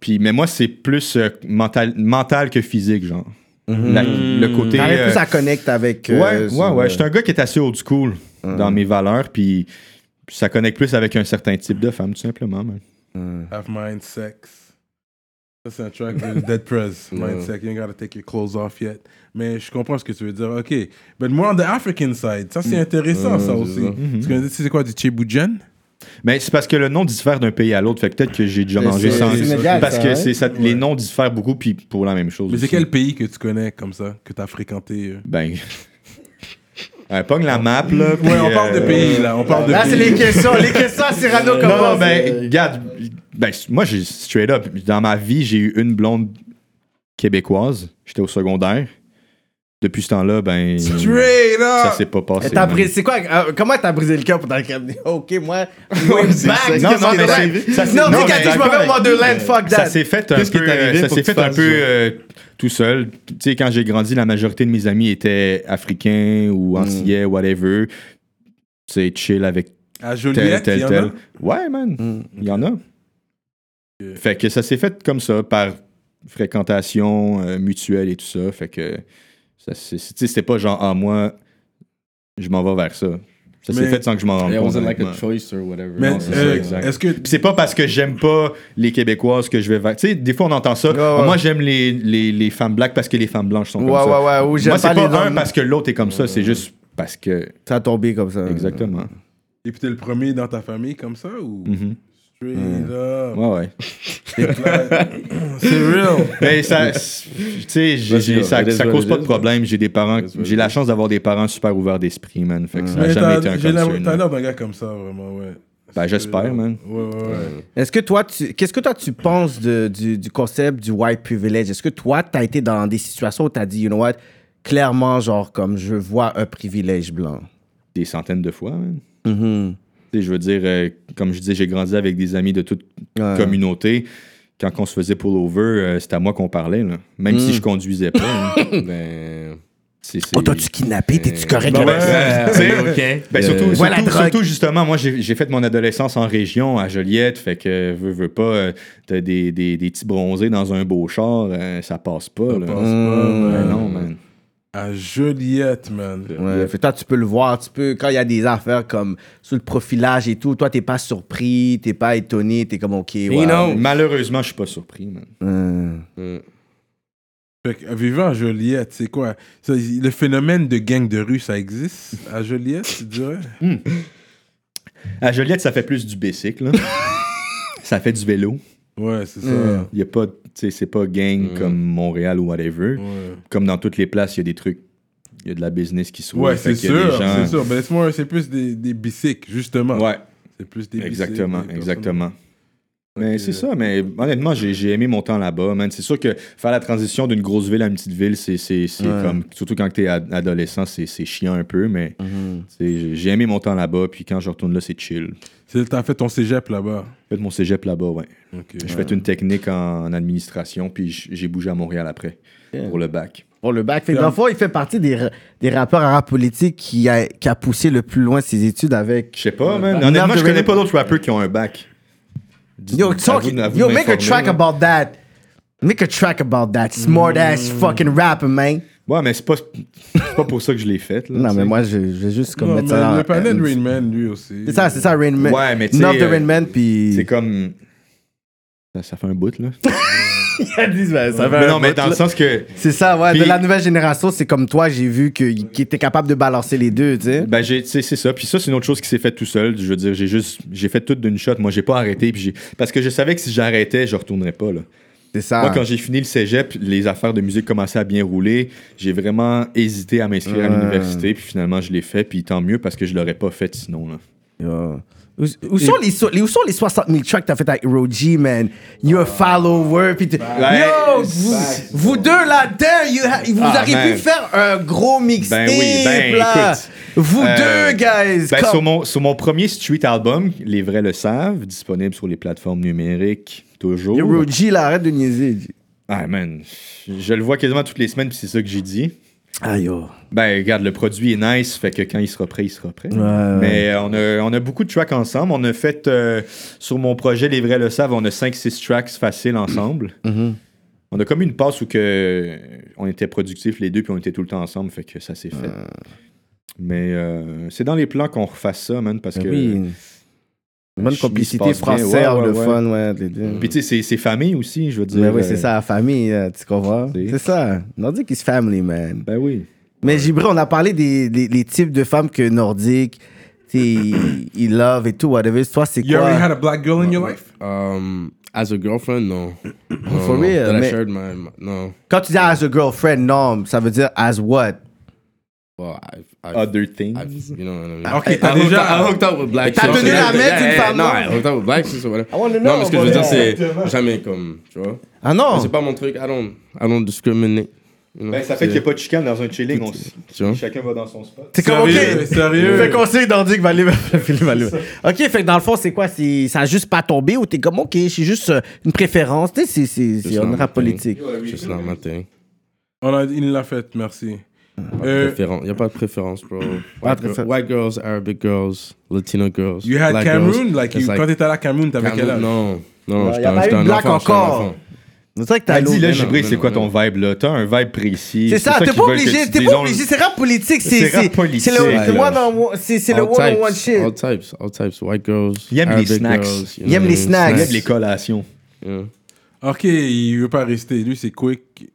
Speaker 5: Puis, mais moi, c'est plus euh, mental, mental que physique, genre.
Speaker 4: Mhm.
Speaker 5: La- le côté...
Speaker 3: T'arrives
Speaker 5: euh,
Speaker 3: plus à connecte avec. euh,
Speaker 5: ouais,
Speaker 3: son,
Speaker 5: ouais, ouais.
Speaker 3: euh,
Speaker 5: Je suis un gars qui est assez old school
Speaker 4: Mhm.
Speaker 5: dans mes valeurs, puis ça connecte plus avec un certain type de femme, tout simplement. man.
Speaker 4: Have mind sex. Ça, c'est un track de Dead Prez. Mind
Speaker 6: Yeah.
Speaker 4: sex. You ain't gotta take your clothes off yet. Mais je comprends ce que tu veux dire. Ok. But more on the African side. Ça, c'est
Speaker 5: Hmm.
Speaker 4: intéressant, ça aussi. Tu connais- Tu sais quoi, du Chibujan?
Speaker 5: Mais c'est parce que le nom diffère d'un pays à l'autre, fait que peut-être que j'ai déjà mangé
Speaker 3: c'est-
Speaker 5: sans...
Speaker 3: c'est Sénégal,
Speaker 5: parce
Speaker 3: ça,
Speaker 5: que
Speaker 3: hein?
Speaker 5: c'est ça- les noms diffèrent beaucoup, puis pour la même chose.
Speaker 4: Mais c'est
Speaker 5: aussi.
Speaker 4: quel pays que tu connais comme ça, que t'as fréquenté? euh?
Speaker 5: Ben... Ouais, pogne la map, là. puis,
Speaker 4: Ouais, on parle de
Speaker 5: euh,
Speaker 4: pays, là. On parle de
Speaker 3: Là, c'est les
Speaker 4: pays.
Speaker 3: questions. Les questions à Cyrano comme
Speaker 5: Non,
Speaker 3: moi,
Speaker 5: ben,
Speaker 7: Euh,
Speaker 5: regarde, ben, moi, j'ai straight up, dans ma vie, j'ai eu une blonde québécoise. J'étais au secondaire. Depuis ce temps-là, ben.
Speaker 4: Straight
Speaker 5: Ça
Speaker 4: up!
Speaker 5: s'est pas passé.
Speaker 3: Et t'as
Speaker 5: man.
Speaker 3: brisé- c'est quoi, euh, comment t'as brisé le cœur pour t'en Ok, moi, way
Speaker 5: ça.
Speaker 3: back,
Speaker 5: Non,
Speaker 3: qu'est-ce
Speaker 5: non,
Speaker 3: qui
Speaker 5: mais
Speaker 3: est
Speaker 5: c'est-
Speaker 3: vrai?
Speaker 5: ça, c'est-
Speaker 3: Non,
Speaker 5: non,
Speaker 3: tu sais,
Speaker 5: mais
Speaker 3: quand je m'en
Speaker 5: d'accord,
Speaker 3: vais au Motherland, fuck
Speaker 5: Ça
Speaker 3: that.
Speaker 5: s'est fait un
Speaker 7: Qu'est-ce qui
Speaker 5: peu,
Speaker 7: est arrivé
Speaker 5: euh, ça
Speaker 7: pour
Speaker 5: s'est
Speaker 7: que tu
Speaker 5: fait un
Speaker 7: fasses
Speaker 5: peu
Speaker 7: ça?
Speaker 5: euh, tout seul. Tu sais, quand j'ai grandi, la majorité de mes amis étaient africains ou
Speaker 7: Mm.
Speaker 5: antillais, whatever. Tu sais, chill avec
Speaker 4: À
Speaker 5: tel,
Speaker 4: Joliette, il y
Speaker 5: tel,
Speaker 4: en a?
Speaker 5: tel. Ouais, man, il y en a. Fait que ça s'est fait comme ça, par fréquentation euh, mutuelle et tout ça. Fait que ça s'est- tu sais, c'était pas genre, ah, moi, je m'en vais vers ça. Ça s'est
Speaker 4: Mais-
Speaker 5: fait sans que je m'en rende
Speaker 6: It
Speaker 5: compte.
Speaker 6: wasn't like a
Speaker 5: honnêtement.
Speaker 6: choice or whatever.
Speaker 4: Mais
Speaker 5: Non, c'est ça,
Speaker 4: euh,
Speaker 5: exact.
Speaker 4: est-ce que...
Speaker 5: Puis c'est pas parce que j'aime pas les Québécoises que je vais vers. Tu sais, des fois on entend ça.
Speaker 3: ouais.
Speaker 5: Moi j'aime les, les, les femmes blagues parce que les femmes blanches sont
Speaker 3: Ouais,
Speaker 5: comme ça.
Speaker 3: ouais, ouais. Ou
Speaker 5: Moi
Speaker 3: j'aime
Speaker 5: c'est
Speaker 3: pas
Speaker 5: pas
Speaker 3: les
Speaker 5: un
Speaker 3: hommes.
Speaker 5: parce que l'autre est comme ça, c'est juste parce que.
Speaker 3: Ça a tombé comme ça.
Speaker 5: Exactement.
Speaker 4: Et puis t'es le premier dans ta famille comme ça, ou...
Speaker 5: Mhm.
Speaker 4: Straight up.
Speaker 5: Ouais, ouais.
Speaker 4: C'est clair. C'est real.
Speaker 5: Mais ça, tu sais, j'ai- j'ai- ça, ça cause pas de problème. J'ai des parents, j'ai la chance d'avoir des parents super ouverts d'esprit, man. Fait que ça n'a
Speaker 4: Mais
Speaker 5: jamais
Speaker 4: t'as
Speaker 5: été un
Speaker 4: j'ai l'air-
Speaker 5: concern.
Speaker 4: t'as l'air d'un gars comme ça, vraiment, ouais.
Speaker 5: Ben, j'espère, man.
Speaker 4: Ouais, ouais, ouais.
Speaker 3: Est-ce que toi, tu, qu'est-ce que toi tu penses de- du, du concept du white privilege Est-ce que toi, t'as été dans des situations où t'as dit, you know what, clairement, genre comme je vois un privilège blanc.
Speaker 5: Des centaines de fois, man. Tu sais, je veux dire, euh, comme je disais, j'ai grandi avec des amis de toute
Speaker 3: Ouais.
Speaker 5: communauté. Quand on se faisait pullover, euh, c'était à moi qu'on parlait, là. Même
Speaker 4: Mm.
Speaker 5: si je conduisais pas. hein.
Speaker 6: Ben,
Speaker 5: C'est- c'est-
Speaker 3: Oh, t'as-tu kidnappé T'es-tu correct
Speaker 5: Ben,
Speaker 3: avec ça
Speaker 5: ouais, tu sais, ben,
Speaker 4: euh,
Speaker 5: surtout,
Speaker 3: Ouais, la
Speaker 5: surtout-
Speaker 3: drogue.
Speaker 5: surtout, justement, moi, j'ai j'ai fait mon adolescence en région, à Joliette, fait que, veux, veux pas, euh, t'as des, des, des petits bronzés dans un beau char, euh, ça passe pas, là.
Speaker 4: Je pense pas,
Speaker 5: Ben
Speaker 4: man.
Speaker 5: non, man.
Speaker 4: À Joliette, man.
Speaker 3: Ouais, fait que toi, tu peux le voir, tu peux, quand il y a des affaires comme sur le profilage et tout, toi, t'es pas surpris, t'es pas étonné, t'es comme, ok, wow.
Speaker 6: know.
Speaker 5: Malheureusement, je suis pas surpris, man.
Speaker 3: Hum.
Speaker 4: Fait que, euh, vivant à Joliette, c'est quoi Ça, y- Le phénomène de gang de rue, ça existe à Joliette, tu dirais
Speaker 5: À Joliette, ça fait plus du bicycle, là. ça fait du vélo.
Speaker 4: Ouais, c'est ça.
Speaker 3: Mm.
Speaker 5: Il y a pas, tu sais, c'est pas
Speaker 4: Mm.
Speaker 5: gang comme Montréal ou whatever.
Speaker 4: Ouais,
Speaker 5: Comme dans toutes les places, il y a des trucs, il y a de la business qui s'ouvre.
Speaker 4: Ouais,
Speaker 5: fait
Speaker 4: c'est
Speaker 5: qu'il y a des
Speaker 4: sûr,
Speaker 5: gens-
Speaker 4: c'est sûr. Mais moi c'est plus des, des bicycles, justement.
Speaker 5: Ouais.
Speaker 4: C'est plus des bicycles,
Speaker 5: Exactement,
Speaker 4: des personnes-
Speaker 5: exactement. Mais
Speaker 4: Ok.
Speaker 5: c'est ça,
Speaker 3: euh,
Speaker 5: mais honnêtement, j'ai j'ai aimé mon temps là-bas, man. C'est sûr que faire la transition d'une grosse ville à une petite ville, c'est c'est- c'est comme. Surtout quand t'es ad- adolescent, c'est c'est chiant un peu, mais
Speaker 3: Mm-hmm.
Speaker 5: tu sais, j'ai j'ai aimé mon temps là-bas, puis quand je retourne là, c'est chill.
Speaker 4: C'est t'as fait ton cégep là-bas.
Speaker 5: J'ai fait mon cégep là-bas, ouais.
Speaker 4: Ok.
Speaker 5: J'ai fait une technique en, en administration, puis j- j'ai bougé à Montréal après pour le bac.
Speaker 3: pour le bac. Fait que dans le fond, il fait partie des, ra- des rappeurs arabes politiques qui a, qui a poussé le plus loin ses études avec.
Speaker 5: Je sais pas, man.
Speaker 3: bah,
Speaker 5: Honnêtement,
Speaker 3: Nerve
Speaker 5: je
Speaker 3: de
Speaker 5: connais
Speaker 3: René-
Speaker 5: pas d'autres rappeurs qui ont un bac.
Speaker 3: Yo, talk,
Speaker 5: À vous- à vous
Speaker 3: yo
Speaker 5: de
Speaker 3: make a
Speaker 5: m'informer,
Speaker 3: track
Speaker 5: là.
Speaker 3: about that. Make a track about that. Smart ass
Speaker 5: Mm.
Speaker 3: fucking rapper, man.
Speaker 5: Ouais, mais c'est pas, c'est pas pour ça que je l'ai faite. là,
Speaker 3: Non,
Speaker 5: tu
Speaker 3: mais
Speaker 5: sais.
Speaker 3: moi, je je vais juste comme
Speaker 4: Non,
Speaker 3: mettre
Speaker 4: mais
Speaker 3: ça.
Speaker 4: le
Speaker 3: en-
Speaker 4: panel de
Speaker 3: en-
Speaker 4: Rain Man, lui aussi.
Speaker 3: C'est ça, c'est ça, Rain Man.
Speaker 5: Ouais, mais tu sais,
Speaker 3: North de
Speaker 5: euh,
Speaker 3: Rain Man, puis.
Speaker 5: C'est comme. Ça, ça fait un bout, là.
Speaker 3: ça
Speaker 5: mais non, mais dans le sens que.
Speaker 3: C'est ça, ouais. de
Speaker 5: Puis-
Speaker 3: la nouvelle génération, c'est comme toi, j'ai vu que- qu'il était capable de balancer les deux, tu sais.
Speaker 5: Ben, j'ai- tu sais, c'est ça. Puis ça, c'est une autre chose qui s'est faite tout seul. Je veux dire, j'ai juste. J'ai fait tout d'une shot. Moi, j'ai pas arrêté. Puis j'ai... Parce que je savais que si j'arrêtais, je retournerais pas, là.
Speaker 3: C'est ça.
Speaker 5: Moi, quand j'ai fini le cégep, les affaires de musique commençaient à bien rouler. J'ai vraiment hésité à m'inscrire à
Speaker 3: Ouais.
Speaker 5: l'université. Puis finalement, je l'ai fait. Puis tant mieux parce que je l'aurais pas fait sinon, là.
Speaker 3: Yo. Où, où sont les, so- les- où sont les 60 000 tracks que t'as fait avec Roji, man? You're a follower. Pis t'es- Yo, vous, vous deux là, damn, you ha- vous
Speaker 5: Ah,
Speaker 3: auriez
Speaker 5: man.
Speaker 3: pu faire un gros mixtape,
Speaker 5: Ben oui, ben,
Speaker 3: là.
Speaker 5: écoute.
Speaker 3: Vous
Speaker 5: Euh,
Speaker 3: deux, guys.
Speaker 5: Ben,
Speaker 3: come-
Speaker 5: sur, mon, sur mon premier street album, les vrais le savent, disponible sur les plateformes numériques, toujours.
Speaker 3: Yo, Roji, là, arrête de niaiser.
Speaker 5: Ah, man, je le vois quasiment toutes les semaines, puis c'est ça que j'ai dit.
Speaker 3: Ah, yo.
Speaker 5: Ben, regarde, le produit est nice, fait que quand il sera prêt, il sera prêt.
Speaker 3: ouais.
Speaker 5: Mais euh, on a, on a beaucoup de tracks ensemble. On a fait, euh, sur mon projet Les Vrais le savent, on a 5-6 tracks faciles ensemble.
Speaker 3: Mm-hmm.
Speaker 5: On a comme une passe où que on était productifs les deux, puis on était tout le temps ensemble, fait que ça s'est fait. Mais euh, c'est dans les plans qu'on refasse ça, man, parce que...
Speaker 3: Ben Oui. Bonne
Speaker 5: il se
Speaker 3: complicité
Speaker 5: passe bien, ouais,
Speaker 3: française,
Speaker 5: ouais,
Speaker 3: le
Speaker 5: ouais.
Speaker 3: fun, ouais. les deux.
Speaker 5: Puis tu sais, c'est- c'est famille aussi, je veux dire.
Speaker 3: Ben oui, c'est
Speaker 5: euh,
Speaker 3: ça, la famille, euh, tu comprends?
Speaker 5: c'est-
Speaker 3: C'est ça. Nordic is family, man.
Speaker 5: Ben oui.
Speaker 3: Mais Gibri, on a parlé des, des- les types de femmes que Nordic, tu sais, il il love et tout, whatever. Toi, c'est
Speaker 4: You already had
Speaker 3: quoi?
Speaker 4: a black girl in your life?
Speaker 6: Um, as a girlfriend, no.
Speaker 3: For uh, real,
Speaker 6: That I
Speaker 3: mais-
Speaker 6: shared my, my- no.
Speaker 3: Quand tu dis as a girlfriend, non, ça veut dire as what?
Speaker 6: Well, I've, I've,
Speaker 3: Uh,
Speaker 5: Other things.
Speaker 6: I've, you know what I mean.
Speaker 3: Ah,
Speaker 4: Ok,
Speaker 6: I
Speaker 4: t'as
Speaker 6: hooked, up, I
Speaker 4: déjà.
Speaker 6: hooked up with black
Speaker 3: T'as
Speaker 6: chicks
Speaker 3: tenu la
Speaker 6: and
Speaker 3: main
Speaker 6: everything.
Speaker 3: d'une
Speaker 6: Yeah, yeah,
Speaker 3: femme,
Speaker 6: No,
Speaker 3: non?
Speaker 6: I hooked up with black chicks or whatever.
Speaker 3: wanna
Speaker 6: Non, mais ce que je veux
Speaker 3: about
Speaker 6: dire,
Speaker 3: that.
Speaker 6: c'est jamais comme, tu vois.
Speaker 3: Ah non!
Speaker 6: C'est pas mon truc. I don't, I don't discriminate. you know,
Speaker 5: Ben, ça fait
Speaker 6: c'est-
Speaker 5: qu'il n'y a pas de chicane dans un chilling. on s-
Speaker 3: hein?
Speaker 6: Tu vois?
Speaker 5: Chacun va dans son spot.
Speaker 3: C'est comme,
Speaker 4: Sérieux,
Speaker 3: ok.
Speaker 4: sérieux.
Speaker 3: Fait qu'on sait que Nordic va aller vers le film, va aller vers- Ok, fait que dans le fond, c'est quoi? C'est- Ça a juste pas tombé ou t'es comme, ok, c'est juste euh, une préférence, tu sais, c'est- c'est- c'est
Speaker 6: Just
Speaker 3: un
Speaker 6: not my
Speaker 3: rap
Speaker 6: thing.
Speaker 3: politique.
Speaker 6: Just not my thing.
Speaker 4: On a- il l'a fait, merci. Euh,
Speaker 6: Préférence. Y a pas de préférence, bro.
Speaker 3: Pas
Speaker 6: White,
Speaker 3: de
Speaker 6: girl-
Speaker 3: préférence.
Speaker 6: white girls, Arabic girls, Latino girls.
Speaker 4: you had
Speaker 6: black
Speaker 4: Cameroon?
Speaker 6: girls.
Speaker 4: Like,
Speaker 6: It's
Speaker 4: you, quand t'étais à la Cameroon, t'avais quel
Speaker 6: Cameroon,
Speaker 4: âge?
Speaker 6: Non, non,
Speaker 3: Ouais,
Speaker 6: j'étais
Speaker 3: y a pas
Speaker 6: un-
Speaker 3: eu
Speaker 6: j'étais
Speaker 3: de
Speaker 6: un
Speaker 3: black
Speaker 6: enfant. j'étais un
Speaker 3: encore.
Speaker 6: enfant.
Speaker 3: C'est vrai que t'as
Speaker 5: Ben, dis-là,
Speaker 3: l'autre.
Speaker 5: Gibril,
Speaker 6: non,
Speaker 5: c'est quoi
Speaker 6: non,
Speaker 5: ton vibe, là? T'as un vibe précis.
Speaker 3: C'est ça,
Speaker 5: qu'ils
Speaker 3: t'es pas
Speaker 5: veulent que
Speaker 3: obligé,
Speaker 5: tu
Speaker 3: t'es
Speaker 5: dises,
Speaker 3: pas
Speaker 5: on-
Speaker 3: obligé, c'est rap politique, c'est
Speaker 5: C'est rap
Speaker 3: c'est-
Speaker 5: politique,
Speaker 3: c'est le
Speaker 5: là.
Speaker 3: c'est one on one, c'est c'est le
Speaker 6: All
Speaker 3: one on one
Speaker 6: types,
Speaker 3: shit.
Speaker 6: All types, all types. White girls.
Speaker 5: Il aime les
Speaker 6: Arabic
Speaker 5: snacks.
Speaker 6: girls, you
Speaker 3: Il aime
Speaker 6: know,
Speaker 3: les snacks.
Speaker 5: Il y a de les collations.
Speaker 6: Yeah.
Speaker 4: Ok, il veut pas rester. Lui, c'est quick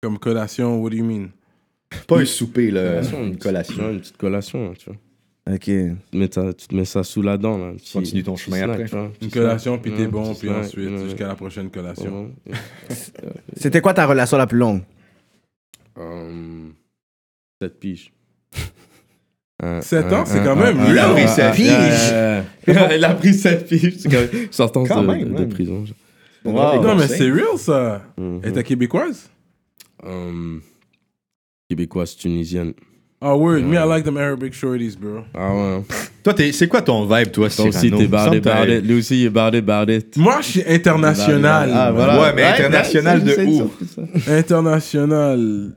Speaker 4: comme collation. What do you mean?
Speaker 5: Pas un souper, là. Une
Speaker 6: Une petite-
Speaker 5: collation.
Speaker 6: Une petite collation, tu vois.
Speaker 3: Ok.
Speaker 6: Tu mets, ta- tu te mets ça sous la dent, là. Tu
Speaker 5: Continue ton chemin après.
Speaker 4: Une collation, puis t'es
Speaker 6: Ouais,
Speaker 4: bon,
Speaker 6: c'est
Speaker 4: puis
Speaker 6: ça,
Speaker 4: ensuite,
Speaker 6: ouais.
Speaker 4: jusqu'à la prochaine collation.
Speaker 3: C'était quoi ta relation la plus longue?
Speaker 6: Cette pige. Un-
Speaker 4: Sept
Speaker 6: Euh, un-
Speaker 4: ans, c'est
Speaker 6: un-
Speaker 4: quand
Speaker 6: un-
Speaker 4: même
Speaker 6: un-
Speaker 5: Il a
Speaker 4: long.
Speaker 5: pris sa
Speaker 3: pige.
Speaker 5: ah,
Speaker 6: Il a pris cette pige. C'est quand même sortance
Speaker 5: Quand
Speaker 6: de,
Speaker 5: même,
Speaker 6: de- de
Speaker 5: ouais.
Speaker 6: prison. genre.
Speaker 5: Wow.
Speaker 4: Non, mais
Speaker 5: Conseil.
Speaker 4: Ah, c'est real, ça.
Speaker 6: Mhm.
Speaker 4: Elle était québécoise?
Speaker 6: Euh, Québécoise, tunisienne.
Speaker 4: Oh, word. Me, I like them Arabic shorties, bro.
Speaker 6: Ah ouais.
Speaker 5: Toi, t'es- c'est quoi ton vibe, toi,
Speaker 6: Toi
Speaker 5: Cyrano?
Speaker 6: aussi, t'es bardé, bardé. Lui aussi, il est bardé, bardé.
Speaker 4: Moi, je suis international.
Speaker 5: voilà. Ah, Ouais, mais international de où?
Speaker 4: international.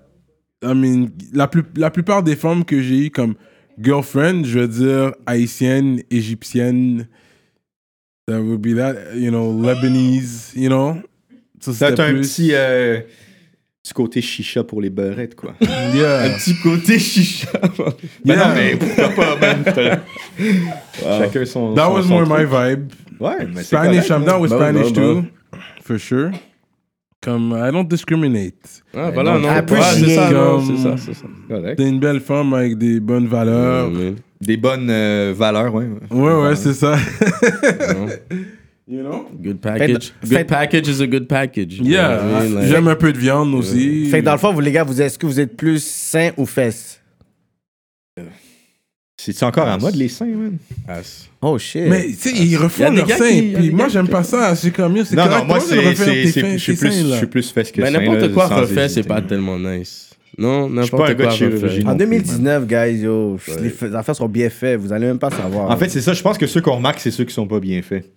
Speaker 4: I mean, la, plus, la plupart des femmes que j'ai eues comme girlfriend, je veux dire haïtienne, égyptienne, that would be that, you know, Lebanese, you know. Ça,
Speaker 5: T'as
Speaker 4: c'était
Speaker 5: un
Speaker 4: plus-
Speaker 5: petit... euh, petit côté chicha pour les beurrettes, quoi.
Speaker 4: Yeah.
Speaker 5: euh, petit côté chicha. Ben
Speaker 4: Yeah.
Speaker 5: non, mais pourquoi pas, man? Chacun son...
Speaker 4: That
Speaker 5: son-
Speaker 4: was
Speaker 5: son
Speaker 4: more
Speaker 5: truc.
Speaker 4: my vibe.
Speaker 5: Ouais, mais c'est
Speaker 4: Spanish,
Speaker 5: correct,
Speaker 4: I'm
Speaker 5: man.
Speaker 4: down with
Speaker 6: Bah oui,
Speaker 4: Spanish
Speaker 6: bah oui,
Speaker 4: too, for sure. Comme, I don't discriminate.
Speaker 6: Ah, voilà, non.
Speaker 3: Appreciate.
Speaker 6: Ah, c'est ça, non,
Speaker 4: Comme-
Speaker 6: c'est ça, c'est ça.
Speaker 5: Correct.
Speaker 4: T'es une belle femme avec des bonnes valeurs.
Speaker 5: Mm.
Speaker 6: Ouais,
Speaker 5: Des bonnes euh, valeurs, ouais.
Speaker 4: Ouais, ouais, c'est ça.
Speaker 5: Mm.
Speaker 6: mais, non.
Speaker 4: You know?
Speaker 6: Good package. Good package is a good package. You know what I mean?
Speaker 4: Yeah.
Speaker 5: Mm.
Speaker 6: Like-
Speaker 4: J'aime un peu de viande aussi.
Speaker 3: Fait que dans le fond, vous les gars, vous est-ce que vous êtes plus sain ou fesses?
Speaker 5: C'est encore en mode, les seins, man?
Speaker 3: Oh shit.
Speaker 4: Mais tu sais, ils refont
Speaker 6: des
Speaker 4: leur
Speaker 6: gars
Speaker 4: sein.
Speaker 6: qui- y a
Speaker 4: Puis
Speaker 6: des
Speaker 4: moi,
Speaker 6: gars
Speaker 4: j'aime
Speaker 6: qui-
Speaker 4: pas ça. C'est comme mieux. C'est
Speaker 5: Non,
Speaker 4: correct.
Speaker 5: non, moi,
Speaker 4: Comment de
Speaker 5: c'est,
Speaker 4: refaire tes
Speaker 5: c'est,
Speaker 4: fins-
Speaker 5: c'est, je suis
Speaker 4: tes
Speaker 5: plus,
Speaker 4: seins,
Speaker 5: je
Speaker 4: là?
Speaker 5: suis plus fesse que
Speaker 6: Mais
Speaker 5: seins, là,
Speaker 6: ben, n'importe quoi
Speaker 5: sans
Speaker 6: refait, c'est
Speaker 5: hésiter.
Speaker 6: pas tellement nice. Non,
Speaker 5: Je suis pas un
Speaker 6: n'importe
Speaker 5: gars
Speaker 6: quoi
Speaker 5: de
Speaker 6: refait.
Speaker 5: chirurgie.
Speaker 3: en
Speaker 5: non plus,
Speaker 3: 2019, guys, yo, les f- les affaires sont bien faites, vous allez même pas savoir.
Speaker 5: En fait, c'est ça. Je pense que ceux qu'on remarque, c'est ceux qui sont pas bien faits.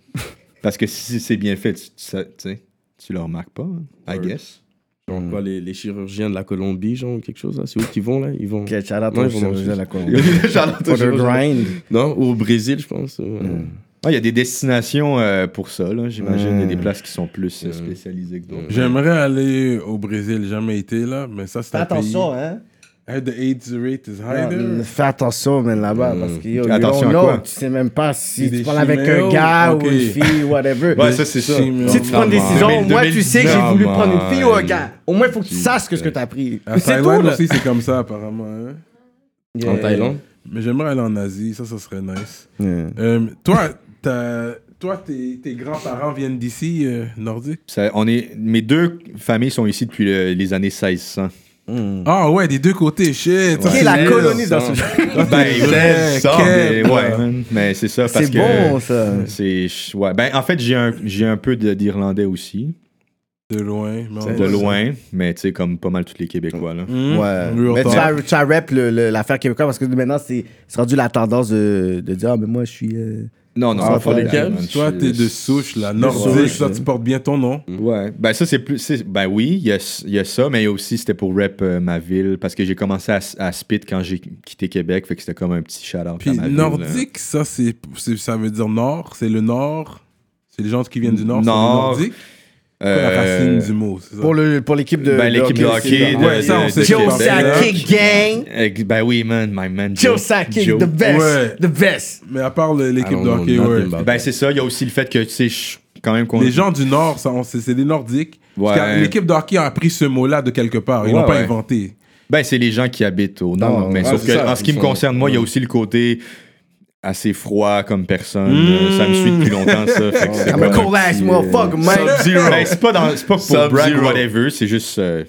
Speaker 5: Parce que si c'est bien fait, tu, tu sais, tu le remarques pas, hein, I guess.
Speaker 6: Donc, quoi, les, les chirurgiens de la Colombie, genre, ou quelque chose, là, c'est où qu'ils vont, là Ils vont.
Speaker 3: Ok, shout out
Speaker 6: Ouais,
Speaker 3: aux
Speaker 6: ils vont
Speaker 3: chirurgiens
Speaker 6: manger.
Speaker 3: de la Colombie.
Speaker 5: Charlotte,
Speaker 3: For the
Speaker 5: je-
Speaker 3: grind.
Speaker 6: Non, au Brésil, je pense. euh,
Speaker 5: Ah, Il y a des destinations euh, pour ça, là, j'imagine. Il y a des places qui sont plus euh,
Speaker 6: Mm.
Speaker 5: spécialisées que d'autres.
Speaker 4: J'aimerais aller au Brésil, j'ai jamais été là, mais ça c'est un
Speaker 3: Attention,
Speaker 4: pays.
Speaker 3: hein.
Speaker 4: Hey, the AIDS rate is high
Speaker 3: Non,
Speaker 4: there.
Speaker 3: Mm, Fais attention, man, là-bas, parce que yo, you
Speaker 5: Attention
Speaker 3: don't
Speaker 5: à
Speaker 3: know.
Speaker 5: quoi?
Speaker 3: Tu sais même pas si
Speaker 4: Des
Speaker 3: tu parles avec un
Speaker 4: chimères,
Speaker 3: gars
Speaker 4: ok.
Speaker 3: ou une fille, whatever.
Speaker 5: Ouais, ça, c'est ça. Ah,
Speaker 4: Chimio.
Speaker 3: Si tu prends une
Speaker 5: Come on.
Speaker 3: décision,
Speaker 5: 2000,
Speaker 3: moi, tu sais que j'ai voulu
Speaker 5: come
Speaker 3: prendre une fille ou un
Speaker 5: on.
Speaker 3: gars. Au moins, il faut que tu saches que ce que t'as pris.
Speaker 4: À
Speaker 3: C'est tout,
Speaker 4: Thaïlande
Speaker 3: là.
Speaker 4: aussi c'est comme ça apparemment. hein.
Speaker 6: En Thaïlande.
Speaker 4: Mais j'aimerais aller en Asie, ça, ça serait nice. Euh, toi, t'as- toi, tes, tes grands-parents viennent d'ici, euh, nordique.
Speaker 5: Ça- on est, mes deux familles sont ici depuis le- les années 1600.
Speaker 4: Ah ouais, des deux côtés, shit. ça,
Speaker 3: Qui est
Speaker 4: c'est
Speaker 3: la
Speaker 4: nice.
Speaker 3: colonie dans ce
Speaker 4: Ah,
Speaker 5: ben,
Speaker 4: vrai,
Speaker 5: mais,
Speaker 4: Keb.
Speaker 5: ouais, man. mais c'est ça. parce
Speaker 3: C'est
Speaker 5: que-
Speaker 3: bon, ça.
Speaker 5: C'est ch- ouais. Ben en fait j'ai un j'ai un peu de- d'irlandais aussi
Speaker 4: De loin. mais on-
Speaker 5: de loin mais tu sais comme pas mal tous les Québécois là.
Speaker 4: Hmm,
Speaker 3: Ouais.
Speaker 4: real
Speaker 3: Mais tu
Speaker 4: talk.
Speaker 3: as, tu as rep le- le- l'affaire québécoise parce que maintenant, c'est c'est rendu la tendance de, de dire Ah, mais moi, je suis. euh,
Speaker 5: Non non
Speaker 3: Ah,
Speaker 5: pas les
Speaker 3: ouais.
Speaker 5: Québécois, man.
Speaker 4: Toi,
Speaker 5: Je-
Speaker 4: t'es de souche, là.
Speaker 3: souche,
Speaker 4: Nordique, ça,
Speaker 3: ouais.
Speaker 4: tu portes bien ton nom.
Speaker 5: Ouais ben ça c'est plus c'est- ben oui il y a, s- il y a ça mais il y a aussi c'était pour rep euh, ma ville parce que j'ai commencé à, s- à spit quand j'ai quitté Québec fait que c'était comme un petit shout out
Speaker 4: Puis nordique, ça, c'est, c'est- ça veut dire nord. C'est le nord. C'est les gens qui viennent du nord.
Speaker 5: Nord.
Speaker 4: C'est les nordiques. C'est
Speaker 5: Euh,
Speaker 4: la
Speaker 6: Euh,
Speaker 4: racine du mot, c'est ça.
Speaker 3: Pour le- pour l'équipe de.
Speaker 5: ben, l'équipe de hockey
Speaker 3: c'est-
Speaker 5: de-
Speaker 4: Ouais, ça, on
Speaker 5: de-
Speaker 4: sait
Speaker 5: de
Speaker 4: que c'est
Speaker 3: Joe
Speaker 5: Québec.
Speaker 4: Sakic.
Speaker 3: Sakic Gang.
Speaker 5: Ex- ben oui man my man
Speaker 3: Joe
Speaker 5: Joe.
Speaker 3: Sakic,
Speaker 5: Joe.
Speaker 3: the best.
Speaker 4: Ouais.
Speaker 3: The best.
Speaker 4: Mais à part le- l'équipe
Speaker 6: I
Speaker 4: de
Speaker 6: don't
Speaker 4: hockey,
Speaker 6: know
Speaker 4: ouais.
Speaker 6: nothing about
Speaker 5: ben c'est ça il y a aussi le fait que tu sais je- quand même qu'on
Speaker 4: Les gens du Nord, ça, on sait, c'est des Nordiques. Parce
Speaker 5: Ouais.
Speaker 4: que L'équipe de hockey a appris ce mot-là de quelque part. Ils
Speaker 5: Ouais,
Speaker 4: l'ont pas
Speaker 5: ouais.
Speaker 4: inventé.
Speaker 5: Ben, c'est les gens qui habitent au nord.
Speaker 3: Non,
Speaker 5: mais
Speaker 6: ouais,
Speaker 5: sauf
Speaker 6: c'est
Speaker 5: que,
Speaker 6: ça,
Speaker 5: en ce qui
Speaker 6: ils
Speaker 5: me
Speaker 6: sont-
Speaker 5: concerne, moi, il y a aussi le côté assez froid comme personne. Euh, Ça me suit depuis longtemps, ça. Fait que c'est
Speaker 3: I'm
Speaker 5: comme
Speaker 3: a
Speaker 5: un
Speaker 3: cold ass
Speaker 5: petit, euh,
Speaker 3: motherfucker, man.
Speaker 5: Ben, c'est pas, dans, c'est pas pour
Speaker 6: Sub-zero.
Speaker 5: brag ou whatever, c'est juste. euh,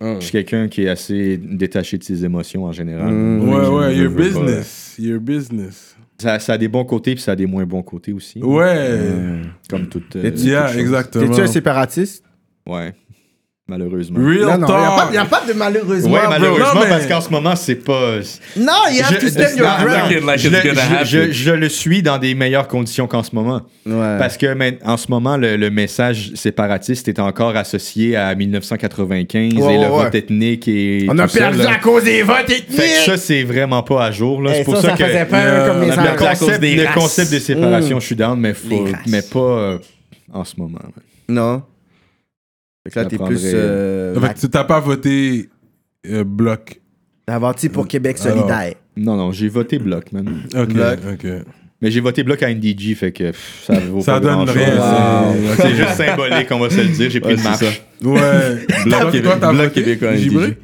Speaker 6: Hum.
Speaker 5: Je suis quelqu'un qui est assez détaché de ses émotions en
Speaker 4: Ouais,
Speaker 5: général. Je-
Speaker 4: ouais,
Speaker 5: je
Speaker 4: your
Speaker 5: veux pas.
Speaker 4: business. Your business.
Speaker 5: Ça, ça a des bons côtés, puis ça a des moins bons côtés aussi.
Speaker 4: Ouais.
Speaker 5: Euh, comme toute. euh, toute
Speaker 4: Yeah,
Speaker 5: chose.
Speaker 4: exactement.
Speaker 3: T'es-tu un séparatiste?
Speaker 5: Ouais. Malheureusement.
Speaker 4: Real
Speaker 3: non,
Speaker 4: talk.
Speaker 3: il n'y a, pas de malheureusement.
Speaker 5: Ouais,
Speaker 3: bro.
Speaker 5: malheureusement,
Speaker 4: Non, mais-
Speaker 5: parce qu'en ce moment, c'est pas.
Speaker 3: Non, you have to stand your
Speaker 5: non,
Speaker 3: ground.
Speaker 5: non, je le- je- je- je le suis dans des meilleures conditions qu'en ce moment.
Speaker 3: Ouais.
Speaker 5: Parce que mais, en ce moment, le, le message séparatiste est encore associé à 1995
Speaker 3: Ouais,
Speaker 5: et
Speaker 3: ouais,
Speaker 5: le
Speaker 3: ouais.
Speaker 5: vote ethnique et.
Speaker 3: On
Speaker 5: tout
Speaker 3: a
Speaker 5: ça,
Speaker 3: perdu
Speaker 5: là.
Speaker 3: à cause des votes ethniques.
Speaker 5: Fait que ça, c'est vraiment pas à jour. là.
Speaker 3: Eh,
Speaker 5: C'est pour ça,
Speaker 3: ça
Speaker 5: que.
Speaker 3: faisait peur
Speaker 4: euh,
Speaker 3: comme les Mm.
Speaker 5: le,
Speaker 3: Anglais.
Speaker 5: concept, le concept de
Speaker 3: Mm.
Speaker 5: séparation, je suis down, mais, faut,
Speaker 3: Les races.
Speaker 5: mais pas euh, en ce moment. man.
Speaker 3: Non. Fait que là,
Speaker 5: Ça
Speaker 3: t'es
Speaker 5: prendrait-
Speaker 3: plus. euh,
Speaker 4: Fait que tu t'as pas voté euh, bloc.
Speaker 3: Avanti pour Québec solidaire.
Speaker 5: Non, non, j'ai voté bloc, man.
Speaker 4: Ok,
Speaker 3: Bloc.
Speaker 4: ok.
Speaker 5: Mais j'ai voté bloc à NDG, fait que pff, ça vaut
Speaker 4: Ça
Speaker 5: pas
Speaker 4: donne
Speaker 5: grand-chose.
Speaker 4: rien.
Speaker 5: Wow. C'est juste symbolique, on va se le dire. J'ai pris
Speaker 6: Ouais,
Speaker 5: une
Speaker 6: c'est
Speaker 5: marche.
Speaker 6: ça.
Speaker 4: Ouais.
Speaker 6: Bloc,
Speaker 4: Toi,
Speaker 6: Québec-
Speaker 4: toi, t'as
Speaker 6: Bloc
Speaker 4: voté,
Speaker 6: québécois,
Speaker 4: Gibré?
Speaker 6: NDG.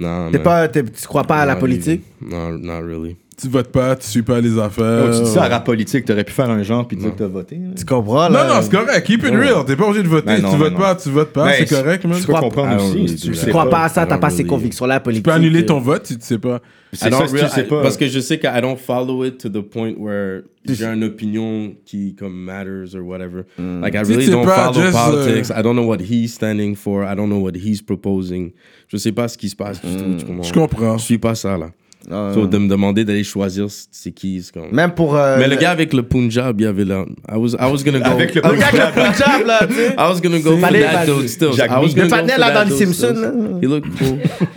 Speaker 6: Non,
Speaker 3: T'es
Speaker 6: man.
Speaker 3: pas, t'es- tu crois pas à la
Speaker 6: Not
Speaker 3: politique?
Speaker 6: really. Non, not really.
Speaker 4: Tu votes pas, tu suis pas les affaires.
Speaker 5: Oh, tu dis ça à rap politique, t'aurais pu faire un genre puis dire que t'as voté. là.
Speaker 3: Tu comprends,
Speaker 4: Non,
Speaker 3: là?
Speaker 4: non, c'est correct. Keep it real. T'es pas obligé de voter.
Speaker 5: Ben non,
Speaker 4: tu
Speaker 5: ben
Speaker 4: votes
Speaker 5: non.
Speaker 4: pas, tu votes pas.
Speaker 5: Ben,
Speaker 4: C'est
Speaker 5: c'est-
Speaker 4: correct, man.
Speaker 5: Tu
Speaker 4: Tu
Speaker 5: peux
Speaker 3: crois-
Speaker 5: comprendre
Speaker 6: Ah
Speaker 5: aussi.
Speaker 6: oui,
Speaker 5: si tu
Speaker 6: tu
Speaker 5: le
Speaker 6: crois
Speaker 5: sais
Speaker 3: crois pas à ça,
Speaker 6: I
Speaker 3: t'as
Speaker 6: don't
Speaker 3: pas ces
Speaker 6: really.
Speaker 3: convictions-là politiques.
Speaker 4: peux annuler ton
Speaker 3: vote.
Speaker 4: vote si tu sais pas.
Speaker 5: C'est
Speaker 6: I
Speaker 5: ça,
Speaker 6: don't
Speaker 5: si tu le
Speaker 6: real-
Speaker 5: sais
Speaker 6: I-
Speaker 5: pas.
Speaker 6: Parce que je sais que I don't follow it to the point where j'ai une opinion qui comme matters or whatever.
Speaker 5: Hmm.
Speaker 6: Like I
Speaker 4: Si
Speaker 6: really
Speaker 4: c'est
Speaker 6: don't
Speaker 4: pas
Speaker 6: follow
Speaker 4: just, euh,
Speaker 6: politics. I don't know what he's standing for. I don't know what he's proposing. Je sais pas ce qui se passe du
Speaker 5: Hmm.
Speaker 6: tout. Tu comprends?
Speaker 4: Je comprends.
Speaker 6: Je suis pas ça là.
Speaker 5: Ah,
Speaker 6: So, de me demander d'aller choisir c- c'est qui. c'est comme-
Speaker 3: Même pour. euh,
Speaker 6: Mais le gars avec le Punjab, il y avait là. I was I was gonna go.
Speaker 5: Avec le
Speaker 3: Le gars avec le Punjab, là, tu sais.
Speaker 6: I was gonna go for
Speaker 3: Fallait-
Speaker 6: that
Speaker 3: fallait-
Speaker 6: dude still.
Speaker 5: Jacques
Speaker 6: I was
Speaker 5: Mie.
Speaker 6: gonna
Speaker 3: Le
Speaker 6: go
Speaker 3: partenaire,
Speaker 6: for
Speaker 3: là,
Speaker 6: that
Speaker 3: dans les
Speaker 6: dude
Speaker 3: Simpsons,
Speaker 6: still.
Speaker 3: là.
Speaker 6: He looked cool.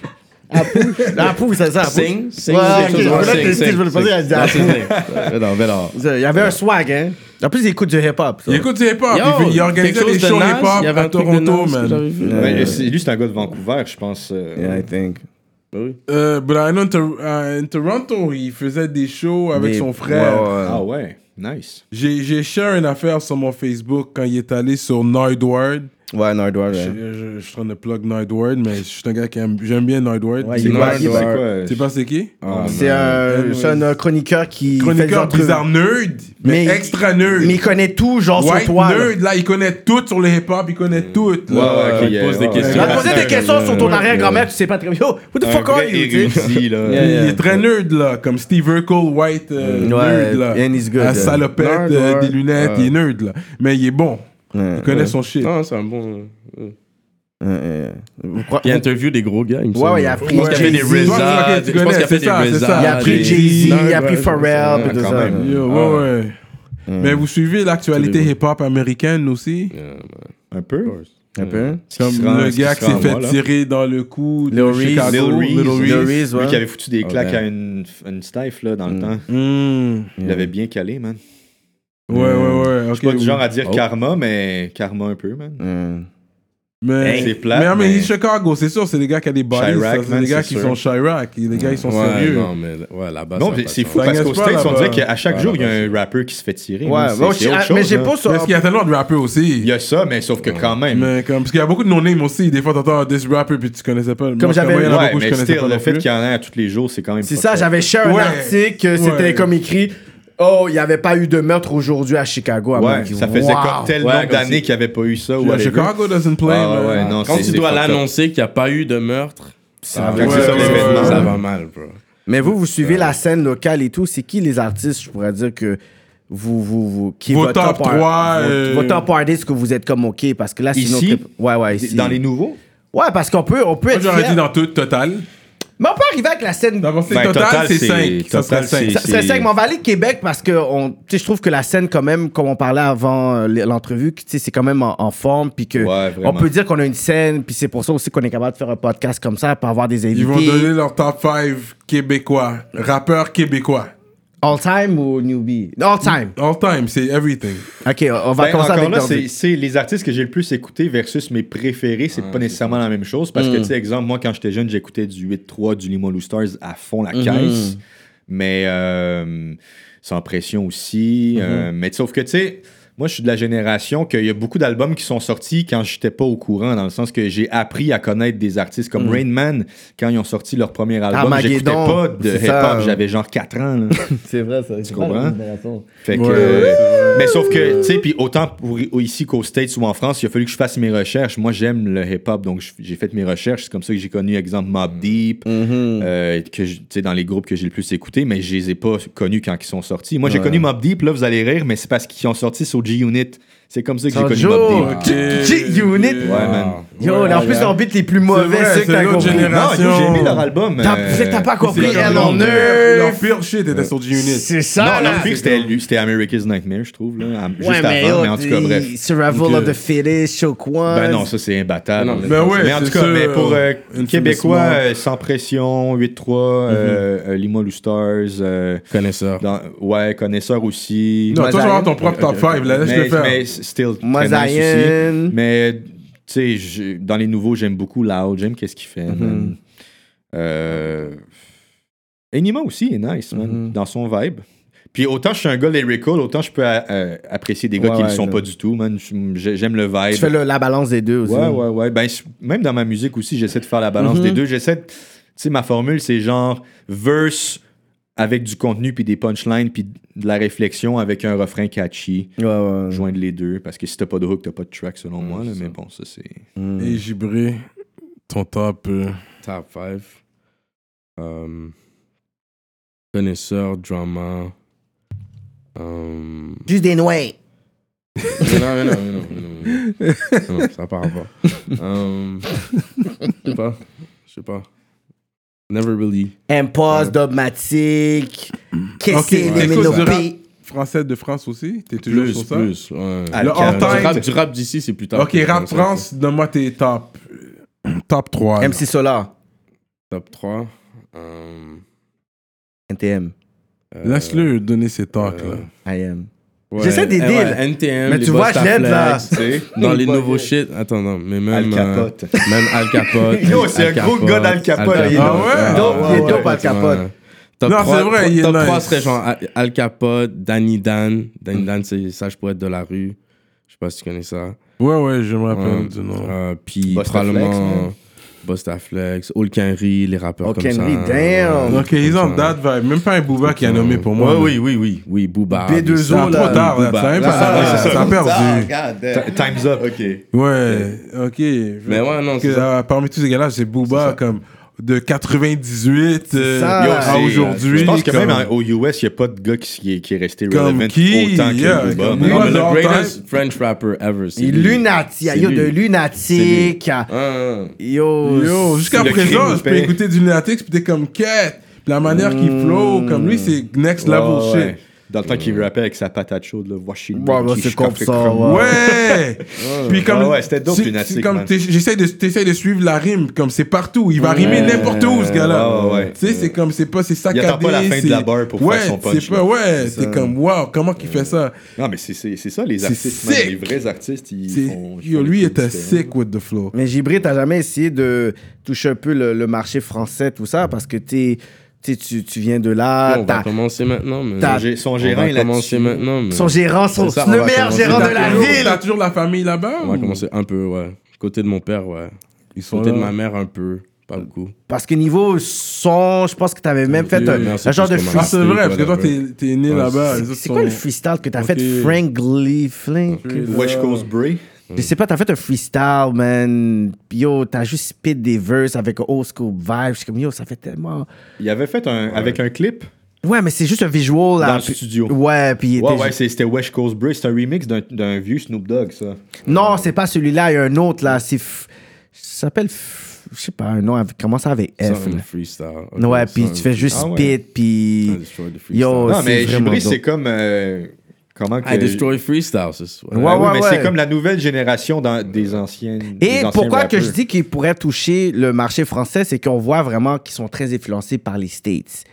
Speaker 3: La poule, c'est ça. la poule.
Speaker 6: Sing, sing.
Speaker 3: Ouais,
Speaker 6: quelque
Speaker 3: ok, je voulais
Speaker 6: chose comme ça.
Speaker 3: tester,
Speaker 6: Sing,
Speaker 3: je voulais pas
Speaker 6: sing,
Speaker 3: dire, elle dit
Speaker 6: sing.
Speaker 3: à
Speaker 6: That's his name.
Speaker 3: Mais non, mais non. Il y avait un swag, hein. En plus, il écoute du hip-hop. ça.
Speaker 4: Il écoute du hip-hop.
Speaker 6: Yo,
Speaker 4: Ah, il, il organisait
Speaker 6: quelque
Speaker 4: des
Speaker 6: chose de
Speaker 4: shows
Speaker 6: Nas,
Speaker 4: hip-hop
Speaker 6: il y avait
Speaker 4: à
Speaker 6: un truc de
Speaker 4: Toronto,
Speaker 6: Nas que j'avais
Speaker 4: man.
Speaker 6: vu.
Speaker 5: Mais, euh, c'est- lui, c'est un gars de Vancouver, je pense. euh,
Speaker 3: Yeah, I think.
Speaker 6: Oui.
Speaker 4: Euh, Brian, en Toronto, il faisait des shows avec
Speaker 3: Des-
Speaker 4: son frère.
Speaker 3: Ouais, ouais.
Speaker 5: Ah ouais, nice.
Speaker 4: J'ai j'ai share une affaire sur mon Facebook quand il est allé sur Nordward.
Speaker 3: Ouais, Nordward.
Speaker 4: Je,
Speaker 3: ouais.
Speaker 4: je, je suis en train de plug Nordward, mais je suis un gars qui aime, j'aime bien Nordward.
Speaker 3: Ouais,
Speaker 4: Tu
Speaker 5: C'est
Speaker 3: il
Speaker 4: sais
Speaker 3: est
Speaker 5: quoi,
Speaker 4: pas-
Speaker 3: nice.
Speaker 5: c'est quoi, euh,
Speaker 4: tu sais pas c'est qui?
Speaker 5: ah,
Speaker 3: C'est
Speaker 5: man.
Speaker 3: un, c'est un chroniqueur qui.
Speaker 4: Chroniqueur
Speaker 3: fait des
Speaker 4: bizarre
Speaker 3: entrevues.
Speaker 4: nerd, mais,
Speaker 3: Mais-
Speaker 4: extra nerd.
Speaker 3: Mais il connaît tout, genre sur
Speaker 4: White
Speaker 3: toi. là.
Speaker 4: nerd, là, il connaît tout sur le hip-hop, il connaît tout.
Speaker 5: Ouais,
Speaker 4: là.
Speaker 5: ouais, ok,
Speaker 6: il
Speaker 5: yeah,
Speaker 6: pose
Speaker 5: ouais,
Speaker 6: des
Speaker 5: ouais.
Speaker 3: Il
Speaker 6: questions.
Speaker 3: va te poser des questions sur ton
Speaker 6: Ouais.
Speaker 3: arrière-grand-mère, tu sais pas très bien. Yo, what the
Speaker 5: Un
Speaker 3: fuck are
Speaker 5: vrai
Speaker 3: you? tu sais?
Speaker 5: érudit, là.
Speaker 3: Yeah, yeah.
Speaker 4: Il est très nerd, là, comme Steve Urkel, white euh,
Speaker 3: Ouais,
Speaker 4: nerd, là.
Speaker 3: and he's good,
Speaker 4: à
Speaker 3: yeah.
Speaker 4: salopette,
Speaker 6: Nerd,
Speaker 4: euh,
Speaker 6: ouais.
Speaker 4: des lunettes,
Speaker 6: Ouais.
Speaker 4: il est nerd, là. Mais il est bon.
Speaker 3: Ouais, Ah.
Speaker 4: Il connaît son shit.
Speaker 6: Non, c'est un bon.
Speaker 3: ouais,
Speaker 6: euh,
Speaker 3: ouais. Vous croyez-
Speaker 6: Il a interviewé des gros gars, il me
Speaker 3: Ouais,
Speaker 6: semble.
Speaker 3: ouais, il a pris
Speaker 6: Je pense qu'il y avait des
Speaker 3: Jay-Z.
Speaker 4: Toi, c'est
Speaker 6: RZA.
Speaker 4: laquelle tu
Speaker 6: Je pense qu'il
Speaker 4: connais,
Speaker 6: a fait
Speaker 4: c'est ça,
Speaker 6: des
Speaker 4: c'est
Speaker 6: RZA.
Speaker 4: ça.
Speaker 3: Il a pris
Speaker 4: des-
Speaker 3: Jay-Z,
Speaker 4: Non,
Speaker 3: il a
Speaker 4: ouais,
Speaker 3: pris
Speaker 4: ouais,
Speaker 3: Pharrell,
Speaker 5: ouais,
Speaker 3: puis tout
Speaker 5: quand
Speaker 3: ça.
Speaker 5: même.
Speaker 4: Yo, ouais,
Speaker 3: Ah. Mm.
Speaker 4: ouais. Mais vous suivez l'actualité hip-hop américaine aussi?
Speaker 6: Yeah, man.
Speaker 5: Un peu.
Speaker 3: Un
Speaker 6: hein?
Speaker 3: peu.
Speaker 4: Comme le gars qui s'est fait tirer dans le cou de
Speaker 3: Lil Reese.
Speaker 4: Chicago.
Speaker 3: Lil
Speaker 4: Lil Reese.
Speaker 3: Lil Reese, ouais.
Speaker 5: Lui qui avait foutu des claques
Speaker 3: Ouais.
Speaker 5: à une, une stife là, dans le temps.
Speaker 3: Mm.
Speaker 5: Il l'avait bien calé, man.
Speaker 4: Ouais, ouais, ouais.
Speaker 5: Je
Speaker 4: ok,
Speaker 5: suis pas
Speaker 4: oui.
Speaker 5: du genre à dire
Speaker 3: Oh.
Speaker 5: karma, mais karma un peu, man.
Speaker 3: Mm.
Speaker 4: Mais,
Speaker 5: Hey, c'est plate,
Speaker 4: mais, ah, mais
Speaker 5: mais-
Speaker 4: c'est Chicago, c'est sûr, c'est les gars qui ont des bodies.
Speaker 5: Chirac,
Speaker 4: ça, c'est
Speaker 5: man,
Speaker 4: les gars
Speaker 5: c'est
Speaker 4: qui
Speaker 5: sûr.
Speaker 4: sont Chirac. Les gars, ils sont
Speaker 6: Ouais,
Speaker 4: sérieux.
Speaker 6: Non, mais ouais, là-bas,
Speaker 5: Non,
Speaker 6: ça a
Speaker 5: mais
Speaker 6: pas de
Speaker 5: c'est
Speaker 6: sens.
Speaker 5: fou
Speaker 4: Ça
Speaker 5: parce
Speaker 4: gagne
Speaker 5: qu'au
Speaker 4: pas,
Speaker 5: States, on
Speaker 4: là-bas.
Speaker 5: dirait qu'à chaque
Speaker 6: Ouais,
Speaker 5: jour, il y a un
Speaker 6: là-bas,
Speaker 5: rapper qui se fait tirer.
Speaker 3: Ouais,
Speaker 5: man.
Speaker 3: bon,
Speaker 5: C'est- c'est
Speaker 3: je-
Speaker 5: autre
Speaker 3: ah,
Speaker 5: chose, hein.
Speaker 3: mais j'ai
Speaker 5: là.
Speaker 3: pas
Speaker 4: Parce
Speaker 3: ça.
Speaker 4: qu'il y a tellement de rappeurs
Speaker 5: Il
Speaker 4: aussi.
Speaker 5: y a ça, mais sauf que quand même.
Speaker 4: Mais comme, parce qu'il y a beaucoup de no-name aussi. Des fois, t'entends this rapper puis tu connaissais pas. Comme
Speaker 3: j'avais-
Speaker 4: Il y en a
Speaker 5: Ouais,
Speaker 4: beaucoup, je
Speaker 5: mais
Speaker 4: connaissais
Speaker 5: still,
Speaker 4: pas.
Speaker 5: le
Speaker 4: non
Speaker 5: fait
Speaker 4: plus.
Speaker 5: qu'il y en a à tous les jours, c'est quand même.
Speaker 3: C'est
Speaker 5: pas
Speaker 3: ça,
Speaker 5: cool.
Speaker 3: j'avais cher un
Speaker 4: Ouais.
Speaker 3: article, que c'était
Speaker 4: Ouais.
Speaker 3: comme écrit Oh, il n'y avait pas eu de meurtre aujourd'hui à Chicago. À
Speaker 5: Ouais,
Speaker 3: Monkey.
Speaker 5: ça faisait
Speaker 3: Wow.
Speaker 5: comme tel
Speaker 6: Ouais,
Speaker 5: nombre
Speaker 6: comme
Speaker 5: d'années qu'il n'y avait pas eu ça. ou
Speaker 4: Ouais,
Speaker 5: whatever.
Speaker 4: Chicago doesn't play.
Speaker 5: Ah,
Speaker 4: man.
Speaker 5: ouais, non,
Speaker 6: Quand
Speaker 5: c'est-
Speaker 6: tu
Speaker 5: c'est
Speaker 6: dois
Speaker 5: fucked up.
Speaker 6: l'annoncer qu'il n'y a pas eu de meurtre, ça,
Speaker 5: va-
Speaker 6: va,
Speaker 5: ouais,
Speaker 6: ça,
Speaker 5: ouais, ouais.
Speaker 6: ça va mal, bro.
Speaker 3: Mais vous, vous suivez la scène locale et tout. C'est qui les artistes, je pourrais dire que vous, vous, vous, qui
Speaker 4: Vos top
Speaker 3: ar-
Speaker 4: trois,
Speaker 3: vos-
Speaker 4: euh,
Speaker 3: vos top artistes que vous êtes comme OK parce que là, c'est une
Speaker 5: Ici?
Speaker 3: autre- Ouais, ouais, ici.
Speaker 5: Dans les nouveaux
Speaker 3: Ouais, parce qu'on peut, on peut
Speaker 4: Moi,
Speaker 3: être.
Speaker 4: j'aurais
Speaker 3: fier.
Speaker 4: dit dans tout, total.
Speaker 3: Mais on peut arriver avec la scène.
Speaker 4: Dans mon c'est
Speaker 5: Ben,
Speaker 4: total,
Speaker 5: total,
Speaker 4: c'est
Speaker 5: c'est-
Speaker 4: 5. Ça serait
Speaker 5: total,
Speaker 4: 5.
Speaker 5: c'est-
Speaker 3: Ça- C'est ça, mais on va aller Québec parce que on, tu sais, je trouve que la scène, quand même, comme on parlait avant euh, l'entrevue, que, tu sais, c'est quand même en, en forme. Puis que
Speaker 5: Ouais,
Speaker 3: on
Speaker 5: vraiment.
Speaker 3: peut dire qu'on a une scène. Puis c'est pour ça aussi qu'on est capable de faire un podcast comme ça pour avoir des invités.
Speaker 4: Ils vont donner leur top 5 québécois. Rappeurs québécois.
Speaker 3: All time ou newbie All time.
Speaker 4: All time, c'est everything.
Speaker 3: Ok, on va
Speaker 5: Ben, encore
Speaker 3: commencer avec
Speaker 5: là,
Speaker 3: Dorsey.
Speaker 5: c'est c'est les artistes que j'ai le plus écoutés versus mes préférés. C'est pas nécessairement la même chose parce que,
Speaker 3: Hmm.
Speaker 5: tu sais, exemple, moi, quand j'étais jeune, j'écoutais du 8-3, du Limo Lou Stars à fond
Speaker 3: Hmm.
Speaker 5: la caisse, mais euh, sans pression aussi.
Speaker 3: Hmm.
Speaker 5: euh, mais sauf que, tu sais, moi, je suis de la génération qu'il y a beaucoup d'albums qui sont sortis quand j'étais pas au courant, dans le sens que j'ai appris à connaître des artistes comme
Speaker 3: Hmm.
Speaker 5: Rain Man quand ils ont sorti leur premier album. J'écoutais
Speaker 3: Armageddon,
Speaker 5: pas de
Speaker 3: Ah, c'est
Speaker 5: hip-hop,
Speaker 3: ça.
Speaker 5: j'avais genre 4 ans. là.
Speaker 3: C'est vrai, ça. Tu
Speaker 5: comprends? Fait que,
Speaker 4: Ouais, ouais,
Speaker 5: euh, mais sauf que, tu sais, puis autant pour, ici qu'aux States ou en France, il a fallu que je fasse mes recherches. Moi, j'aime le hip-hop, donc je- j'ai fait mes recherches. C'est comme ça que j'ai connu, exemple, Mob Deep,
Speaker 6: Mm. Mm-hmm.
Speaker 5: euh, que je- tu sais, dans les groupes que j'ai le plus écouté, mais je les ai pas connus quand ils sont sortis. Moi, j'ai connu Mob Deep, là, vous allez rire, mais c'est parce qu'ils ont sorti sur G-Unit. C'est comme ça que j'ai connu Mob Deep.
Speaker 4: ok.
Speaker 3: G-Unit.
Speaker 5: Ouais, man.
Speaker 3: Yo,
Speaker 4: Ouais,
Speaker 3: en plus,
Speaker 4: ouais.
Speaker 3: on beat les plus
Speaker 4: C'est
Speaker 3: mauvais,
Speaker 4: vrai,
Speaker 3: ceux que
Speaker 4: c'est
Speaker 3: t'as
Speaker 4: l'autre
Speaker 3: compris.
Speaker 4: génération.
Speaker 5: Non, yo, j'ai aimé leur album.
Speaker 3: T'as
Speaker 5: euh,
Speaker 3: fait que t'as pas compris,
Speaker 5: c'est- E.
Speaker 3: elle,
Speaker 4: Leur
Speaker 3: on
Speaker 4: pire- Leur
Speaker 3: est.
Speaker 4: pire shit était sur G-Unit.
Speaker 3: C'est
Speaker 5: Non,
Speaker 3: ça,
Speaker 5: leur
Speaker 3: là.
Speaker 5: pic, c'était lui, c'était America's Nightmare, je trouve, là, à- juste
Speaker 3: mais
Speaker 5: avant,
Speaker 3: yo,
Speaker 5: mais en tout cas, bref.
Speaker 3: Survival
Speaker 4: Ok.
Speaker 3: of the Fittest, Choke One.
Speaker 5: Ben non, ça c'est imbattable.
Speaker 6: Ben non,
Speaker 4: ben ouais,
Speaker 5: mais en
Speaker 4: c'est
Speaker 5: tout cas,
Speaker 4: ça,
Speaker 5: mais pour euh,
Speaker 4: Infamous
Speaker 5: Québécois,
Speaker 4: Mort.
Speaker 5: euh, sans pression, 8-3, euh, euh, Lima Lou Stars, euh,
Speaker 6: Connaisseur.
Speaker 5: dans- ouais, connaisseur aussi. Euh,
Speaker 4: Non,
Speaker 3: Moi,
Speaker 4: toi,
Speaker 3: Zion.
Speaker 4: ton propre top 5. Là, laisse-le
Speaker 5: mais, mais
Speaker 4: faire.
Speaker 5: still,
Speaker 3: Moi,
Speaker 5: très nice aussi.
Speaker 3: Zion.
Speaker 5: Mais tu sais, j'ai- dans les nouveaux, j'aime beaucoup Loud, j'aime qu'est-ce qu'il fait. man. Euh, Enima aussi est nice, man, dans son vibe. Puis autant je suis un gars lyrical, autant je peux euh, apprécier des gars
Speaker 3: Ouais,
Speaker 5: qui ne le
Speaker 3: ouais,
Speaker 5: sont
Speaker 3: je-
Speaker 5: pas du tout, man. J'ai- J'aime le vibe.
Speaker 3: Tu fais le- la balance des deux aussi.
Speaker 5: Ouais, ouais, ouais. Ben, je- même dans ma musique aussi, j'essaie de faire la balance
Speaker 4: Mm-hmm.
Speaker 5: des deux. J'essaie de. Tu sais, ma formule, c'est genre verse avec du contenu, puis des punchlines, puis de la réflexion avec un refrain catchy.
Speaker 4: Mm.
Speaker 3: Ouais, ouais.
Speaker 5: Joindre les deux, parce que si t'as pas de hook, t'as pas de track, selon moi. là, mais bon, ça, c'est.
Speaker 4: Et Gibré, ton top. euh,
Speaker 6: Top 5. Um, connaisseur, drama. Um,
Speaker 3: Juste des noix.
Speaker 6: mais non, mais non, mais non, mais non, mais non. Non, ça n'a pas rapport. Um, Je sais pas. Je sais pas. Never really.
Speaker 3: Impulse, dogmatique.
Speaker 6: Mm.
Speaker 3: Qu'est-ce
Speaker 4: Ok,
Speaker 3: que les
Speaker 4: écoute, du rap
Speaker 3: mélodies?
Speaker 4: français de France aussi T'es toujours
Speaker 6: Plus,
Speaker 4: sur ça
Speaker 6: plus. Ouais.
Speaker 5: Ah,
Speaker 4: Le
Speaker 5: le
Speaker 4: hors
Speaker 5: Canada.
Speaker 6: Du rap,
Speaker 4: time.
Speaker 6: du rap d'ici, c'est plus tard.
Speaker 4: Ok,
Speaker 6: que-
Speaker 4: rap France, donne-moi tes top. euh, Top 3.
Speaker 3: MC Solar.
Speaker 6: Top 3. Um,
Speaker 3: NTM.
Speaker 6: euh,
Speaker 4: Laisse-le donner ses talks
Speaker 6: euh,
Speaker 4: là.
Speaker 3: IM.
Speaker 6: ouais,
Speaker 3: J'essaie d'aider,
Speaker 6: eh ouais,
Speaker 3: là.
Speaker 6: NTM,
Speaker 3: Mais
Speaker 6: les
Speaker 3: tu vois,
Speaker 6: Busta
Speaker 3: je l'aide, là.
Speaker 6: Flex, tu sais, Dans les nouveaux shit. Attends, non, mais même.
Speaker 5: Al
Speaker 6: euh,
Speaker 5: Capote.
Speaker 6: Même Al Capote.
Speaker 5: Yo, c'est un gros gars d'Al Capote, il est
Speaker 4: Ah ouais?
Speaker 3: dope, il est dope, Al Capote.
Speaker 4: Non, c'est vrai, il est
Speaker 6: Top 3
Speaker 4: nice.
Speaker 6: serait genre Al- Al Capote, Danny Dan. Danny Dan, c'est ça, je pourrais être de la rue. Je sais pas si tu connais ça.
Speaker 4: Ouais, ouais, je me rappelle
Speaker 6: Euh,
Speaker 4: du nom.
Speaker 6: euh, Puis
Speaker 5: Bustaflex,
Speaker 6: probablement
Speaker 5: man.
Speaker 6: Bostaflex, Old Kenry, les rappeurs
Speaker 3: Old
Speaker 6: comme ça.
Speaker 3: Kenry, damn.
Speaker 4: Ok, ils ont that vibe. Même pas un Booba qui a nommé pour moi.
Speaker 6: Ouais, oui, oui, oui. Oui, Booba.
Speaker 3: B2O,
Speaker 6: Booba,
Speaker 4: C'est trop tard, là.
Speaker 6: Booba.
Speaker 4: Ça a même pas-
Speaker 5: Ah,
Speaker 4: ça-
Speaker 5: c'est
Speaker 4: ça a
Speaker 5: ça.
Speaker 4: perdu.
Speaker 5: Ti- Time's up. OK.
Speaker 4: Ouais, ok. Mais
Speaker 6: ouais, non,
Speaker 4: que,
Speaker 6: c'est
Speaker 4: euh, parmi tous ces gars-là, c'est Booba comme de 98 euh,
Speaker 3: ça. Yo,
Speaker 4: à
Speaker 5: c'est- euh,
Speaker 4: aujourd'hui.
Speaker 5: Je pense que
Speaker 4: comme-
Speaker 5: même en- aux US, il n'y a pas de gars qui, qui est, qui est resté
Speaker 4: Comme
Speaker 5: relevant
Speaker 4: qui?
Speaker 5: autant que
Speaker 4: Yeah,
Speaker 5: Booba,
Speaker 4: comme
Speaker 5: man.
Speaker 6: Non, mais
Speaker 4: Booba,
Speaker 6: le
Speaker 4: Longtemps.
Speaker 6: greatest French rapper ever. c'est
Speaker 3: Il
Speaker 6: lui.
Speaker 3: lunatique.
Speaker 6: C'est
Speaker 3: Yo,
Speaker 6: lui.
Speaker 3: de lunatique. à-
Speaker 6: Ah,
Speaker 3: Yo.
Speaker 4: Yo, jusqu'à
Speaker 5: Le
Speaker 4: présent,
Speaker 5: crime ben.
Speaker 4: je peux
Speaker 5: paye.
Speaker 4: écouter du Lunatics, puis t'es comme quête. Puis la manière qu'il flow, comme lui, c'est next level
Speaker 5: Hmm. Ouais, ouais.
Speaker 4: shit.
Speaker 5: Dans le temps qu'il rappait avec sa patate chaude, le Washington.
Speaker 3: Bon, bah,
Speaker 5: qui
Speaker 3: c'est
Speaker 5: je
Speaker 3: comme
Speaker 5: café
Speaker 3: ça,
Speaker 5: crumb.
Speaker 3: ouais.
Speaker 4: Ouais! Puis comme.
Speaker 5: Ah ouais, c'était dope,
Speaker 4: c'est-
Speaker 5: Lunatic,
Speaker 4: c'est comme
Speaker 5: man.
Speaker 4: t'es- J'essaie de, t'essaies de suivre la rime, comme c'est partout. Il va rimer n'importe où, ce gars-là.
Speaker 5: ouais, ouais.
Speaker 4: Tu sais, c'est comme, c'est pas, c'est saccadé.
Speaker 5: attend pas la fin de
Speaker 4: c'est-
Speaker 5: la barre pour faire
Speaker 4: ouais,
Speaker 5: son punch,
Speaker 4: c'est pas-
Speaker 5: là.
Speaker 4: ouais,
Speaker 5: C'est ça.
Speaker 4: t'es comme, wow, comment qu'il fait ça?
Speaker 5: Non, mais c'est- c'est c'est ça, les
Speaker 4: C'est
Speaker 5: artistes. man.
Speaker 4: sick.
Speaker 5: Les vrais artistes, ils
Speaker 4: C'est-
Speaker 5: font. ils
Speaker 4: Yo,
Speaker 5: font des
Speaker 4: lui
Speaker 5: trucs
Speaker 4: était
Speaker 5: différents.
Speaker 4: sick with the flow.
Speaker 3: Mais Gibri, t'as jamais essayé de toucher un peu le, le marché français, tout ça, parce que t'es, t'es- tu, tu viens de là.
Speaker 6: on va
Speaker 3: t'as-
Speaker 6: commencer maintenant. Mais
Speaker 5: Son
Speaker 3: T'as-
Speaker 5: gé- Son
Speaker 6: on
Speaker 5: gérant,
Speaker 6: va
Speaker 5: il a
Speaker 6: commencer
Speaker 5: dessus.
Speaker 6: maintenant. Mais
Speaker 3: son gérant, son,
Speaker 6: C'est ça, on
Speaker 3: le
Speaker 6: va
Speaker 3: meilleur
Speaker 6: commencer
Speaker 3: gérant
Speaker 6: par
Speaker 3: de la
Speaker 6: le
Speaker 4: Toujours-
Speaker 3: ville.
Speaker 4: T'as toujours la famille là-bas?
Speaker 6: on va
Speaker 4: ou-
Speaker 6: commencer un peu, ouais. Côté de mon père, ouais.
Speaker 4: Ils sont
Speaker 6: Côté de
Speaker 4: là.
Speaker 6: ma mère, un peu. Pas beaucoup.
Speaker 3: Parce que niveau son, je pense que t'avais même fait
Speaker 6: Dieu,
Speaker 3: un,
Speaker 6: merci
Speaker 3: un genre de
Speaker 6: pour ce
Speaker 4: Ah,
Speaker 6: commentaire.
Speaker 3: freestyle.
Speaker 4: c'est vrai, parce que toi,
Speaker 6: Ouais.
Speaker 4: t'es t'es né
Speaker 6: Ouais,
Speaker 4: là-bas. Ah, les
Speaker 3: C'est,
Speaker 4: autres
Speaker 3: c'est quoi
Speaker 4: sont-
Speaker 3: le freestyle que t'as
Speaker 4: Ok.
Speaker 3: fait, Frank Lee Flink?
Speaker 5: West Coast Bray.
Speaker 3: Je sais pas, t'as fait un freestyle, man. Puis Yo, t'as juste spit des verses avec un old school vibe. Je suis comme, yo, ça fait tellement.
Speaker 5: Il avait fait un. Avec un clip.
Speaker 3: Ouais, mais c'est juste un visual. là.
Speaker 5: Dans le
Speaker 3: Puis-
Speaker 5: studio.
Speaker 3: Ouais, puis il
Speaker 5: Ouais,
Speaker 3: était
Speaker 5: ouais,
Speaker 3: ju-
Speaker 5: c'est- c'était West Coast Bray. C'est un remix d'un- d'un vieux Snoop Dogg, ça.
Speaker 3: Non, c'est pas celui-là, il y a un autre, là. C'est. f- Ça s'appelle. f- Je sais pas, un nom, avec... comment ça avec
Speaker 6: Ça,
Speaker 3: F,
Speaker 6: un
Speaker 3: là.
Speaker 6: freestyle. Ok,
Speaker 3: Ouais,
Speaker 6: ça,
Speaker 3: puis
Speaker 6: un-
Speaker 3: tu fais juste
Speaker 5: Ah ouais.
Speaker 3: spit, puis.
Speaker 6: I destroy the freestyle.
Speaker 3: Yo,
Speaker 5: Non, mais
Speaker 3: c'est vraiment
Speaker 5: Gibri, c'est
Speaker 3: dope.
Speaker 5: comme. euh, Comment que.
Speaker 6: I Ah, destroy freestyle. c'est-
Speaker 3: Ouais,
Speaker 5: Ah oui,
Speaker 3: ouais,
Speaker 5: mais
Speaker 3: ouais.
Speaker 5: c'est comme la nouvelle génération dans- des anciennes.
Speaker 3: Et pourquoi que je dis qu'ils pourraient toucher le marché français, c'est qu'on voit vraiment qu'ils sont très influencés par les States.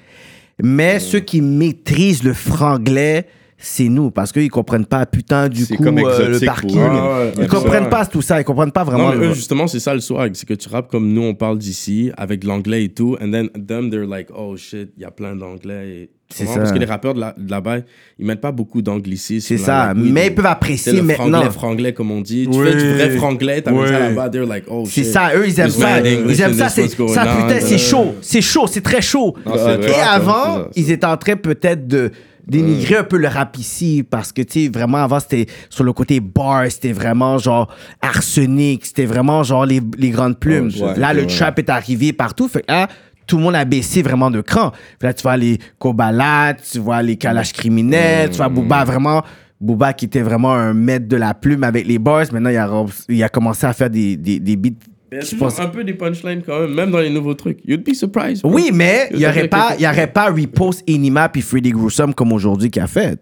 Speaker 3: Mais
Speaker 6: Hmm.
Speaker 3: ceux qui maîtrisent le franglais, c'est nous, parce qu'ils comprennent pas putain du
Speaker 5: C'est
Speaker 3: coup
Speaker 5: comme
Speaker 3: euh, le
Speaker 5: exotique
Speaker 3: parking.
Speaker 5: pour eux.
Speaker 4: Ah ouais,
Speaker 3: Ils
Speaker 4: absolument.
Speaker 3: comprennent pas tout ça, ils comprennent pas vraiment.
Speaker 6: Non, mais
Speaker 3: le-
Speaker 6: eux, justement, c'est ça le swag. C'est que tu rappes comme nous, on parle d'ici, avec l'anglais et tout. And then, them, they're like, oh shit, il y a plein d'anglais. et-
Speaker 3: C'est
Speaker 6: Vraiment,
Speaker 3: ça.
Speaker 6: Parce que les rappeurs de la- de là-bas, ils mettent pas beaucoup d'anglicisme.
Speaker 3: c'est
Speaker 6: là,
Speaker 3: ça,
Speaker 6: like, oui,
Speaker 3: mais
Speaker 6: donc,
Speaker 3: ils peuvent
Speaker 6: C'est
Speaker 3: apprécier
Speaker 6: le
Speaker 3: maintenant.
Speaker 6: franglais, franglais, comme on dit. Tu
Speaker 4: Oui.
Speaker 6: fais du vrai franglais, t'as mis
Speaker 4: Oui.
Speaker 6: ça là-bas, they're like, oh
Speaker 3: C'est
Speaker 6: shit.
Speaker 3: ça, eux, ils aiment
Speaker 6: It's
Speaker 3: ça.
Speaker 6: mad English
Speaker 3: Ils aiment
Speaker 6: and
Speaker 3: ça,
Speaker 6: this
Speaker 3: c'est
Speaker 6: what's going
Speaker 3: ça,
Speaker 6: on.
Speaker 3: putain, c'est
Speaker 6: Euh,
Speaker 3: chaud, c'est chaud, c'est très chaud.
Speaker 5: Non, Ah, c'est vrai,
Speaker 3: Et
Speaker 5: ça,
Speaker 3: avant,
Speaker 5: c'est ça.
Speaker 3: ils étaient en train peut-être de dénigrer un peu le rap ici parce que, tu sais, vraiment, avant, c'était sur le côté bar, c'était vraiment genre arsenic, c'était vraiment genre les, les grandes plumes.
Speaker 5: Oh, ouais,
Speaker 3: là, le
Speaker 5: ouais.
Speaker 3: trap est arrivé partout. Fait que là, tout le monde a baissé vraiment de cran. Puis là, tu vois les Kobalat, tu vois les Kalash criminels, tu
Speaker 5: Mm.
Speaker 3: vois Booba vraiment. Booba qui était vraiment un maître de la plume avec les bars, maintenant il a, il a commencé à faire des, des, des beats
Speaker 6: Mais
Speaker 3: qui
Speaker 6: je pense
Speaker 3: pensaient-
Speaker 6: un peu des punchlines quand même, même dans les nouveaux trucs. You'd be surprised. bro.
Speaker 3: oui, mais il n'y aurait,
Speaker 6: Quelqu'un-
Speaker 3: pas- il y aurait pas Repost, Inima puis Freddy Gruesome comme aujourd'hui qu'il a fait.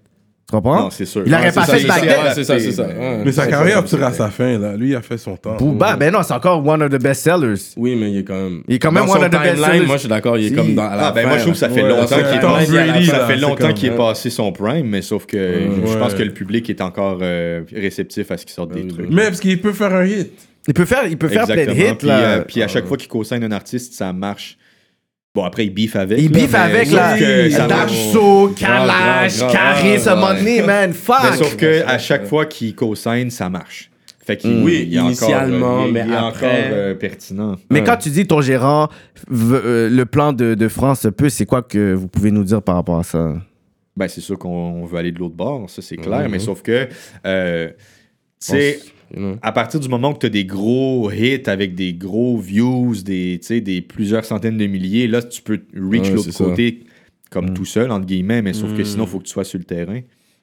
Speaker 3: Tu comprends?
Speaker 5: Non, c'est sûr.
Speaker 3: Il n'aurait
Speaker 5: Ouais,
Speaker 3: pas
Speaker 5: c'est
Speaker 3: fait
Speaker 5: ça,
Speaker 3: ce
Speaker 5: il s'est
Speaker 3: back-then.
Speaker 5: adapté.
Speaker 6: Ouais, c'est ça, c'est ça.
Speaker 5: Mais-
Speaker 6: Ouais.
Speaker 4: Mais sa carrière tire à sa fin, là. Lui, il a fait son temps.
Speaker 3: Booba, ben non, c'est encore one of the best sellers.
Speaker 6: Oui, mais il est quand même.
Speaker 3: Il est quand même
Speaker 6: Dans
Speaker 3: one
Speaker 6: son
Speaker 3: of the best
Speaker 6: timeline,
Speaker 3: sellers.
Speaker 6: Moi, je suis d'accord, il est
Speaker 3: Si.
Speaker 6: comme dans. à la
Speaker 5: Ah, ben
Speaker 6: fin,
Speaker 5: moi, je trouve que ça fait
Speaker 4: Ouais,
Speaker 5: longtemps
Speaker 4: c'est
Speaker 5: qu'il est
Speaker 4: Tom Brady,
Speaker 5: Ça
Speaker 4: là,
Speaker 5: fait
Speaker 4: c'est
Speaker 5: longtemps
Speaker 4: comme-
Speaker 5: qu'il est
Speaker 4: ouais.
Speaker 5: passé son prime, mais sauf que je- je
Speaker 4: Ouais.
Speaker 5: pense que le public est encore euh, réceptif à ce qu'il sorte des
Speaker 6: oui,
Speaker 5: trucs.
Speaker 4: Mais parce qu'il peut faire un hit.
Speaker 3: Il peut faire, il peut faire plein de
Speaker 5: Exactement.
Speaker 3: hits,
Speaker 5: Puis,
Speaker 3: là.
Speaker 5: euh, puis à chaque fois qu'il co-signe un artiste, ça marche. Bon, après, il biffe avec.
Speaker 3: il
Speaker 5: là,
Speaker 3: biffe
Speaker 5: mais
Speaker 3: avec,
Speaker 5: sauf
Speaker 3: là.
Speaker 5: que ça marche.
Speaker 3: Damso, Kalash,
Speaker 6: grave, grave,
Speaker 3: Caris,
Speaker 5: grave,
Speaker 3: un moment donné,
Speaker 5: ouais.
Speaker 3: man.
Speaker 5: Mais
Speaker 3: Fuck.
Speaker 5: sauf que à chaque fois qu'il co-signe, ça marche. Fait qu'il
Speaker 6: Oui,
Speaker 5: Mm. il est encore,
Speaker 6: initialement,
Speaker 5: euh, il est-
Speaker 6: mais
Speaker 5: il est
Speaker 6: après-
Speaker 5: encore euh, pertinent.
Speaker 3: Mais quand tu dis ton gérant, v- euh, le plan de, de France peu, c'est quoi que vous pouvez nous dire par rapport à ça?
Speaker 5: Ben, c'est sûr qu'on on veut aller de l'autre bord, ça c'est clair, mais sauf que, euh, tu sais,
Speaker 6: Mm-hmm. You know.
Speaker 5: à partir du moment que tu as des gros hits avec des gros views, des, tu sais, des plusieurs centaines de milliers, là, tu peux reach
Speaker 6: Ouais,
Speaker 5: l'autre
Speaker 6: c'est ça. Mm.
Speaker 5: côté comme tout seul, entre guillemets, mais sauf que sinon, il faut que tu sois sur le terrain.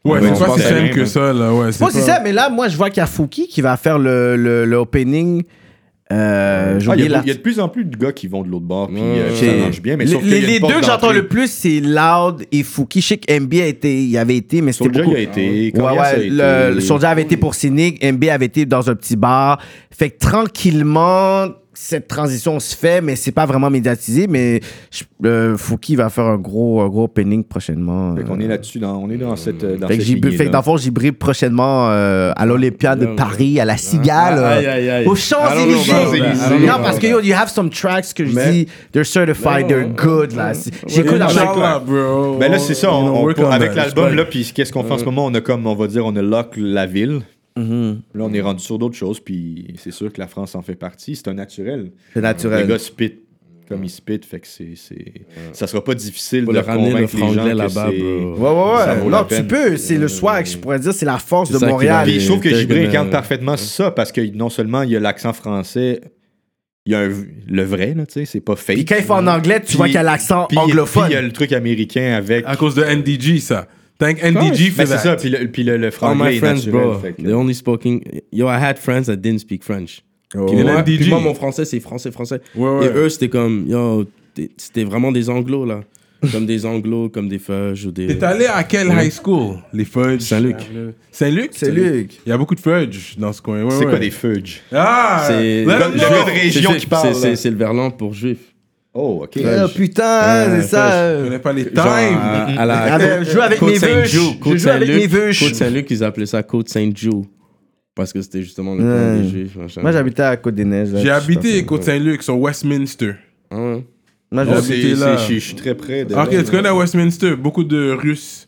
Speaker 4: Ouais,
Speaker 5: Ouais,
Speaker 4: c'est
Speaker 5: on
Speaker 4: pas si
Speaker 5: pense à rien,
Speaker 4: simple que
Speaker 5: mais-
Speaker 4: ça, là. Ouais,
Speaker 3: Je pense que c'est ça, mais là, moi, je vois qu'il y a Fouki qui va faire le, le, le opening. Euh, j'ai
Speaker 5: Ah, Il
Speaker 3: oublié
Speaker 5: y, a-
Speaker 3: la-
Speaker 5: il y a de plus en plus de gars qui vont de l'autre bord, puis
Speaker 6: Ouais.
Speaker 5: euh,
Speaker 3: J'ai-
Speaker 5: ça marche bien, mais
Speaker 3: les,
Speaker 5: sauf que
Speaker 3: les- les deux que j'entends le plus, c'est Loud et Fouki. Je sais que MB a été, il avait été, mais c'était
Speaker 5: Soulja,
Speaker 3: beaucoup.
Speaker 5: il a été.
Speaker 3: Ouais,
Speaker 5: Corias a
Speaker 3: ouais, le,
Speaker 5: été.
Speaker 3: le Soulja avait été pour Cynic, MB avait été dans un petit bar. Fait que tranquillement, cette transition se fait, mais c'est pas vraiment médiatisé. Mais je- euh, Fouki va faire un gros, un gros opening prochainement.
Speaker 5: Fait qu'on est là-dessus, dans- on est dans cette. euh, Dans
Speaker 3: Fait que,
Speaker 5: cette
Speaker 3: j'ai, fait que
Speaker 5: lignée-là.
Speaker 3: dans le fond, j'y brille prochainement euh, à l'Olympia de
Speaker 6: Ouais.
Speaker 3: Paris, à la Cigale,
Speaker 6: Ah,
Speaker 3: euh,
Speaker 6: aïe, aïe, aïe.
Speaker 3: aux
Speaker 5: Allons,
Speaker 3: Champs-Élysées.
Speaker 5: allons, allons,
Speaker 3: Non,
Speaker 5: allons,
Speaker 3: parce que yo, you have some tracks que je
Speaker 5: Mais-
Speaker 3: dis, they're certified,
Speaker 6: Non,
Speaker 3: they're
Speaker 6: non,
Speaker 3: good.
Speaker 6: non,
Speaker 3: Là.
Speaker 6: non.
Speaker 3: J'écoute
Speaker 6: Ouais,
Speaker 3: la
Speaker 5: non,
Speaker 3: chaque-
Speaker 4: Inch'Allah, bro.
Speaker 5: Ben là, c'est ça.
Speaker 4: You
Speaker 5: on-
Speaker 4: know,
Speaker 5: on-
Speaker 4: work on
Speaker 5: avec
Speaker 4: that.
Speaker 5: l'album, là, puis qu'est-ce qu'on fait en ce moment? On a comme, on va dire, on a lock la ville.
Speaker 6: Mm-hmm.
Speaker 5: Là, on est rendu sur d'autres choses, puis c'est sûr que la France en fait partie. C'est un naturel.
Speaker 3: C'est
Speaker 5: Les gars
Speaker 3: naturel.
Speaker 5: spit comme ils spit, fait que c'est... c'est- Ça sera pas difficile
Speaker 6: Faut
Speaker 5: de
Speaker 6: le ramener le
Speaker 5: convaincre les gens
Speaker 6: franglais
Speaker 5: que
Speaker 6: là-bas,
Speaker 5: c'est...
Speaker 6: bro.
Speaker 3: Ouais, ouais,
Speaker 5: Ça
Speaker 3: ouais.
Speaker 5: vaut
Speaker 3: Non,
Speaker 5: la
Speaker 3: tu
Speaker 5: peine.
Speaker 3: peux. C'est le swag, je pourrais dire, c'est la force
Speaker 6: C'est
Speaker 3: de
Speaker 6: ça qui
Speaker 3: Montréal.
Speaker 5: Ah, Puis je trouve que
Speaker 6: T'es
Speaker 5: Gibril
Speaker 6: comme,
Speaker 5: incarne
Speaker 6: euh,
Speaker 5: parfaitement ça, parce que non seulement il y a l'accent français, il y a un v- le vrai, là, tu sais, c'est pas fake.
Speaker 3: Puis quand il fait en anglais, tu
Speaker 5: Puis-
Speaker 3: vois qu'il y a l'accent
Speaker 5: Puis-
Speaker 3: anglophone.
Speaker 5: puis il y a le truc américain avec...
Speaker 4: À cause de NDG, ça. Thank NDG for
Speaker 5: Ben, c'est
Speaker 4: that.
Speaker 5: ça, puis le, puis le- le
Speaker 6: All
Speaker 5: franglais
Speaker 6: my
Speaker 5: est
Speaker 6: friends,
Speaker 5: naturel.
Speaker 6: bro,
Speaker 5: fait que-
Speaker 6: they only spoken. Yo, I had friends that didn't speak French.
Speaker 5: Oh.
Speaker 6: Puis,
Speaker 4: Ouais.
Speaker 6: moi,
Speaker 4: LNDG.
Speaker 6: puis moi, mon français, c'est français, français.
Speaker 4: Ouais, ouais.
Speaker 6: Et eux, c'était comme, yo, t'es- c'était vraiment des anglos, là. comme des anglos, comme des fudge ou des.
Speaker 4: T'es allé à quelle high school Les Fudge.
Speaker 6: Saint-Luc.
Speaker 4: Saint-Luc
Speaker 3: Saint-Luc.
Speaker 4: Il y a beaucoup de Fudge dans ce coin. Ouais,
Speaker 5: C'est quoi
Speaker 4: ouais.
Speaker 5: des fudge?
Speaker 4: Ah
Speaker 6: C'est
Speaker 4: let 'em
Speaker 5: Euh, Le
Speaker 4: know.
Speaker 5: gars de région
Speaker 6: C'est-
Speaker 5: qui parle,
Speaker 6: c'est- C'est
Speaker 5: là.
Speaker 6: c'est le verlan pour juif.
Speaker 5: Oh, OK.
Speaker 3: Ah, putain,
Speaker 6: Ouais,
Speaker 3: c'est ça.
Speaker 4: Je
Speaker 3: euh,
Speaker 4: connais pas les times.
Speaker 6: Genre, à-
Speaker 5: euh,
Speaker 6: à la-
Speaker 3: Ah, ben, je joue
Speaker 5: Mm-hmm.
Speaker 3: avec
Speaker 6: Côte
Speaker 3: mes
Speaker 6: Saint-Jou,
Speaker 3: veuches.
Speaker 6: Côte
Speaker 3: Je joue avec
Speaker 6: Saint-Luc,
Speaker 3: mes veuches.
Speaker 6: Côte Saint-Luc, ils appelaient ça Côte Saint-Jou. Parce que c'était justement le
Speaker 3: Ouais.
Speaker 6: coin des juifs. machin.
Speaker 3: Moi, j'habitais à Côte-des-Neiges. là,
Speaker 4: J'ai
Speaker 3: je sais pas
Speaker 4: habité
Speaker 3: si-
Speaker 4: Côte-Saint-Luc sur Westminster.
Speaker 6: Ah ouais.
Speaker 3: Moi,
Speaker 5: Oh,
Speaker 4: J'ai
Speaker 5: c'est-
Speaker 3: j'habitais-
Speaker 4: habité là. Ah,
Speaker 5: c'est- Je je suis très près de...
Speaker 4: Ok, tu connais Westminster Beaucoup de Russes.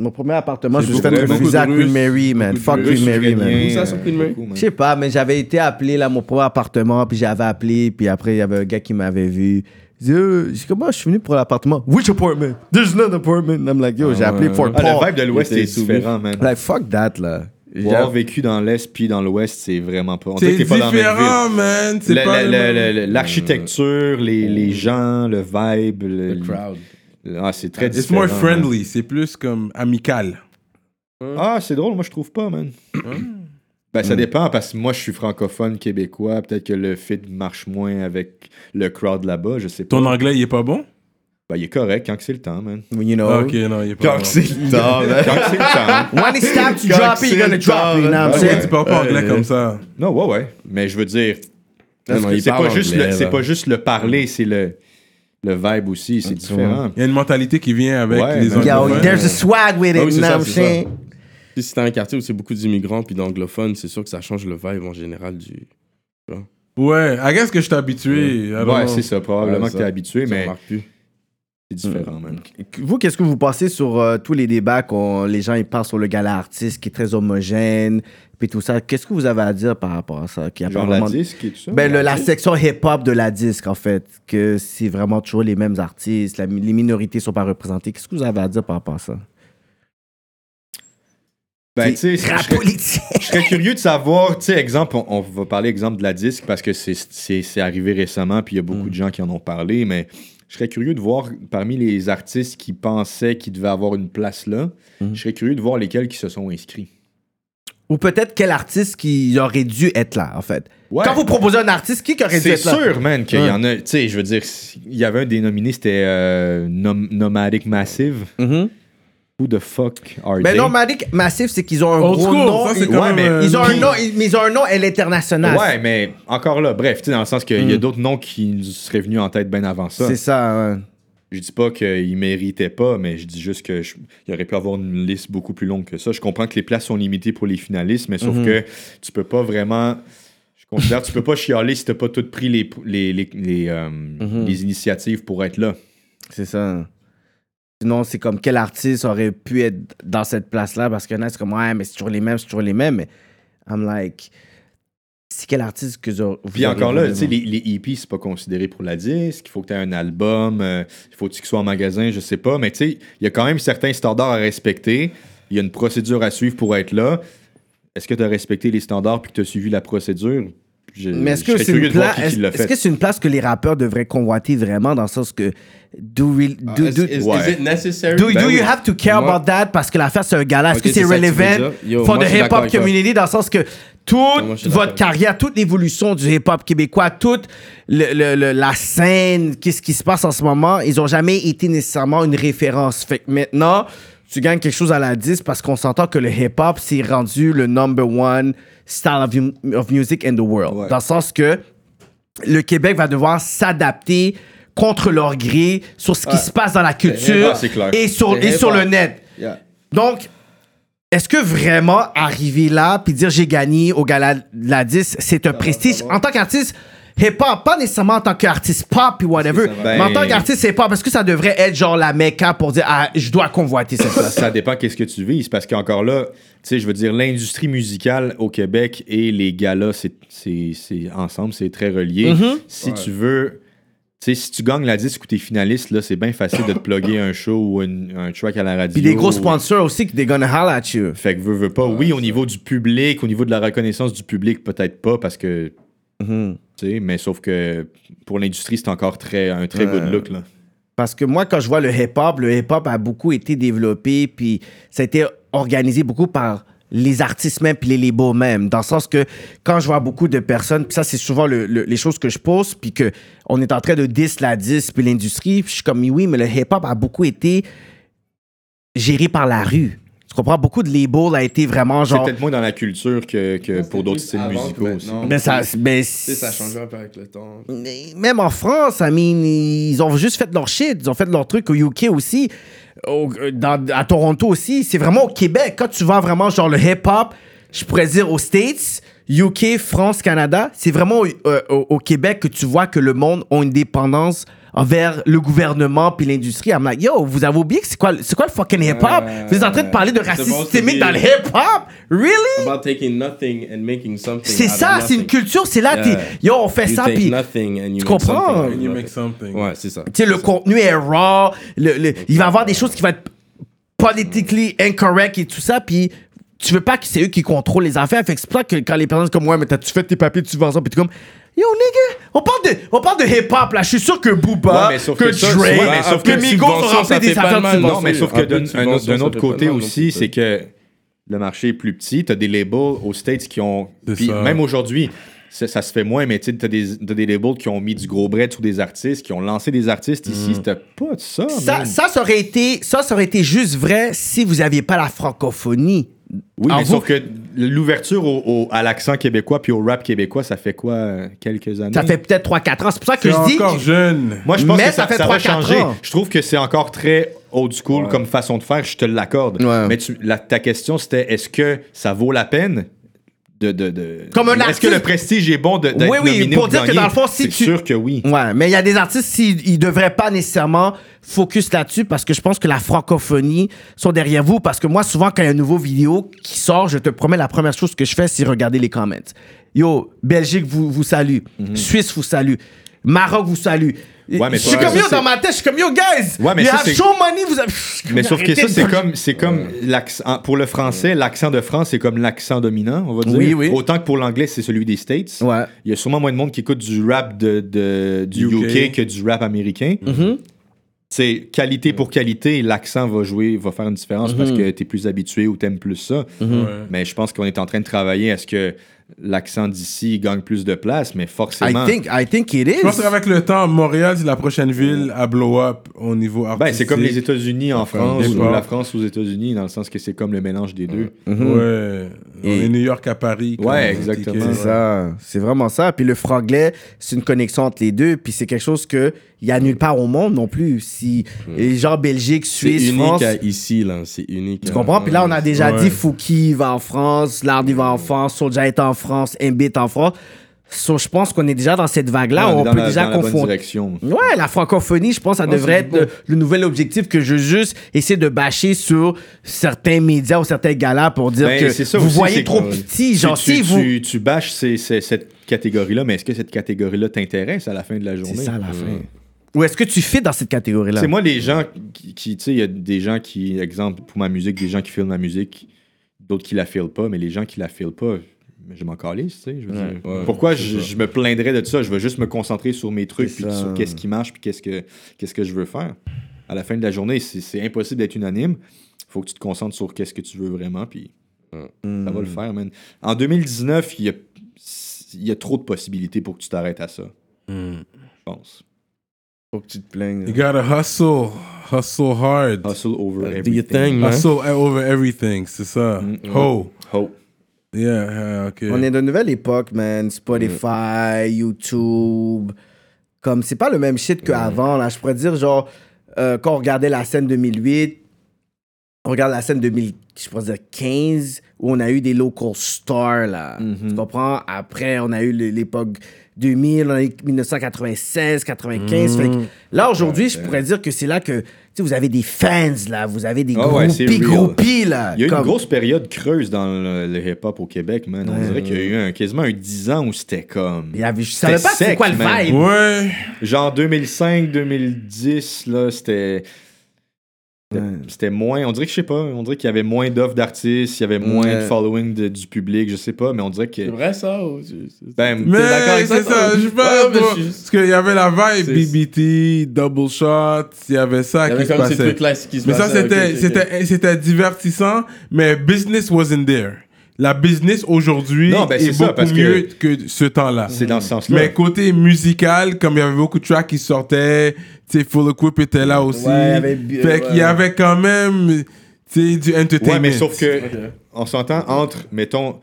Speaker 3: Mon premier appartement, je me suis
Speaker 5: beaucoup
Speaker 3: fait
Speaker 5: de-
Speaker 3: refuser à
Speaker 4: beaucoup de
Speaker 3: Queen
Speaker 4: Russes,
Speaker 3: Mary, man.
Speaker 4: beaucoup de
Speaker 3: Fuck
Speaker 4: Russes,
Speaker 3: Queen Mary, man.
Speaker 5: Ukrainiens,
Speaker 6: Où ça, sur
Speaker 5: euh,
Speaker 6: Queen Mary?
Speaker 5: beaucoup, man.
Speaker 3: Je sais pas, mais j'avais été appelé là, mon premier appartement, puis j'avais appelé, puis après, il y avait un gars qui m'avait vu. Il dit, euh, je dis, comment je suis venu pour l'appartement? Which apartment? There's no apartment. I'm like, yo, j'ai appelé
Speaker 6: ouais.
Speaker 3: Fort
Speaker 5: Ah,
Speaker 3: Paul.
Speaker 5: le vibe de l'Ouest
Speaker 6: Il était
Speaker 5: est
Speaker 6: soumis.
Speaker 5: différent, man.
Speaker 3: Like, fuck that, là. J'ai-
Speaker 5: Pour avoir vécu dans l'Est puis dans l'Ouest, c'est vraiment pas... On dirait
Speaker 4: C'est
Speaker 5: que t'es pas dans la même ville.
Speaker 4: différent, man. C'est
Speaker 5: Le-
Speaker 4: pas
Speaker 5: le-
Speaker 4: le même.
Speaker 5: le- le- L'architecture, les, les gens, le vibe, le,
Speaker 6: The crowd.
Speaker 5: le- ah, c'est très
Speaker 4: It's
Speaker 5: différent.
Speaker 4: more friendly. C'est plus comme amical.
Speaker 5: man. Ah, c'est drôle, moi je trouve pas, man. ben, ça dépend parce que moi je suis francophone québécois, peut-être que le fit marche moins avec le crowd là-bas, je sais pas.
Speaker 4: Ton anglais, il est pas bon
Speaker 5: Ben, il est correct quand que c'est le temps, man.
Speaker 3: You know.
Speaker 4: Ok, non, il est pas bon.
Speaker 5: le temps, man. Quand que c'est le temps.
Speaker 3: When it's time to
Speaker 5: Quand
Speaker 3: drop it,
Speaker 5: c'est
Speaker 3: you're gonna
Speaker 5: le
Speaker 3: drop it. You know
Speaker 5: temps,
Speaker 3: what I'm
Speaker 4: Ah
Speaker 5: ouais.
Speaker 4: ouais,
Speaker 3: saying?
Speaker 4: tu parles pas
Speaker 6: Ouais.
Speaker 4: anglais comme ça.
Speaker 5: Non, ouais, ouais. Mais je veux dire,
Speaker 6: Non, non, il
Speaker 5: c'est
Speaker 6: parle
Speaker 5: pas, juste
Speaker 6: anglais,
Speaker 5: le- c'est
Speaker 6: là.
Speaker 5: pas juste le parler, c'est le, le vibe aussi,
Speaker 6: Ah,
Speaker 5: c'est différent.
Speaker 4: Il y a une mentalité qui vient avec
Speaker 5: Ouais,
Speaker 4: les
Speaker 5: man.
Speaker 3: Yo,
Speaker 4: anglophones.
Speaker 3: there's a swag with it.
Speaker 6: Ah oui,
Speaker 3: You
Speaker 6: c'est
Speaker 3: know
Speaker 6: ça,
Speaker 3: what I'm
Speaker 6: c'est ça.
Speaker 3: saying?
Speaker 6: Si c'est un quartier où c'est beaucoup d'immigrants puis d'anglophones, c'est sûr que ça change le vibe en général du.
Speaker 4: Ouais, I guess que je suis habitué. I don't
Speaker 5: Ouais,
Speaker 4: know.
Speaker 5: c'est ça, probablement
Speaker 6: Ouais,
Speaker 5: que
Speaker 6: ça.
Speaker 5: t'es habitué,
Speaker 6: Tu
Speaker 5: mais
Speaker 6: remarques plus.
Speaker 5: c'est différent, man.
Speaker 3: Vous, qu'est-ce que vous pensez sur euh, tous les débats qu'on les gens ils parlent sur le gala artiste qui est très homogène puis tout ça Qu'est-ce que vous avez à dire par rapport à ça qui a pas
Speaker 5: Genre la
Speaker 3: vraiment-
Speaker 5: disque et tout ça.
Speaker 3: Ben, le- la section hip-hop de la disque, en fait, que c'est vraiment toujours les mêmes artistes, la- les minorités sont pas représentées. Qu'est-ce que vous avez à dire par rapport à ça?
Speaker 5: Ben, tu sais, je
Speaker 3: Rap
Speaker 5: serais-
Speaker 3: politique!
Speaker 5: je serais curieux de savoir, tu sais, exemple, on, on va parler exemple de la disque parce que c'est- c'est c'est arrivé récemment, puis il y a
Speaker 6: Mm.
Speaker 5: beaucoup de gens qui en ont parlé, mais je serais curieux de voir parmi les artistes qui pensaient qu'ils devaient avoir une place là,
Speaker 6: Mm.
Speaker 5: je serais curieux de voir lesquels qui se sont inscrits.
Speaker 3: Ou peut-être quel artiste qui aurait dû être là, en fait.
Speaker 5: Ouais.
Speaker 3: Quand vous proposez un artiste, qui qui aurait dû
Speaker 5: C'est
Speaker 3: être là?
Speaker 5: sûr, man, qu'il y en a. Tu sais, je veux dire, il y avait un dénominé, c'était euh, Nom- Nomadic Massive.
Speaker 3: Mhm.
Speaker 5: Who the fuck are
Speaker 3: Mais
Speaker 5: they?
Speaker 3: Ben non, Malik Massif, c'est qu'ils ont un
Speaker 4: Old
Speaker 3: gros
Speaker 4: school,
Speaker 3: nom.
Speaker 4: ça, c'est
Speaker 3: ils-
Speaker 4: quand
Speaker 5: ouais,
Speaker 4: même,
Speaker 5: mais
Speaker 4: euh,
Speaker 3: ils ont un
Speaker 4: cool.
Speaker 3: nom, ils, mais ils ont un nom à l'international.
Speaker 5: Ouais, mais encore là, bref, tu sais, dans le sens qu'il y a d'autres noms qui nous seraient venus en tête bien avant ça.
Speaker 3: Mm. C'est ça, ouais.
Speaker 5: Je dis pas qu'ils méritaient pas, mais je dis juste que je- il aurait pu avoir une liste beaucoup plus longue que ça. Je comprends que les places sont limitées pour les finalistes, mais
Speaker 3: Mm-hmm.
Speaker 5: sauf que tu peux pas vraiment. Je considère que tu peux pas chialer si t'as pas tout pris les, les, les, les, euh,
Speaker 3: Mm-hmm.
Speaker 5: les initiatives pour être là.
Speaker 3: C'est ça. Sinon, c'est comme quel artiste aurait pu être dans cette place-là parce qu'il y en a, c'est comme, ouais, mais c'est toujours les mêmes, c'est toujours les mêmes. Mais I'm like, c'est quel artiste que vous aurez-
Speaker 5: Puis
Speaker 3: vous
Speaker 5: encore là,
Speaker 3: auriez
Speaker 5: tu sais,
Speaker 3: voulu
Speaker 5: les, les EP, c'est pas considéré pour la disque. Il faut que tu aies un album. euh, Il faut que tu sois en magasin, je sais pas. Mais tu sais, il y a quand même certains standards à respecter. Il y a une procédure à suivre pour être là. Est-ce que tu as respecté les standards puis que tu as suivi la procédure? Je-
Speaker 3: voir? Mais est-ce
Speaker 5: je
Speaker 3: que
Speaker 5: serais
Speaker 3: c'est une,
Speaker 5: curieux de voir
Speaker 3: place-
Speaker 5: qui qui
Speaker 3: est-ce
Speaker 5: l'a
Speaker 3: est-ce
Speaker 5: fait.
Speaker 3: que c'est une place que les rappeurs devraient convoiter vraiment dans le sens que do, we-
Speaker 5: Ah,
Speaker 3: do, do,
Speaker 6: Is, is
Speaker 5: Ouais.
Speaker 6: it necessary?
Speaker 3: do,
Speaker 5: Ben
Speaker 3: do
Speaker 5: oui.
Speaker 3: you have to care
Speaker 6: Moi-
Speaker 3: about that parce que l'affaire c'est un gala? Est-ce
Speaker 6: Ok,
Speaker 3: que c'est
Speaker 6: c'est ça que tu veux
Speaker 3: relevant
Speaker 6: dire. Yo,
Speaker 3: for
Speaker 6: moi,
Speaker 3: the
Speaker 6: je suis d'accord
Speaker 3: hip-hop
Speaker 6: avec toi.
Speaker 3: community dans le sens que toute
Speaker 6: moi, je suis
Speaker 3: votre
Speaker 6: d'accord avec toi.
Speaker 3: carrière, toute l'évolution du hip-hop québécois, toute le- le- le- la scène, qu'est-ce qui se passe en ce moment, ils ont jamais été nécessairement une référence. Fait que maintenant, tu gagnes quelque chose à la 10 parce qu'on s'entend que le hip-hop, c'est rendu le number one style of, mu- of music in the world. Dans le sens que le Québec va devoir s'adapter contre leur gré sur ce qui se passe dans la culture
Speaker 5: hip-hop, c'est clair.
Speaker 3: et sur,
Speaker 6: Le
Speaker 3: et sur le
Speaker 6: hip-hop.
Speaker 3: net.
Speaker 5: Yeah.
Speaker 3: Donc, est-ce que vraiment arriver là puis dire j'ai gagné au gala de la 10, c'est un prestige en tant qu'artiste hip-hop, pas nécessairement en tant qu'artiste pop puis whatever,
Speaker 5: ça va?
Speaker 3: mais en
Speaker 5: Ben-
Speaker 3: tant qu'artiste hip-hop, est-ce que ça devrait être genre la mecca pour dire ah, je dois convoiter cette place?
Speaker 5: Ça dépend qu'est-ce que tu vises, parce qu'encore là, tu sais, je veux dire, l'industrie musicale au Québec et les galas, c'est, c'est, c'est- ensemble, c'est très relié.
Speaker 3: Mm-hmm.
Speaker 5: Si tu veux, tu sais, si tu gagnes la disque ou t'es finaliste, là, c'est bien facile de te plugger un show ou une- un track à la radio.
Speaker 3: Puis des gros
Speaker 5: ou-
Speaker 3: sponsors aussi qui they gonna holler at you.
Speaker 5: Fait que veux, veux pas. oui, au niveau du public, au niveau de la reconnaissance du public, peut-être pas, parce que,
Speaker 3: Mm-hmm.
Speaker 5: tu sais, mais sauf que pour l'industrie, c'est encore très, un très good look, là.
Speaker 3: Parce que moi, quand je vois le hip-hop, le hip-hop a beaucoup été développé, puis ça a été organisé beaucoup par les artistes même puis les labels même. Dans le sens que quand je vois beaucoup de personnes, puis ça c'est souvent le- le- les choses que je pose, puis que on est en train de 10 la 10 puis l'industrie, puis je suis comme mais oui, mais le hip-hop a beaucoup été géré par la rue. Tu comprends? Beaucoup de labels a été vraiment
Speaker 5: C'est
Speaker 3: genre.
Speaker 5: peut-être moins dans la culture que, que pour d'autres styles musicaux aussi.
Speaker 3: Mais ça, mais
Speaker 6: Tu sais, ça a changé un peu avec le temps.
Speaker 3: mais même en France, I mean, ils ont juste fait leur shit, ils ont fait leur truc au UK aussi, au- euh, dans- à Toronto aussi. C'est vraiment au Québec. Quand tu vas vraiment genre le hip-hop, je pourrais dire aux States, UK, France, Canada, c'est vraiment au, euh, au- au Québec que tu vois que le monde a une dépendance envers le gouvernement puis l'industrie. I'm like, yo, vous avez oublié que c'est quoi, le- c'est quoi le fucking hip-hop? vous êtes en train de parler de racisme
Speaker 6: supposed to
Speaker 3: systémique
Speaker 6: be-
Speaker 3: dans le hip-hop? Really?
Speaker 6: About taking nothing and making something.
Speaker 3: C'est
Speaker 6: out of
Speaker 3: ça, c'est une
Speaker 6: nothing.
Speaker 3: culture, c'est là,
Speaker 6: Yeah.
Speaker 3: t'es- yo, on fait
Speaker 6: You
Speaker 3: ça,
Speaker 6: take
Speaker 3: puis...
Speaker 6: nothing and you
Speaker 3: Tu
Speaker 6: make
Speaker 3: comprends?
Speaker 6: something out of
Speaker 3: And
Speaker 4: You
Speaker 6: nothing.
Speaker 4: make something.
Speaker 6: Ouais, c'est ça.
Speaker 3: Tu sais, le contenu est raw. le- le- il va y avoir des choses qui vont être politically incorrect et tout ça. Puis tu veux pas que c'est eux qui contrôlent les affaires. Fait que c'est pour ça que quand les personnes sont comme, ouais, mais t'as-tu fait tes papiers de subvention? Puis t'es comme, yo, nigga, on parle de, on parle de hip-hop là. Je suis sûr que Booba,
Speaker 5: Ouais, mais sauf
Speaker 3: que,
Speaker 5: que ça,
Speaker 3: Drake,
Speaker 5: ouais, mais sauf
Speaker 3: que
Speaker 5: que
Speaker 3: Migos ont
Speaker 6: subvention,
Speaker 3: rempli
Speaker 6: ça
Speaker 3: des
Speaker 6: fait pas
Speaker 3: affaires
Speaker 6: de
Speaker 3: de
Speaker 6: mal,
Speaker 5: Non,
Speaker 3: subvention.
Speaker 5: mais sauf
Speaker 6: Un
Speaker 5: que
Speaker 6: peu de
Speaker 5: d'un un autre-
Speaker 6: subvention,
Speaker 5: d'un
Speaker 6: ça
Speaker 5: autre
Speaker 6: fait pas
Speaker 5: côté
Speaker 6: mal non
Speaker 5: aussi,
Speaker 6: plus, ça.
Speaker 5: c'est que le marché est plus petit. T'as des labels aux States qui ont.
Speaker 4: C'est
Speaker 5: Puis
Speaker 4: ça.
Speaker 5: même aujourd'hui, ça, ça se fait moins, mais tu sais, t'as des, t'as des labels qui ont mis du gros bread sur des artistes, qui ont lancé des artistes ici. C'était pas de ça.
Speaker 3: Ça,
Speaker 5: man.
Speaker 3: ça, ça aurait été, ça, ça aurait été juste vrai si vous aviez pas la francophonie.
Speaker 5: oui,
Speaker 3: en
Speaker 5: mais
Speaker 3: vous-
Speaker 5: sauf que l'ouverture au- au- à l'accent québécois puis au rap québécois, ça fait quoi, euh, quelques années?
Speaker 3: Ça fait peut-être 3-4 ans. C'est pour ça que
Speaker 4: T'es
Speaker 3: je dis.
Speaker 4: encore jeune.
Speaker 5: Moi, je pense
Speaker 3: Mais
Speaker 5: que ça,
Speaker 3: ça fait
Speaker 5: ça va
Speaker 3: 3-4
Speaker 5: changer.
Speaker 3: ans.
Speaker 5: Je trouve que c'est encore très old school comme façon de faire, je te l'accorde.
Speaker 3: Ouais.
Speaker 5: Mais tu- la- ta question, c'était est-ce que ça vaut la peine de. de, de-
Speaker 3: Comme un
Speaker 5: Est-ce que
Speaker 3: artiste-
Speaker 5: le prestige est bon de, d'être
Speaker 3: Oui, oui,
Speaker 5: nominé
Speaker 3: pour
Speaker 5: ou
Speaker 3: dire que
Speaker 5: gagné?
Speaker 3: dans le fond, si
Speaker 5: C'est
Speaker 3: tu-
Speaker 5: sûr que oui.
Speaker 3: Ouais, mais il y a des artistes, s'ils- ils ne devraient pas nécessairement focus là-dessus parce que je pense que la francophonie sont derrière vous. Parce que moi, souvent, quand il y a une nouvelle vidéo qui sort, je te promets, la première chose que je fais, c'est regarder les comments. Yo, Belgique vous, vous salue. Suisse vous salue. Maroc vous salue.
Speaker 5: Mhm. Ouais, mais
Speaker 3: je suis
Speaker 5: ça,
Speaker 3: comme
Speaker 5: ça,
Speaker 3: yo
Speaker 5: c'est-
Speaker 3: dans ma tête, je suis comme yo, guys.
Speaker 5: Ouais, mais
Speaker 3: you
Speaker 5: ça,
Speaker 3: have
Speaker 5: c'est-
Speaker 3: show money, vous avez- Je suis comme,
Speaker 5: Mais sauf que
Speaker 3: arrêtez
Speaker 5: ça,
Speaker 3: de-
Speaker 5: c'est comme, c'est comme l'accent. Pour le français, l'accent de France, c'est comme l'accent dominant, on va dire.
Speaker 3: Oui, oui.
Speaker 5: Autant que pour l'anglais, c'est celui des States.
Speaker 3: Ouais.
Speaker 5: Il y a sûrement moins de monde qui écoute du rap de, de- du
Speaker 4: UK.
Speaker 5: UK. que du rap américain.
Speaker 3: Mm-hmm. Mhm.
Speaker 5: C'est
Speaker 3: Mm.
Speaker 5: qualité pour qualité, l'accent va jouer, va faire une différence
Speaker 3: Mm-hmm.
Speaker 5: parce que t'es plus habitué ou t'aimes plus ça.
Speaker 4: Ouais.
Speaker 5: Mais je pense qu'on est en train de travailler à ce que l'accent d'ici gagne plus de place, mais
Speaker 3: I
Speaker 5: forcément.
Speaker 3: think, I think it
Speaker 4: Je pense
Speaker 3: is.
Speaker 4: qu'avec le temps, Montréal, c'est la prochaine ville à blow up au niveau artistique.
Speaker 5: Ben, c'est comme les États-Unis en France ou
Speaker 4: départ.
Speaker 5: la France aux États-Unis, dans le sens que c'est comme le mélange des deux.
Speaker 6: Mhm.
Speaker 4: Ouais. On
Speaker 3: Et-
Speaker 4: est New York à Paris. comme
Speaker 5: Ouais,
Speaker 4: on dit,
Speaker 5: exactement.
Speaker 4: que-
Speaker 3: Mm. C'est ça, c'est vraiment ça. Puis le franglais, c'est une connexion entre les deux. Puis c'est quelque chose que il y a nulle part au monde non plus. Si
Speaker 5: Hmm.
Speaker 3: et genre Belgique,
Speaker 6: C'est
Speaker 3: Suisse,
Speaker 6: unique
Speaker 3: France,
Speaker 6: à ici, là. C'est unique.
Speaker 3: tu comprends. Puis là, on a déjà
Speaker 4: Ouais.
Speaker 3: dit Fouki va en France, Lardy va en France, Soulja est en France, Mbit est en France. So, je pense qu'on est déjà dans cette vague-là.
Speaker 5: Ouais,
Speaker 3: où
Speaker 5: on
Speaker 3: on,
Speaker 5: est dans
Speaker 3: peut
Speaker 5: la-
Speaker 3: déjà
Speaker 5: dans la bonne
Speaker 3: confondre.
Speaker 5: direction.
Speaker 3: Ouais, la francophonie, je pense, ça devrait être le, le nouvel objectif que je juste essayer de bâcher sur certains médias ou certains galas pour dire
Speaker 5: Ben,
Speaker 3: que
Speaker 5: c'est ça
Speaker 3: vous
Speaker 5: aussi,
Speaker 3: voyez
Speaker 5: c'est
Speaker 3: trop
Speaker 5: que-
Speaker 3: petit.
Speaker 5: Tu-
Speaker 3: Genre,
Speaker 5: tu,
Speaker 3: si
Speaker 5: tu,
Speaker 3: vous.
Speaker 5: tu bâches ces- ces- cette catégorie-là, mais est-ce que cette catégorie-là t'intéresse à la fin de la journée? Mm.
Speaker 3: C'est ça la fin. Ou est-ce que tu fais dans cette catégorie-là?
Speaker 5: C'est moi, les gens qui, qui- tu sais, il y a des gens qui, exemple, pour ma musique, des gens qui filment ma musique, d'autres qui la filent pas, mais les gens qui la filent pas, je m'en calisse, tu sais. je veux dire.
Speaker 6: ouais,
Speaker 5: Pourquoi je, je me plaindrais de ça? Je veux juste me concentrer sur mes trucs,
Speaker 3: C'est
Speaker 5: puis
Speaker 3: ça.
Speaker 5: sur qu'est-ce qui marche, puis qu'est-ce que, qu'est-ce que je veux faire. À la fin de la journée, c'est, c'est impossible d'être unanime. Faut que tu te concentres sur qu'est-ce que tu veux vraiment, puis ça
Speaker 6: Hmm.
Speaker 5: va le faire, man. En 2019, il y a, il y a trop de possibilités pour que tu t'arrêtes à ça,
Speaker 6: Hmm.
Speaker 5: je pense.
Speaker 6: Aux petites plaintes.
Speaker 4: You gotta hustle. Hustle hard.
Speaker 5: Hustle over
Speaker 6: Euh, Do your
Speaker 5: everything.
Speaker 6: thing, man.
Speaker 4: Hustle e- over everything. C'est ça.
Speaker 5: Mm, ouais.
Speaker 4: Ho.
Speaker 5: Ho.
Speaker 4: Yeah, uh, ok.
Speaker 3: On est d'une nouvelle époque, man. Spotify, YouTube. Comme, c'est pas le même shit qu'avant, là. Je pourrais dire, genre, euh, quand on regardait la scène 2008, on regarde la scène 2000, je pourrais dire 15, où on a eu des local stars, là.
Speaker 5: Mm-hmm.
Speaker 3: Tu comprends? Après, on a eu le- l'époque 2000, on a eu 1996, 95. Fait que
Speaker 5: Mm-hmm.
Speaker 3: là, aujourd'hui, je pourrais dire que c'est là que, tu sais, vous avez des fans, là. Vous avez des
Speaker 5: Ah ouais,
Speaker 3: groupies,
Speaker 5: c'est real.
Speaker 3: groupies, là.
Speaker 5: Il y a eu
Speaker 3: Comme-
Speaker 5: une grosse période creuse dans le, le hip-hop au Québec, man. On dirait qu'il y a eu un- quasiment un 10 ans où c'était comme.
Speaker 3: Il y avait- Je savais pas c'est
Speaker 5: sec,
Speaker 3: quoi le
Speaker 5: man.
Speaker 3: vibe.
Speaker 4: Ouais.
Speaker 5: Genre 2005, 2010, là, c'était. C'était moins, on dirait que je sais pas, on dirait qu'il y avait moins d'offres d'artistes, il y avait moins de
Speaker 3: Ouais.
Speaker 5: following de- du public, je sais pas, mais on dirait que.
Speaker 6: C'est vrai ça ou c'est- c'est-
Speaker 5: Ben,
Speaker 4: Mais
Speaker 6: T'es d'accord avec ça,
Speaker 4: c'est
Speaker 6: toi?
Speaker 4: ça, je pas.
Speaker 6: Ouais, mais
Speaker 4: bro.
Speaker 6: je suis juste-
Speaker 4: Parce qu'il y avait la vibe
Speaker 6: C'est-
Speaker 4: BBT, Double Shot, il y avait ça
Speaker 6: Il y
Speaker 4: qui
Speaker 6: avait
Speaker 4: se
Speaker 6: comme ces
Speaker 4: passait.
Speaker 6: trucs-là qui se
Speaker 4: Mais ça,
Speaker 6: passaient,
Speaker 4: c'était,
Speaker 6: ok, ok, ok.
Speaker 4: c'était, c'était divertissant, mais business wasn't there. La business aujourd'hui
Speaker 5: Non, ben, c'est
Speaker 4: est
Speaker 5: ça,
Speaker 4: beaucoup
Speaker 5: parce que-
Speaker 4: mieux que... ce temps-là.
Speaker 5: c'est dans ce sens-là.
Speaker 4: Mais côté musical, comme il y avait beaucoup de tracks qui sortaient, tu sais, Full Equip était là aussi.
Speaker 6: Ouais, il y avait bi-
Speaker 4: fait qu'il y
Speaker 6: ouais.
Speaker 4: avait quand même, tu sais, du entertainment.
Speaker 5: Ouais, mais sauf que,
Speaker 6: Ok.
Speaker 5: on s'entend entre, mettons,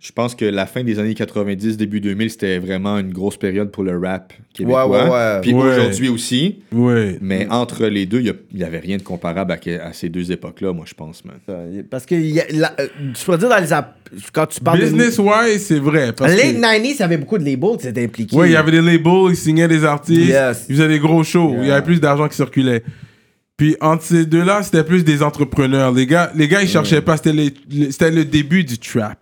Speaker 5: je pense que la fin des années 90, début 2000, c'était vraiment une grosse période pour le rap québécois.
Speaker 3: Ouais, ouais, ouais.
Speaker 5: Puis
Speaker 4: Ouais.
Speaker 5: aujourd'hui aussi,
Speaker 4: Ouais.
Speaker 5: mais entre les deux, il y a- il y avait rien de comparable à, que- à ces deux époques-là, moi, je pense, man.
Speaker 3: Euh, Parce que il y a la- euh, tu peux dire dans les app- quand tu parles
Speaker 4: Business wise, c'est vrai.
Speaker 3: de
Speaker 4: Parce que-
Speaker 3: late 90s, il y avait beaucoup de labels qui étaient impliqués.
Speaker 4: Ouais, il y avait des labels, ils signaient des artistes,
Speaker 3: Yes.
Speaker 4: ils faisaient des gros shows, il y avait plus d'argent qui circulait. Puis entre ces deux-là, c'était plus des entrepreneurs. Les gars, les gars ils cherchaient pas, c'était les- les- c'était le début du trap.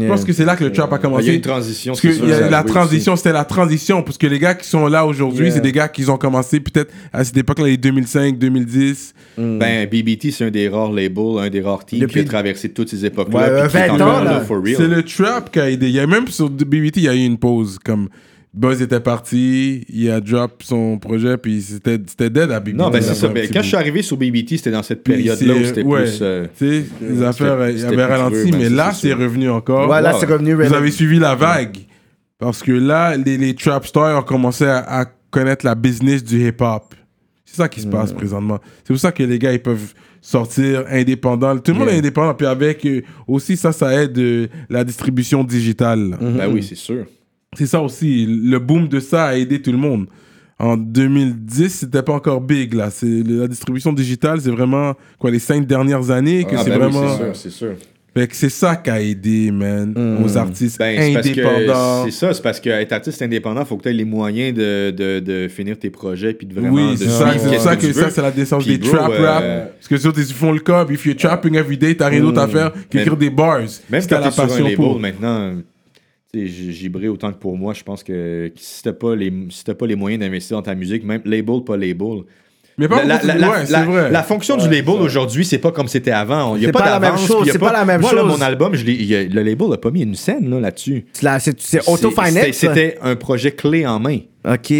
Speaker 4: Je pense que c'est là que le trap a
Speaker 5: Il y a
Speaker 4: commencé.
Speaker 5: une transition,
Speaker 4: Parce que
Speaker 5: c'est sûr,
Speaker 4: il y a
Speaker 5: ça-
Speaker 4: eu la
Speaker 5: oui,
Speaker 4: transition, c'était la transition, parce que les gars qui sont là aujourd'hui, c'est des gars qui ont commencé peut-être à cette époque-là, les 2005, 2010.
Speaker 5: Ben, BBT, c'est un des rares labels, un des rares teams qui
Speaker 3: Depuis-
Speaker 5: a traversé toutes ces
Speaker 3: Ouais,
Speaker 5: époques-là. puis qui
Speaker 3: ouais,
Speaker 5: est
Speaker 3: 20
Speaker 5: encore
Speaker 3: ans,
Speaker 5: là,
Speaker 3: là.
Speaker 5: for real.
Speaker 4: C'est le trap qui a aidé. Il y a même sur BBT, il y a eu une pause. Comme Buzz était parti, il a drop son projet, puis c'était c'était dead à BBT.
Speaker 5: Non, ben c'est
Speaker 4: là,
Speaker 5: ça.
Speaker 4: un
Speaker 5: Ben,
Speaker 4: petit
Speaker 5: quand
Speaker 4: bout.
Speaker 5: je suis arrivé sur BBT, c'était dans cette
Speaker 4: Puis
Speaker 5: période-là
Speaker 4: c'est-
Speaker 5: où c'était
Speaker 4: ouais,
Speaker 5: plus. euh,
Speaker 4: tu sais, les affaires
Speaker 5: c'était- c'était
Speaker 4: avaient
Speaker 5: plus
Speaker 4: ralenti,
Speaker 5: creux, ben,
Speaker 4: mais
Speaker 5: c'est-
Speaker 4: là,
Speaker 5: c'est
Speaker 4: c'est
Speaker 5: sûr.
Speaker 4: revenu encore.
Speaker 3: Ouais, là,
Speaker 5: Wow.
Speaker 3: c'est revenu.
Speaker 4: Vous
Speaker 3: relevant.
Speaker 4: avez suivi la vague. Parce que là, les, les trap stars ont commencé à, à connaître la business du hip-hop. C'est ça qui se
Speaker 5: Mm.
Speaker 4: passe présentement. C'est pour ça que les gars, ils peuvent sortir indépendants. Tout
Speaker 5: Mm.
Speaker 4: le monde est indépendant. Puis avec euh, aussi, ça, ça aide euh, la distribution digitale.
Speaker 5: Ben oui, c'est sûr.
Speaker 4: C'est ça aussi. Le boom de ça a aidé tout le monde. En 2010, c'était pas encore big, là. C'est- La distribution digitale, c'est vraiment, quoi, les cinq dernières années que
Speaker 5: Ah,
Speaker 4: c'est
Speaker 5: ben oui,
Speaker 4: vraiment...
Speaker 5: c'est sûr, c'est sûr.
Speaker 4: Fait que c'est ça qui a aidé, man, aux artistes
Speaker 5: Ben, c'est parce
Speaker 4: indépendants.
Speaker 5: que c'est ça, c'est parce qu'être artiste indépendant, faut que tu aies les moyens de, de, de finir tes projets puis de vraiment
Speaker 4: oui,
Speaker 5: de
Speaker 4: c'est ça,
Speaker 5: suivre
Speaker 4: c'est pour
Speaker 5: qu'est-ce
Speaker 4: ça
Speaker 5: tu
Speaker 4: que
Speaker 5: veux.
Speaker 4: ça, c'est la descente
Speaker 5: Puis,
Speaker 4: des
Speaker 5: bro,
Speaker 4: trap
Speaker 5: euh, Mm.
Speaker 4: rap. Parce que surtout, ils font le cob. If you're trapping every day, t'as rien d'autre à faire qu'écrire des bars.
Speaker 5: Même
Speaker 4: Si
Speaker 5: quand
Speaker 4: t'as
Speaker 5: t'es sur un label maintenant, tu sais, j- gibrer autant que pour moi, je pense que si t'as pas les, si t'as pas les moyens d'investir dans ta musique, même label, pas label.
Speaker 4: Mais pas
Speaker 5: La, la-
Speaker 4: beaucoup de-
Speaker 5: la- la-
Speaker 4: ouais, c'est
Speaker 5: la-
Speaker 4: vrai.
Speaker 5: la fonction du label aujourd'hui, c'est pas comme c'était avant. Il y a
Speaker 3: C'est
Speaker 5: pas,
Speaker 3: pas la même
Speaker 5: d'avance,
Speaker 3: chose,
Speaker 5: puis il y a
Speaker 3: c'est pas la même
Speaker 5: moi, Là,
Speaker 3: chose.
Speaker 5: mon album, je l'ai- il y a- le label a pas mis une scène là, là-dessus.
Speaker 3: C'est la- C'est
Speaker 5: C'est-
Speaker 3: c'est
Speaker 5: c'était-
Speaker 3: auto-finance. ça?
Speaker 5: C'était un projet clé en main.
Speaker 3: Ok.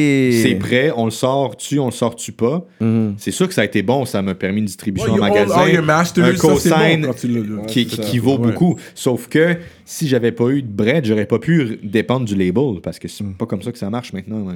Speaker 5: C'est prêt, on le sort-tu, on le sort-tu pas.
Speaker 3: Mhm.
Speaker 5: C'est sûr que ça a été bon, ça m'a permis une distribution
Speaker 4: Oh,
Speaker 5: en
Speaker 4: your
Speaker 5: magasin.
Speaker 4: own- oh, your masters,
Speaker 5: un
Speaker 4: ça, c'est
Speaker 5: cosign
Speaker 4: bon quand tu l'as-
Speaker 5: qui,
Speaker 4: ouais,
Speaker 5: qui-
Speaker 4: c'est
Speaker 5: qui
Speaker 4: ça.
Speaker 5: vaut
Speaker 4: Ouais.
Speaker 5: beaucoup. Sauf que si j'avais pas eu de bread, j'aurais pas pu r- dépendre du label parce que c'est
Speaker 4: Mm.
Speaker 5: pas comme ça que ça marche maintenant. ouais.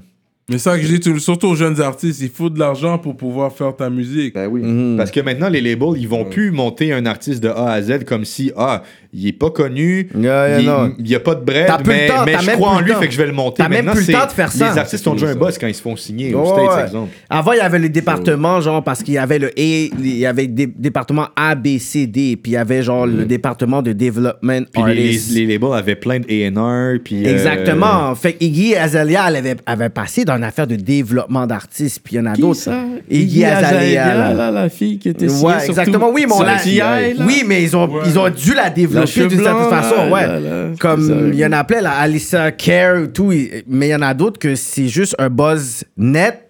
Speaker 4: Mais ça que je dis, tu- surtout aux jeunes artistes, il faut de l'argent pour pouvoir faire ta musique.
Speaker 5: Ben
Speaker 3: Mm. Mhm.
Speaker 5: Parce que maintenant, les labels, ils vont plus monter un artiste de A à Z comme si, ah, il est pas connu,
Speaker 3: Yeah, yeah,
Speaker 5: il,
Speaker 3: non.
Speaker 5: il y a pas de bread,
Speaker 3: T'as plus
Speaker 5: mais,
Speaker 3: le temps,
Speaker 5: mais
Speaker 3: t'as
Speaker 5: je
Speaker 3: même
Speaker 5: crois
Speaker 3: plus
Speaker 5: en
Speaker 3: le
Speaker 5: lui,
Speaker 3: temps.
Speaker 5: fait que je vais le monter.
Speaker 3: T'as même
Speaker 5: Maintenant,
Speaker 3: plus le
Speaker 5: c'est-
Speaker 3: temps de faire ça.
Speaker 5: Les artistes ont déjà un boss quand ils se font signer aux
Speaker 3: Ouais,
Speaker 5: States,
Speaker 3: ouais.
Speaker 5: exemple.
Speaker 3: Avant, il y avait les départements, genre, parce qu'il y avait le A, il y avait des départements A, B, C, D, puis il y avait, genre, le département de development
Speaker 5: Puis les-
Speaker 3: artists.
Speaker 5: les, les labels avaient plein de A&R, puis... euh,
Speaker 3: Exactement. Fait que Iggy Azalea elle avait, avait passé dans une affaire de développement d'artistes, puis il y en a
Speaker 6: Qui
Speaker 3: d'autres.
Speaker 6: ça
Speaker 3: Iggy Azalea.
Speaker 6: là,
Speaker 3: là.
Speaker 6: là, la fille qui était signée
Speaker 3: Ouais,
Speaker 6: sur
Speaker 3: exactement.
Speaker 6: tout-
Speaker 3: Oui, mais on
Speaker 6: sur
Speaker 3: l'a-
Speaker 6: TI, là.
Speaker 3: Oui, mais ils ont, ils ont dû la
Speaker 6: La
Speaker 3: développer
Speaker 6: cheveux
Speaker 3: d'une certaine
Speaker 6: blancs, là,
Speaker 3: façon, ouais.
Speaker 6: là, là, c'est ça.
Speaker 3: Comme il y en a plein, là, Alissa Care, tout. il- Mais il y en a d'autres que c'est juste un buzz net.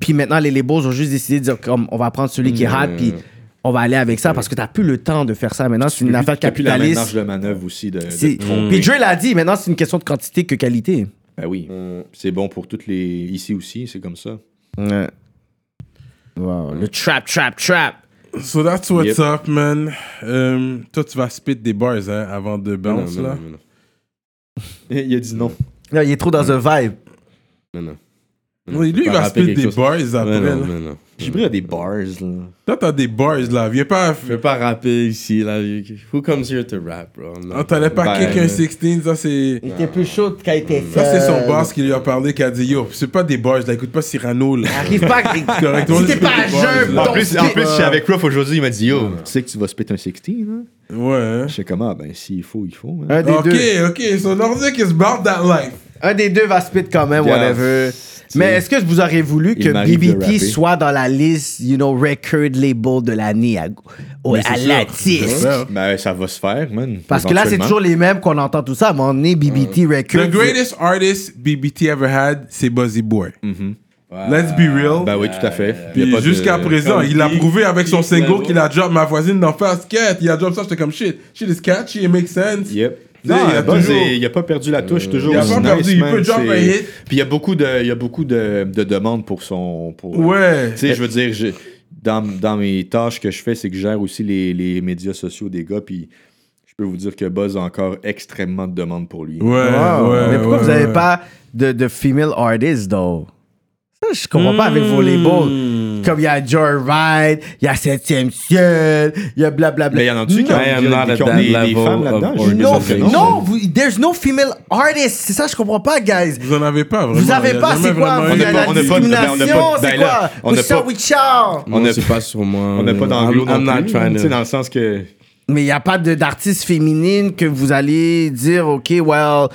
Speaker 3: Puis maintenant, les labels ont juste décidé de dire, comme, on va prendre celui qui est
Speaker 5: Mm.
Speaker 3: hot, puis on va aller avec ça, parce que t'as plus le temps de faire ça maintenant. C'est une affaire
Speaker 5: T'as plus la même
Speaker 3: capitaliste.
Speaker 5: marge de manœuvre aussi. De, de-
Speaker 3: C'est- Puis Dieu l'a dit, maintenant, c'est une question de quantité que qualité.
Speaker 5: Ben oui.
Speaker 4: Mm.
Speaker 5: C'est bon pour toutes les... Ici aussi, c'est comme ça.
Speaker 3: Wow, Le trap, trap, trap.
Speaker 4: So that's what's
Speaker 5: Yep.
Speaker 4: up, man. Euh, toi, tu vas spit des bars hein, avant de
Speaker 6: Non,
Speaker 4: bounce,
Speaker 6: non,
Speaker 4: là.
Speaker 6: non, non, non.
Speaker 5: Il a dit non.
Speaker 3: Là, il est trop dans un vibe.
Speaker 6: Non, non.
Speaker 4: Oui, lui, il
Speaker 6: Faut
Speaker 4: va
Speaker 6: rappeler
Speaker 4: spit
Speaker 6: quelque
Speaker 4: des
Speaker 6: chose.
Speaker 4: bars après,
Speaker 6: Ouais,
Speaker 4: là.
Speaker 6: non, non, non.
Speaker 5: J'ai pris à des bars, là.
Speaker 4: Toi, t'as des bars, là. Viens pas... à-
Speaker 6: Je veux pas rapper ici, là. Who comes here to rap, bro? I'm not-
Speaker 4: Ah, t'allais pas
Speaker 5: Ben,
Speaker 4: kick un
Speaker 5: euh,
Speaker 4: 16, ça, c'est...
Speaker 3: Il était plus chaud quand il était
Speaker 4: Ça, c'est son
Speaker 3: seul.
Speaker 4: boss qui lui a parlé, qui a dit Yo, c'est pas des bars, là, écoute pas Cyrano, là.
Speaker 3: Arrive pas que-
Speaker 4: correct, on
Speaker 3: Si t'es
Speaker 4: dit
Speaker 3: pas
Speaker 4: pas
Speaker 3: à
Speaker 4: des bars,
Speaker 3: jeun,
Speaker 4: là.
Speaker 5: En
Speaker 3: ton
Speaker 5: plus, en
Speaker 3: spit-
Speaker 5: plus, je
Speaker 4: euh,
Speaker 5: suis avec Ruff aujourd'hui, il m'a dit Yo, tu sais que tu vas spit un 16, hein?
Speaker 4: Ouais. hein.
Speaker 5: Je sais comment, ben s'il faut, il faut. hein.
Speaker 3: Un des
Speaker 4: Ok,
Speaker 3: deux.
Speaker 4: ok, so Nordic is about that life.
Speaker 3: Un des deux va spit quand même,
Speaker 5: Regarde,
Speaker 3: whatever.
Speaker 5: c'est-
Speaker 3: Mais est-ce que vous auriez voulu
Speaker 5: Il
Speaker 3: que
Speaker 5: m'arrive de
Speaker 3: BBT
Speaker 5: rapper.
Speaker 3: soit dans la liste, you know, record label de l'année à, au- à
Speaker 4: C'est
Speaker 3: l'atis?
Speaker 4: ça.
Speaker 5: Ben ça va se faire, man.
Speaker 3: Parce que là, c'est
Speaker 5: éventuellement.
Speaker 3: toujours les mêmes qu'on entend tout ça. Mais on est BBT
Speaker 4: The
Speaker 3: record.
Speaker 4: greatest artist BBT ever had, c'est Buzzy Boy. Let's be real.
Speaker 5: Mhm. Ben oui, tout à fait. Y a
Speaker 4: Puis
Speaker 5: pas de-
Speaker 4: jusqu'à présent, il a
Speaker 7: Big,
Speaker 4: prouvé avec son
Speaker 7: Big
Speaker 4: single
Speaker 7: level.
Speaker 4: qu'il a drop ma voisine d'en face. Cat, il a drop ça, j'étais comme shit. Shit is catchy, it makes sense.
Speaker 5: Yep.
Speaker 4: Tu sais,
Speaker 5: Non,
Speaker 4: il a
Speaker 5: Buzz,
Speaker 4: toujours-
Speaker 5: est- il a pas perdu la touche, toujours.
Speaker 4: il a
Speaker 5: aussi
Speaker 4: pas perdu,
Speaker 5: nice,
Speaker 4: il
Speaker 5: man,
Speaker 4: peut drop
Speaker 5: c'est-
Speaker 4: un hit.
Speaker 5: Puis il y a beaucoup de, il y a beaucoup de, de demandes pour son. Pour,
Speaker 4: Ouais.
Speaker 5: Tu sais, je veux dire, je- dans, dans mes tâches que je fais, c'est que je gère aussi les, les médias sociaux des gars, puis je peux vous dire que Buzz a encore extrêmement de demandes pour lui.
Speaker 4: Ouais,
Speaker 3: Wow.
Speaker 4: ouais.
Speaker 3: Ah, mais pourquoi
Speaker 4: ouais,
Speaker 3: vous n'avez
Speaker 4: ouais.
Speaker 3: pas de, de female artist, though? Ça, je comprends pas avec
Speaker 5: Hmm.
Speaker 3: vos labels. Comme il y a Joyride, il y a 7ème ciel, il y a blablabla.
Speaker 5: Mais il y en a-tu qui ont, qui
Speaker 3: Non.
Speaker 5: ont
Speaker 6: I am not
Speaker 5: des- qui ont
Speaker 6: at that
Speaker 5: des, des
Speaker 6: level
Speaker 5: femmes
Speaker 6: of
Speaker 5: là-dedans? Je
Speaker 6: or-
Speaker 5: suis
Speaker 3: Non,
Speaker 5: désolé.
Speaker 3: non, vous- there's no female artist. C'est ça, je comprends pas, guys.
Speaker 4: Vous en avez pas, vraiment.
Speaker 3: Vous avez
Speaker 4: Il y a
Speaker 3: pas,
Speaker 4: jamais
Speaker 3: c'est quoi?
Speaker 4: vraiment
Speaker 3: Vous
Speaker 5: on
Speaker 4: eu-
Speaker 5: n'a
Speaker 3: avez
Speaker 5: pas-
Speaker 3: la
Speaker 5: on n'a pas de- ben, on n'a
Speaker 3: discrimination,
Speaker 5: pas de-
Speaker 3: c'est
Speaker 5: ben là,
Speaker 3: quoi?
Speaker 5: on n'a
Speaker 3: What's up
Speaker 5: pas-
Speaker 3: with y'all?
Speaker 5: On
Speaker 6: Moi,
Speaker 5: a-
Speaker 6: c'est pas sur moi.
Speaker 5: On n'a pas d'anglo
Speaker 6: I'm, I'm
Speaker 5: non
Speaker 6: not
Speaker 5: plus,
Speaker 6: trying
Speaker 5: tu sais,
Speaker 6: to.
Speaker 5: dans le sens que...
Speaker 3: Mais il n'y a pas de- d'artiste féminine que vous allez dire, OK, well,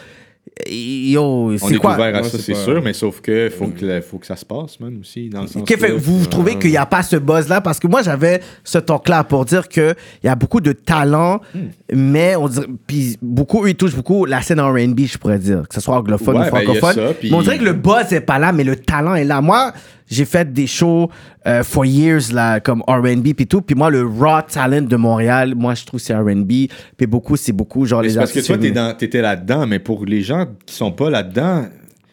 Speaker 3: yo,
Speaker 5: On
Speaker 3: c'est
Speaker 5: est
Speaker 3: quoi?
Speaker 5: ouvert à
Speaker 6: Moi,
Speaker 5: ça,
Speaker 6: c'est
Speaker 5: c'est
Speaker 6: pas-
Speaker 5: sûr, mais sauf que faut que, la- faut que ça se passe, man, aussi, dans le sens
Speaker 3: Ok, fait,
Speaker 5: que-
Speaker 3: vous, vous trouvez qu'il n'y a pas ce buzz-là? Parce que moi, j'avais ce talk-là pour dire qu'il y a beaucoup de talents, mais on dirait. Puis beaucoup, eux, ils touchent beaucoup la scène RB, je pourrais dire, que ce soit anglophone
Speaker 5: Ouais,
Speaker 3: ou
Speaker 5: ben, il y a
Speaker 3: francophone.
Speaker 5: ça, puis-
Speaker 3: Mais on dirait que le buzz n'est pas là, mais le talent est là. Moi, j'ai fait des shows euh, for years, là, comme RB, puis tout. Puis moi, le raw talent de Montréal, moi, je trouve c'est RB. Puis beaucoup, c'est beaucoup, genre
Speaker 5: Ah. Mais
Speaker 3: les
Speaker 5: c'est parce que
Speaker 3: artistes
Speaker 5: toi, t'es
Speaker 3: féminins.
Speaker 5: dans- t'étais là-dedans, mais pour les gens qui sont pas là-dedans,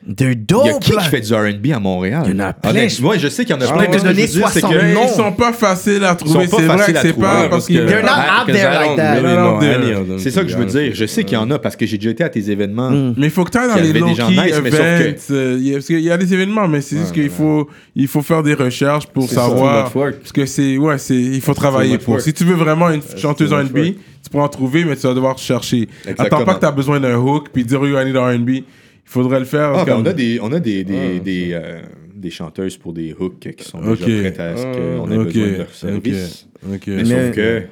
Speaker 3: De
Speaker 5: il y a
Speaker 3: dope,
Speaker 5: qui
Speaker 3: là.
Speaker 5: qui fait du R&B à Montréal?
Speaker 3: Il y en a plein,
Speaker 5: Honnête-
Speaker 3: je-
Speaker 5: Ouais, je sais qu'il y en a
Speaker 3: je
Speaker 5: plein,
Speaker 3: peux
Speaker 5: mais
Speaker 3: te
Speaker 5: ce que je
Speaker 3: donner
Speaker 5: veux dire, c'est
Speaker 3: 60
Speaker 5: que...
Speaker 4: Mais
Speaker 3: Non.
Speaker 4: Ils sont pas faciles à trouver.
Speaker 5: pas
Speaker 4: C'est vrai
Speaker 5: faciles
Speaker 4: que
Speaker 5: à
Speaker 4: c'est
Speaker 5: trouver,
Speaker 4: pas
Speaker 5: parce
Speaker 4: parce
Speaker 5: que-
Speaker 4: que.
Speaker 3: They're not out there like that.
Speaker 4: They're not out there.
Speaker 5: C'est ça que je veux dire. Je sais qu'il y en a parce que j'ai déjà été à tes événements.
Speaker 3: Mm.
Speaker 4: Mais il faut que tu ailles dans
Speaker 5: Qu'il y
Speaker 4: les
Speaker 5: avait des gens
Speaker 4: low-key
Speaker 5: nice, mais sauf que-
Speaker 4: events. euh, il y a- Parce qu'il y a des événements, mais c'est juste qu'il faut, il faut faire des recherches pour
Speaker 6: too
Speaker 4: savoir.
Speaker 6: much work.
Speaker 4: Parce que c'est. Ouais, c'est, il faut travailler
Speaker 6: much
Speaker 4: pour.
Speaker 6: work.
Speaker 4: Si tu veux vraiment une chanteuse
Speaker 6: too much
Speaker 4: RB,
Speaker 6: work.
Speaker 4: tu peux en trouver, mais tu vas devoir chercher. Attends
Speaker 5: Exactement.
Speaker 4: pas que tu as besoin d'un hook puis dire you I need RB. Il faudrait le faire.
Speaker 5: Ah, ben,
Speaker 4: comme-
Speaker 5: on a des, on a des, des, des, euh, des chanteuses pour des hooks qui sont
Speaker 4: ah, Ok.
Speaker 5: déjà prêtes à ce qu'on ait
Speaker 4: Ok,
Speaker 5: besoin de leur
Speaker 4: ok.
Speaker 5: service.
Speaker 4: Ok.
Speaker 5: Mais,
Speaker 3: Mais-
Speaker 5: sauf que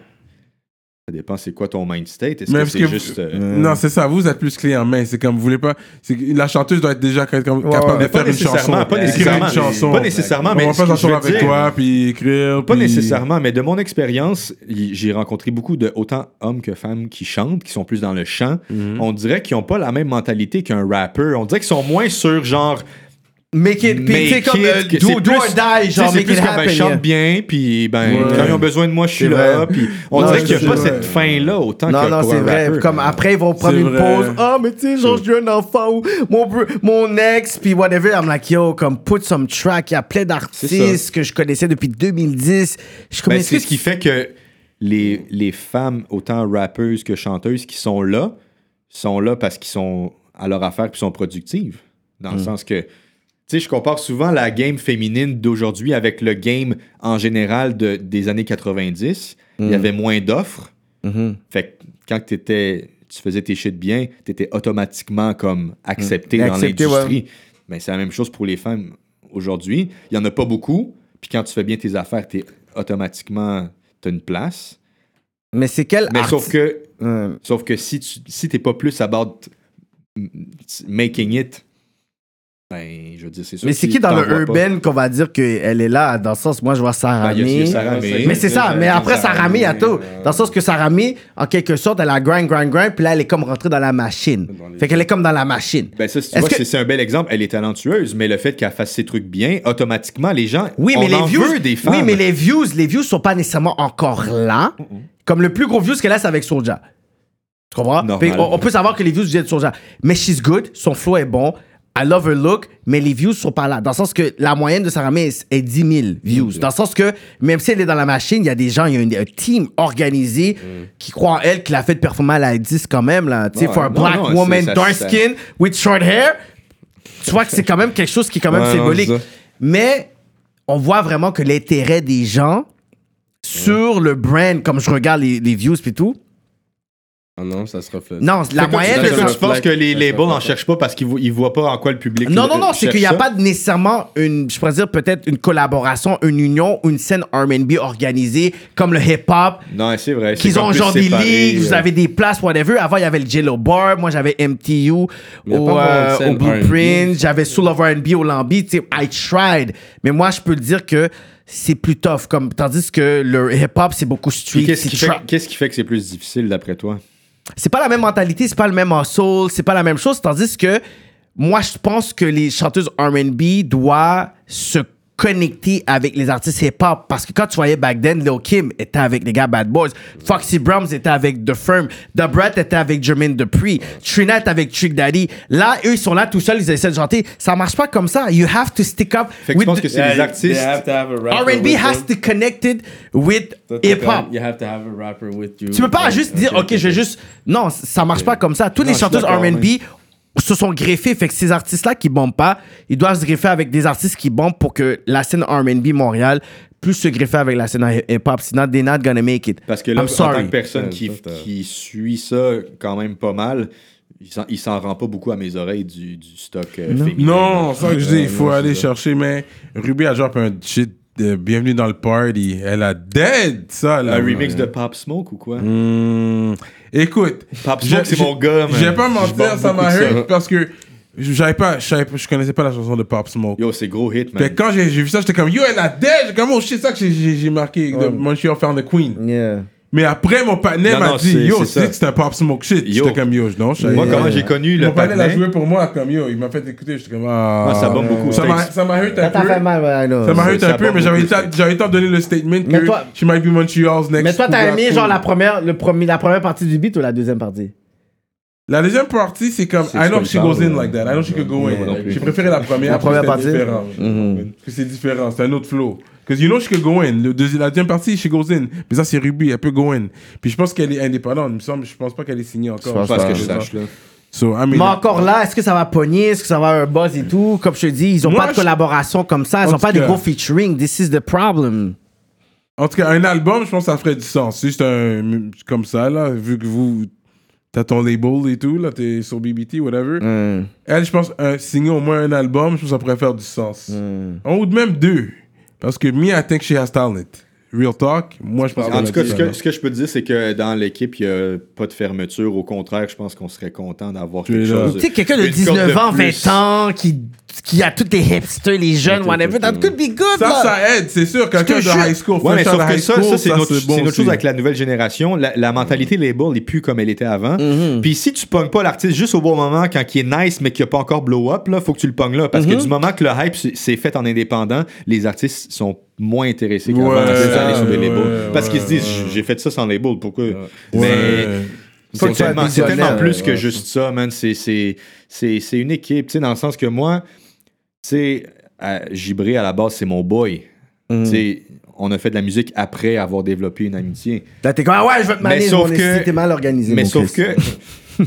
Speaker 5: ça dépend c'est quoi ton mind state. Est-ce
Speaker 4: Mais
Speaker 5: que
Speaker 4: parce
Speaker 5: c'est
Speaker 4: que-
Speaker 5: juste... euh,
Speaker 4: Non, c'est ça. Vous êtes plus clé en main. C'est comme vous voulez pas. c'est que la chanteuse doit être déjà capable de
Speaker 5: ouais.
Speaker 4: faire
Speaker 5: Pas
Speaker 4: une chanson.
Speaker 5: nécessairement, pas
Speaker 4: écrire une
Speaker 5: nécessairement.
Speaker 4: chanson.
Speaker 5: Pas nécessairement,
Speaker 4: On
Speaker 5: mais
Speaker 4: va
Speaker 5: ce
Speaker 4: pas
Speaker 5: que je
Speaker 4: chanson
Speaker 5: veux
Speaker 4: avec
Speaker 5: dire-
Speaker 4: toi, puis écrire.
Speaker 5: Pas
Speaker 4: puis-
Speaker 5: nécessairement, mais de mon expérience, y- j'ai rencontré beaucoup de autant hommes que femmes qui chantent, qui sont plus dans le chant.
Speaker 4: Mhm.
Speaker 5: On dirait qu'ils n'ont pas la même mentalité qu'un rapper. On dirait qu'ils sont moins sur genre.
Speaker 3: Make it, puis tu sais,
Speaker 5: make
Speaker 3: comme
Speaker 5: it,
Speaker 3: euh,
Speaker 5: que
Speaker 3: do,
Speaker 5: c'est
Speaker 3: do
Speaker 5: plus-
Speaker 3: or die,
Speaker 5: tu sais,
Speaker 3: genre
Speaker 5: c'est
Speaker 3: make
Speaker 5: plus
Speaker 3: it
Speaker 5: comme
Speaker 3: happen.
Speaker 5: ben, chante
Speaker 3: yeah.
Speaker 5: bien, puis ben,
Speaker 4: Ouais.
Speaker 5: quand ils ont besoin de moi, je suis
Speaker 3: C'est
Speaker 5: là.
Speaker 3: vrai.
Speaker 5: Puis on
Speaker 3: Non,
Speaker 5: dirait qu'il n'y
Speaker 4: c'est
Speaker 5: a pas
Speaker 4: vrai.
Speaker 5: cette fin-là autant
Speaker 3: Non,
Speaker 5: que
Speaker 3: non,
Speaker 5: pour
Speaker 3: c'est
Speaker 5: un Ben,
Speaker 3: vrai.
Speaker 5: rapper.
Speaker 3: Comme après, ils vont prendre
Speaker 4: C'est
Speaker 3: une
Speaker 4: vrai.
Speaker 3: pause. Ah, mais tu sais, genre, j'ai eu un enfant ou mon, br- mon ex, puis whatever. I'm like, yo, comme put some track. Il y a plein d'artistes que je connaissais depuis 2010. Je suis comme,
Speaker 5: Ben,
Speaker 3: est-ce
Speaker 5: c'est
Speaker 3: que
Speaker 5: ce qui
Speaker 3: tu-
Speaker 5: fait que les, les femmes, autant rappeuses que chanteuses, qui sont là, sont là parce qu'ils sont à leur affaire puis sont productives. Dans
Speaker 3: Mm.
Speaker 5: le sens que, tu sais, je compare souvent la game féminine d'aujourd'hui avec le game en général de, des années 90.
Speaker 3: Mm.
Speaker 5: Il y avait moins d'offres.
Speaker 3: Mm-hmm.
Speaker 5: Fait que quand t'étais- tu faisais tes shit bien, tu étais automatiquement comme accepté dans
Speaker 3: Mm. Accepté, ouais.
Speaker 5: l'industrie. Ben, c'est la même chose pour les femmes aujourd'hui. Il n'y en a pas beaucoup. Puis quand tu fais bien tes affaires, tu automatiquement, tu une place.
Speaker 3: Mais c'est quel
Speaker 5: Mais
Speaker 3: arti-
Speaker 5: sauf que,
Speaker 3: Hum.
Speaker 5: sauf que si tu si t'es pas plus about mm, making it, ben, je veux dire, c'est sûr.
Speaker 3: Mais c'est qui dans le
Speaker 5: urban?
Speaker 3: urban qu'on va dire qu'elle est là, dans le sens, moi, je vois
Speaker 5: Ah,
Speaker 3: Sarah May. Mais c'est ça, mais après Sarah May, à tout. Dans le sens que Sarah May, en quelque sorte, elle a grind, grind, grind, puis là, elle est comme rentrée dans la machine. Fait qu'elle est comme dans la machine.
Speaker 5: Ben ça, si tu
Speaker 3: Est-ce
Speaker 5: vois,
Speaker 3: que-
Speaker 5: c'est- c'est un bel exemple. Elle est talentueuse, mais le fait qu'elle fasse ses trucs bien, automatiquement, les gens.
Speaker 3: Oui, mais
Speaker 5: on
Speaker 3: les
Speaker 5: en
Speaker 3: views.
Speaker 5: veut des femmes.
Speaker 3: Oui, mais les views, les views sont pas nécessairement encore là. Comme le plus gros views qu'elle a, c'est avec Soulja. Tu comprends?
Speaker 5: Normal.
Speaker 3: Fait qu'on- on, peut savoir que les views viennent de Soulja. Mais she's good, son flow est bon. I love her look, mais les views sont pas là. Dans le sens que la moyenne de Sarah May est, est 10 000 views. Dans le sens que même si elle est dans la machine, il y a des gens, il y a une- un team organisé qui croit en elle, qui l'a fait performer à la 10 quand même. Là. Tu sais,
Speaker 5: Mm. Ouais,
Speaker 3: for a
Speaker 5: non,
Speaker 3: black
Speaker 5: non, c'est-
Speaker 3: woman,
Speaker 5: ça-
Speaker 3: dark
Speaker 5: ça-
Speaker 3: skin, with short hair, tu vois que c'est quand même quelque chose qui est quand même
Speaker 6: Ouais, non,
Speaker 3: symbolique.
Speaker 6: c'est ça.
Speaker 3: Mais on voit vraiment que l'intérêt des gens sur le brand, comme je regarde les, les views et tout,
Speaker 6: Ah non, ça se reflète.
Speaker 3: non, la
Speaker 6: quoi,
Speaker 3: moyenne... de
Speaker 6: tu
Speaker 5: Est-ce
Speaker 3: ça-
Speaker 6: donnes
Speaker 5: que
Speaker 6: un
Speaker 5: tu penses
Speaker 6: flag.
Speaker 5: que les
Speaker 6: Ça,
Speaker 5: labels
Speaker 6: ça, ça.
Speaker 5: n'en cherchent pas parce qu'ils vo- ils voient pas en quoi le public.
Speaker 3: Non,
Speaker 5: euh,
Speaker 3: non, non, c'est
Speaker 5: cherche
Speaker 3: qu'il n'y a
Speaker 5: ça?
Speaker 3: pas nécessairement une, je pourrais dire peut-être une collaboration, une union, une scène R&B organisée comme le hip-hop,
Speaker 5: Non, c'est vrai. c'est
Speaker 3: qu'ils
Speaker 5: comme
Speaker 3: ont
Speaker 5: plus
Speaker 3: genre des
Speaker 5: séparé,
Speaker 3: ligues, vous
Speaker 5: euh.
Speaker 3: avez des places, whatever. Avant, il y avait le Jello Bar, moi j'avais MTU au,
Speaker 6: y a pas vraiment
Speaker 3: euh,
Speaker 6: de scène
Speaker 3: au Blueprint, j'avais Soul of R&B au Lambi, tu sais, I tried. Mais moi, je peux te dire que c'est plus tough, comme, tandis que le hip-hop, c'est beaucoup
Speaker 5: Puis
Speaker 3: street,
Speaker 5: Qu'est-ce
Speaker 3: c'est
Speaker 5: qui, fait,
Speaker 3: trap.
Speaker 5: qu'est-ce qui fait que c'est plus difficile d'après toi?
Speaker 3: C'est pas la même mentalité, c'est pas le même soul, c'est pas la même chose, tandis que moi, je pense que les chanteuses R&B doivent se connecter avec les artistes hip-hop. Parce que quand tu voyais back then, Lil Kim était avec les gars Bad Boys. Foxy Brahms était avec The Firm. The Brat était avec Jermaine Dupri. Trina était avec Trick Daddy. Là, eux, ils sont là tout seuls, ils essaient de chanter. Ça marche pas comme ça. You have to stick up
Speaker 5: Fait que je
Speaker 3: with
Speaker 5: pense
Speaker 3: the-
Speaker 5: que c'est les artistes.
Speaker 3: R&B has to connected with hip-hop.
Speaker 6: You have to have a rapper with you.
Speaker 3: Tu peux pas
Speaker 6: Ouais,
Speaker 3: juste dire, OK, je vais juste. Non, c- ça marche pas comme ça. Tous les
Speaker 5: je suis
Speaker 3: chanteuses
Speaker 5: d'accord,
Speaker 3: RB se sont greffés. Fait que ces artistes-là qui bombent pas, ils doivent se greffer avec des artistes qui bombent pour que la scène RB Montréal plus se greffer avec la scène hip-hop. Sinon, they're not gonna make it.
Speaker 5: Parce que là,
Speaker 3: I'm
Speaker 5: en
Speaker 3: sorry.
Speaker 5: tant que personne
Speaker 6: Ouais,
Speaker 5: qui,
Speaker 6: toi, t'as-
Speaker 5: qui suit ça quand même pas mal, il s'en- il s'en rend pas beaucoup à mes oreilles du, du stock euh, féminin. Euh,
Speaker 4: Non, c'est ça que je dis, il faut
Speaker 5: non,
Speaker 4: aller
Speaker 5: c'est ça.
Speaker 4: chercher, mais Ruby a drop un shit de Bienvenue dans le party. Elle a dead, ça,
Speaker 5: Un
Speaker 4: là.
Speaker 5: remix de Pop Smoke ou quoi?
Speaker 4: Hmm. Écoute,
Speaker 5: Pop
Speaker 4: je-
Speaker 5: Smoke, c'est
Speaker 4: je-
Speaker 5: mon gars, man.
Speaker 4: Je vais pas
Speaker 5: Ah, Je
Speaker 4: mentir,
Speaker 5: bande
Speaker 4: ça m'a
Speaker 5: beaucoup de ça.
Speaker 4: hurt parce que j'avais pas, je savais pas- je connaissais pas la chanson de Pop Smoke.
Speaker 5: Yo, c'est gros hit,
Speaker 4: Fait
Speaker 5: man.
Speaker 4: que quand j'ai j'ai vu ça, j'étais comme yo, elle a dead. J'ai comme oh shit, ça que j'ai- j'ai j'ai marqué. de Montreal Found the Queen.
Speaker 3: Yeah.
Speaker 4: Mais après, mon partenaire
Speaker 5: Non,
Speaker 4: m'a
Speaker 5: non,
Speaker 4: dit
Speaker 5: c'est-
Speaker 4: yo,
Speaker 5: c'est
Speaker 4: c'est
Speaker 5: ça.
Speaker 4: que c'est un Pop Smoke shit.
Speaker 5: Yo.
Speaker 4: J'étais comme yo, je- non, je savais
Speaker 5: Moi,
Speaker 4: euh, pas.
Speaker 5: comment j'ai connu le
Speaker 4: Mon partenaire l'a
Speaker 5: patinet?
Speaker 4: joué pour moi, comme yo, il m'a fait écouter. J'étais comme ah.
Speaker 5: Ah, ça bombe beaucoup.
Speaker 4: Ça m'a
Speaker 5: Thanks.
Speaker 4: ça m'a hurt un peu.
Speaker 3: mal,
Speaker 4: Ça m'a
Speaker 5: Ça-
Speaker 4: hurt
Speaker 5: Euh, ça
Speaker 4: un peu,
Speaker 5: bombe
Speaker 4: mais j'avais
Speaker 5: beaucoup,
Speaker 4: tant-
Speaker 5: ça.
Speaker 4: j'avais tant donné le statement
Speaker 3: Mais
Speaker 4: que
Speaker 3: toi-
Speaker 4: she might be Montreal's next.
Speaker 3: Mais toi, t'as
Speaker 4: Cuba
Speaker 3: aimé
Speaker 4: Queen.
Speaker 3: genre la première, le premier, la première partie du beat ou la deuxième partie?
Speaker 4: La deuxième partie, c'est comme
Speaker 5: C'est
Speaker 4: I
Speaker 5: ce
Speaker 4: know
Speaker 5: qu'on
Speaker 4: she goes
Speaker 5: parle,
Speaker 4: in
Speaker 5: là.
Speaker 4: like that. I know she could go
Speaker 5: moi non
Speaker 4: in.
Speaker 5: plus.
Speaker 4: J'ai préféré la première.
Speaker 3: La première
Speaker 4: parce que c'était
Speaker 3: partie.
Speaker 4: différent.
Speaker 5: Mm-hmm.
Speaker 4: Parce que c'est différent, c'est un autre flow. Because you know she could go in. Le deuxi- la deuxième partie, she goes in. Mais ça, c'est Ruby, elle peut go in. Puis je pense qu'elle est indépendante, il me semble. Je pense pas qu'elle est signée encore.
Speaker 3: pense
Speaker 5: Parce que je sache, là.
Speaker 4: So, I mean,
Speaker 3: Mais encore là, est-ce que ça va pogner? Est-ce que ça va avoir un buzz et tout? Comme je te dis, ils ont
Speaker 4: Moi,
Speaker 3: pas de
Speaker 4: je-
Speaker 3: collaboration comme ça. Ils
Speaker 4: En
Speaker 3: ont pas
Speaker 4: tout
Speaker 3: de
Speaker 4: cas-
Speaker 3: gros featuring. This is the problem.
Speaker 4: En tout cas, un album, je pense que ça ferait du sens. Si c'est un. Comme ça, là, vu que vous. T'as ton label et tout, là, t'es sur BBT, whatever. Elle, je pense, un, signer au moins un album, je pense que ça pourrait faire du sens. Un Ou même deux. Parce que me, I think she has talent. Real talk, moi, je pense
Speaker 5: En
Speaker 4: qu'elle
Speaker 5: tout
Speaker 4: a
Speaker 5: cas,
Speaker 4: du
Speaker 5: ce
Speaker 4: talent.
Speaker 5: que, ce que je peux te dire, c'est que dans l'équipe, il n'y a pas de fermeture. Au contraire, je pense qu'on serait content d'avoir
Speaker 4: es
Speaker 5: quelque
Speaker 4: là.
Speaker 5: chose.
Speaker 3: Tu sais, quelqu'un de
Speaker 5: une corde
Speaker 3: 19 ans,
Speaker 5: de plus.
Speaker 3: 20 ans, qui, qui a tous les hipsters, les jeunes, whatever, that could be good,
Speaker 4: Ça,
Speaker 3: là.
Speaker 4: ça aide, c'est sûr. Quelqu'un
Speaker 3: que
Speaker 4: de
Speaker 3: je-
Speaker 4: high school,
Speaker 5: Ouais, mais
Speaker 4: fraîcheur
Speaker 5: sauf
Speaker 4: de
Speaker 5: que
Speaker 4: high
Speaker 5: ça,
Speaker 4: school,
Speaker 5: ça c'est une autre,
Speaker 4: bon
Speaker 5: c'est une autre chose
Speaker 4: aussi. Mm-hmm.
Speaker 5: avec la nouvelle génération. La, la mentalité label n'est plus comme elle était avant. Puis si tu pognes pas l'artiste juste au bon moment, quand il est nice, mais qu'il n'a pas encore blow up, là, faut que tu le pognes là. Parce
Speaker 4: Mm-hmm.
Speaker 5: que du moment que le hype s- s'est fait en indépendant, les artistes sont moins intéressés qu'avant
Speaker 4: Ouais,
Speaker 5: à aller sur des
Speaker 4: ouais,
Speaker 5: labels. Parce
Speaker 4: ouais,
Speaker 5: qu'ils se disent,
Speaker 4: ouais.
Speaker 5: j'ai fait ça sans label, pourquoi? Mais
Speaker 4: Ouais.
Speaker 5: faut que
Speaker 3: Ils sont
Speaker 5: tu tellement- c'est
Speaker 3: additionnels,
Speaker 5: tellement plus
Speaker 3: ouais,
Speaker 5: que
Speaker 3: ouais.
Speaker 5: juste ça, man. C'est- C'est c'est- c'est une équipe, tu sais, dans le sens que moi, tu sais, à- Gibré, à la base, c'est mon boy. Tu sais, on a fait de la musique après avoir développé une amitié.
Speaker 3: Là, t'es comme, ah ouais, je vais te
Speaker 5: Mais
Speaker 3: manier,
Speaker 5: sauf
Speaker 3: mon
Speaker 5: que-
Speaker 3: esti, t'es mal organisé.
Speaker 5: Mais
Speaker 3: mon
Speaker 5: sauf
Speaker 3: Christ.
Speaker 5: que,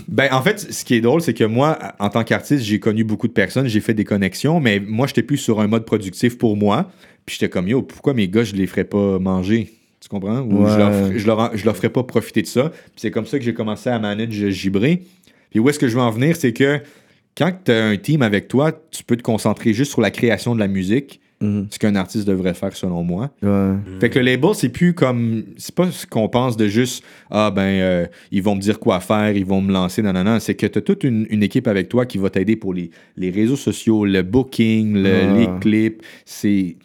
Speaker 5: ben, en fait, ce qui est drôle, c'est que moi, en tant qu'artiste, j'ai connu beaucoup de personnes, j'ai fait des connexions, mais moi, j'étais plus sur un mode productif pour moi. Puis j'étais comme, yo, pourquoi mes gars, je les ferais pas manger? Tu comprends? Ou je, leur, ferais- je, leur, en- je leur ferais pas profiter de ça. Puis c'est comme ça que j'ai commencé à manager Gibré. Puis où est-ce que je veux en venir? C'est que quand tu as un team avec toi, tu peux te concentrer juste sur la création de la musique, ce qu'un artiste devrait faire selon moi. Fait que le label, c'est plus comme. C'est pas ce qu'on pense de juste Ah ben, euh, ils vont me dire quoi faire, ils vont me lancer, non, non, non. C'est que t'as toute une, une équipe avec toi qui va t'aider pour les, les réseaux sociaux, le booking, le-
Speaker 3: Ah.
Speaker 5: les clips. C'est.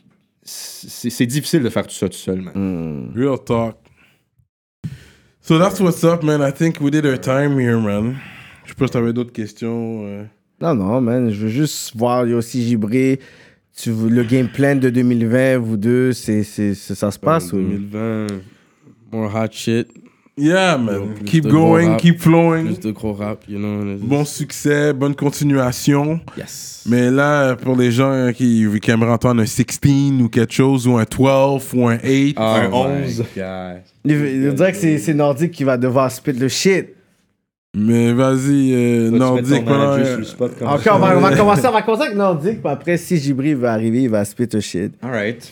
Speaker 5: C'est c'est difficile de faire tout ça tout seul, man.
Speaker 4: Real talk. So that's what's up, man. I think we did our time here, man. Je sais pas si t'avais d'autres questions. euh.
Speaker 3: Non, non, man, je veux juste voir, il y a aussi Gibré. Tu, le game plan de 2020, vous deux, c'est, c'est, c'est- ça se passe ou...
Speaker 6: 2020, more hot shit,
Speaker 4: Yeah, man.
Speaker 6: plus
Speaker 4: keep
Speaker 6: de gros
Speaker 4: going,
Speaker 6: rap,
Speaker 4: keep flowing.
Speaker 6: plus de gros rap, you know. and it's-
Speaker 4: Bon succès, bonne continuation.
Speaker 6: Yes.
Speaker 4: Mais là, pour les gens euh, qui, qui aimeraient entendre un 16 ou quelque chose, ou un 12 ou un 8,
Speaker 3: Ah,
Speaker 5: Un
Speaker 6: Oh my
Speaker 5: 11.
Speaker 6: God.
Speaker 3: Je je dirais que c'est, c'est Nordique qui va devoir spit le shit.
Speaker 4: mais vas-y, euh,
Speaker 5: Faut que tu mettes
Speaker 4: Nordique.
Speaker 5: ton manager
Speaker 4: voilà,
Speaker 5: sur le spot comme
Speaker 3: Encore, on va, on va commencer, on va commencer avec Nordique, puis après, si Gibré va arriver, il va spit le shit.
Speaker 5: ça. Alright.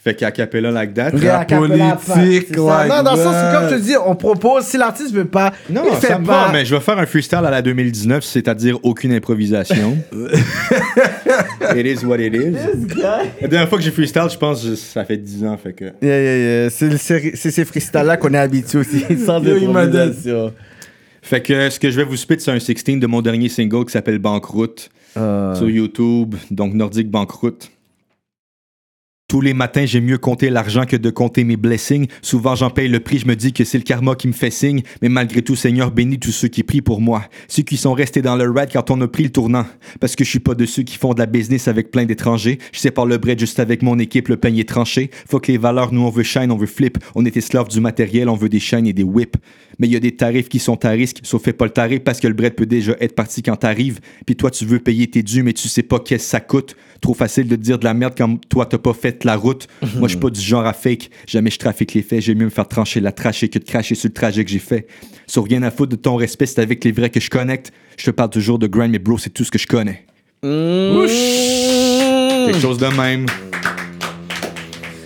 Speaker 5: Fait qu'à Capella like that.
Speaker 3: Rap
Speaker 4: La
Speaker 3: à cappella,
Speaker 4: politique,
Speaker 3: c'est ça.
Speaker 4: like
Speaker 3: Non, dans le sens
Speaker 4: that.
Speaker 3: où, comme je te dis, on propose, si l'artiste veut pas,
Speaker 5: Non,
Speaker 3: il fait
Speaker 5: ça me va,
Speaker 3: pas.
Speaker 5: mais je vais faire un freestyle à la 2019, c'est-à-dire aucune improvisation. it is what it is. La dernière fois que j'ai freestyle, je pense que ça fait 10 ans, fait que...
Speaker 3: Yeah, yeah, yeah. C'est, le- c'est- c'est ces freestyles-là qu'on est habitué aussi, sans
Speaker 4: Yo, il m'a dit.
Speaker 3: improvisation.
Speaker 5: Fait que ce que je vais vous spit, c'est un 16 de mon dernier single qui
Speaker 3: Euh,
Speaker 5: s'appelle Banqueroute sur YouTube, donc Nordique Banqueroute. Tous les matins, j'ai mieux compté l'argent que de compter mes blessings. Souvent, j'en paye le prix, je me dis que c'est le karma qui me fait signe. Mais malgré tout, Seigneur, bénis tous ceux qui prient pour moi. Ceux qui sont restés dans le ride quand on a pris le tournant. Parce que je suis pas de ceux qui font de la business avec plein d'étrangers. Je sépare le bread juste avec mon équipe, le pain est tranché. Faut que les valeurs, nous, on veut shine, on veut flip. On est esclave du matériel, on veut des chaînes et des whips. Mais il y a des tarifs qui sont à risque, sauf fais pas le tarif parce que le bread peut déjà être parti quand t'arrives. Puis toi, tu veux payer tes dues, mais tu sais pas qu'est-ce que ça coûte. Trop facile de te dire de la merde quand toi, t'as pas fait la route. Moi, je suis pas du genre à fake. Jamais je trafique les faits. J'aime mieux me faire trancher la trachée que de cracher sur le trajet que j'ai fait. Sur rien à foutre de ton respect, c'est avec les vrais que je connecte. Je te parle toujours de grind, mais bro, c'est tout ce que je connais. Quelque chose de même.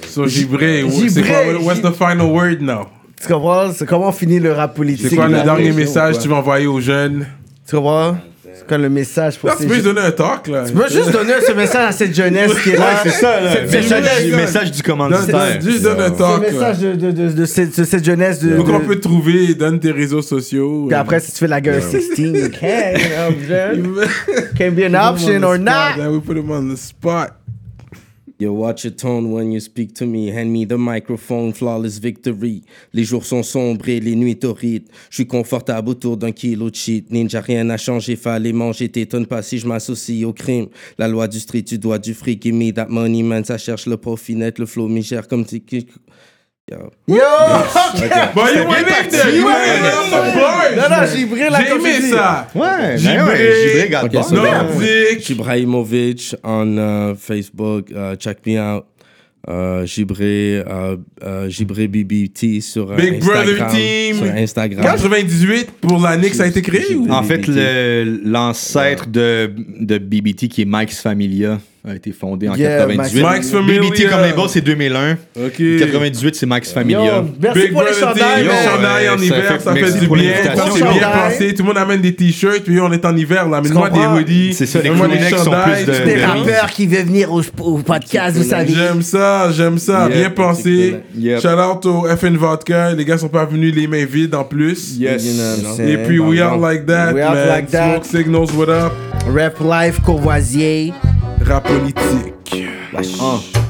Speaker 4: So, Gibré,
Speaker 3: Gibré,
Speaker 4: c'est quoi,
Speaker 3: Gib-
Speaker 4: what's the final word now?
Speaker 3: Tu comprends? C'est comment finit le rap politique?
Speaker 4: C'est quoi
Speaker 3: la
Speaker 4: le dernier
Speaker 3: région,
Speaker 4: message que
Speaker 3: quoi.
Speaker 4: tu vas envoyer aux jeunes?
Speaker 3: Tu comprends? C'est quoi le message pour
Speaker 4: Là,
Speaker 3: ces
Speaker 4: tu peux lui
Speaker 3: jeunes?
Speaker 4: donner un talk, là.
Speaker 3: Tu peux juste donner ce message à cette jeunesse qui est là. Cette
Speaker 5: Message,
Speaker 3: jeunesse.
Speaker 5: message du commanditaire.
Speaker 4: Juste donne un
Speaker 3: Ce
Speaker 4: talk, là.
Speaker 3: message de, de, de, de cette, de cette jeunesse de.
Speaker 4: Où qu'on
Speaker 3: de-
Speaker 4: peut te trouver, donne tes réseaux sociaux.
Speaker 3: Puis après, si tu fais la gueule 16, you can, you know, jeune. Can be an option or not.
Speaker 4: We put him on the spot.
Speaker 6: Yo, watch your tone when you speak to me. Hand me the microphone, flawless victory. Les jours sont sombres et les nuits torrides. Je suis confortable autour d'un kilo de shit. Ninja, rien à changer, fallait manger. T'étonnes pas si je m'associe au crime. La loi du street, tu dois du fric. Give me that money, man. Ça cherche le profit net, le flow migère comme tu.
Speaker 3: Yo!
Speaker 4: But you went in there, you went in there on the bars.
Speaker 3: Non, non, j'ai brillé la
Speaker 4: J'ai aimé ça.
Speaker 5: Ouais,
Speaker 4: Gibré.
Speaker 5: ben ouais, Gibré, garde
Speaker 6: Ok,
Speaker 5: bon.
Speaker 6: c'est bien.
Speaker 4: Nordique.
Speaker 6: Jibrahimovic on uh, Facebook. Uh, check me out. Uh, Jibré, uh, uh, Jibré BBT sur uh,
Speaker 4: Big
Speaker 6: Instagram.
Speaker 4: Brother Team.
Speaker 6: Sur Instagram.
Speaker 4: 98 pour l'année que ça a été créé ou?
Speaker 5: En fait, le- l'ancêtre de, de BBT, qui est Mike's Familia, a été fondé en
Speaker 3: Yeah,
Speaker 5: 98.
Speaker 4: Mike's Familia.
Speaker 5: BBT comme les boss, c'est 2001.
Speaker 4: Ok.
Speaker 5: 98, c'est Mike's Familia.
Speaker 3: Yo, merci pour les
Speaker 4: Brother
Speaker 3: chandails,
Speaker 4: Team,
Speaker 5: man.
Speaker 3: man.
Speaker 4: chandail en
Speaker 5: Ouais, ça
Speaker 4: hiver,
Speaker 5: fait-
Speaker 4: ça fait
Speaker 5: merci
Speaker 4: du
Speaker 5: pour
Speaker 4: bien.
Speaker 5: l'invitation.
Speaker 4: C'est bien
Speaker 3: Chandail.
Speaker 4: pensé. Tout le monde amène des t-shirts. Puis on est en hiver là. Amène-moi des
Speaker 3: comprends?
Speaker 4: hoodies.
Speaker 5: C'est ça, les
Speaker 4: amène-moi
Speaker 5: Kleenex sont
Speaker 4: chandails.
Speaker 5: plus de-
Speaker 3: Des
Speaker 5: de-
Speaker 3: rappeurs qui veulent venir au, au podcast, vous savez.
Speaker 4: J'aime ça, j'aime ça.
Speaker 5: Yep,
Speaker 4: bien pensé.
Speaker 5: Yep.
Speaker 4: Shout out au FN Vodka. Les gars sont pas venus les mains vides en plus.
Speaker 5: Yes.
Speaker 4: Et puis, we are like that,
Speaker 3: We out
Speaker 4: man.
Speaker 3: like that.
Speaker 4: Smoke signals, what up?
Speaker 3: Rap Life Courvoisier.
Speaker 4: Rap politique.
Speaker 5: Un.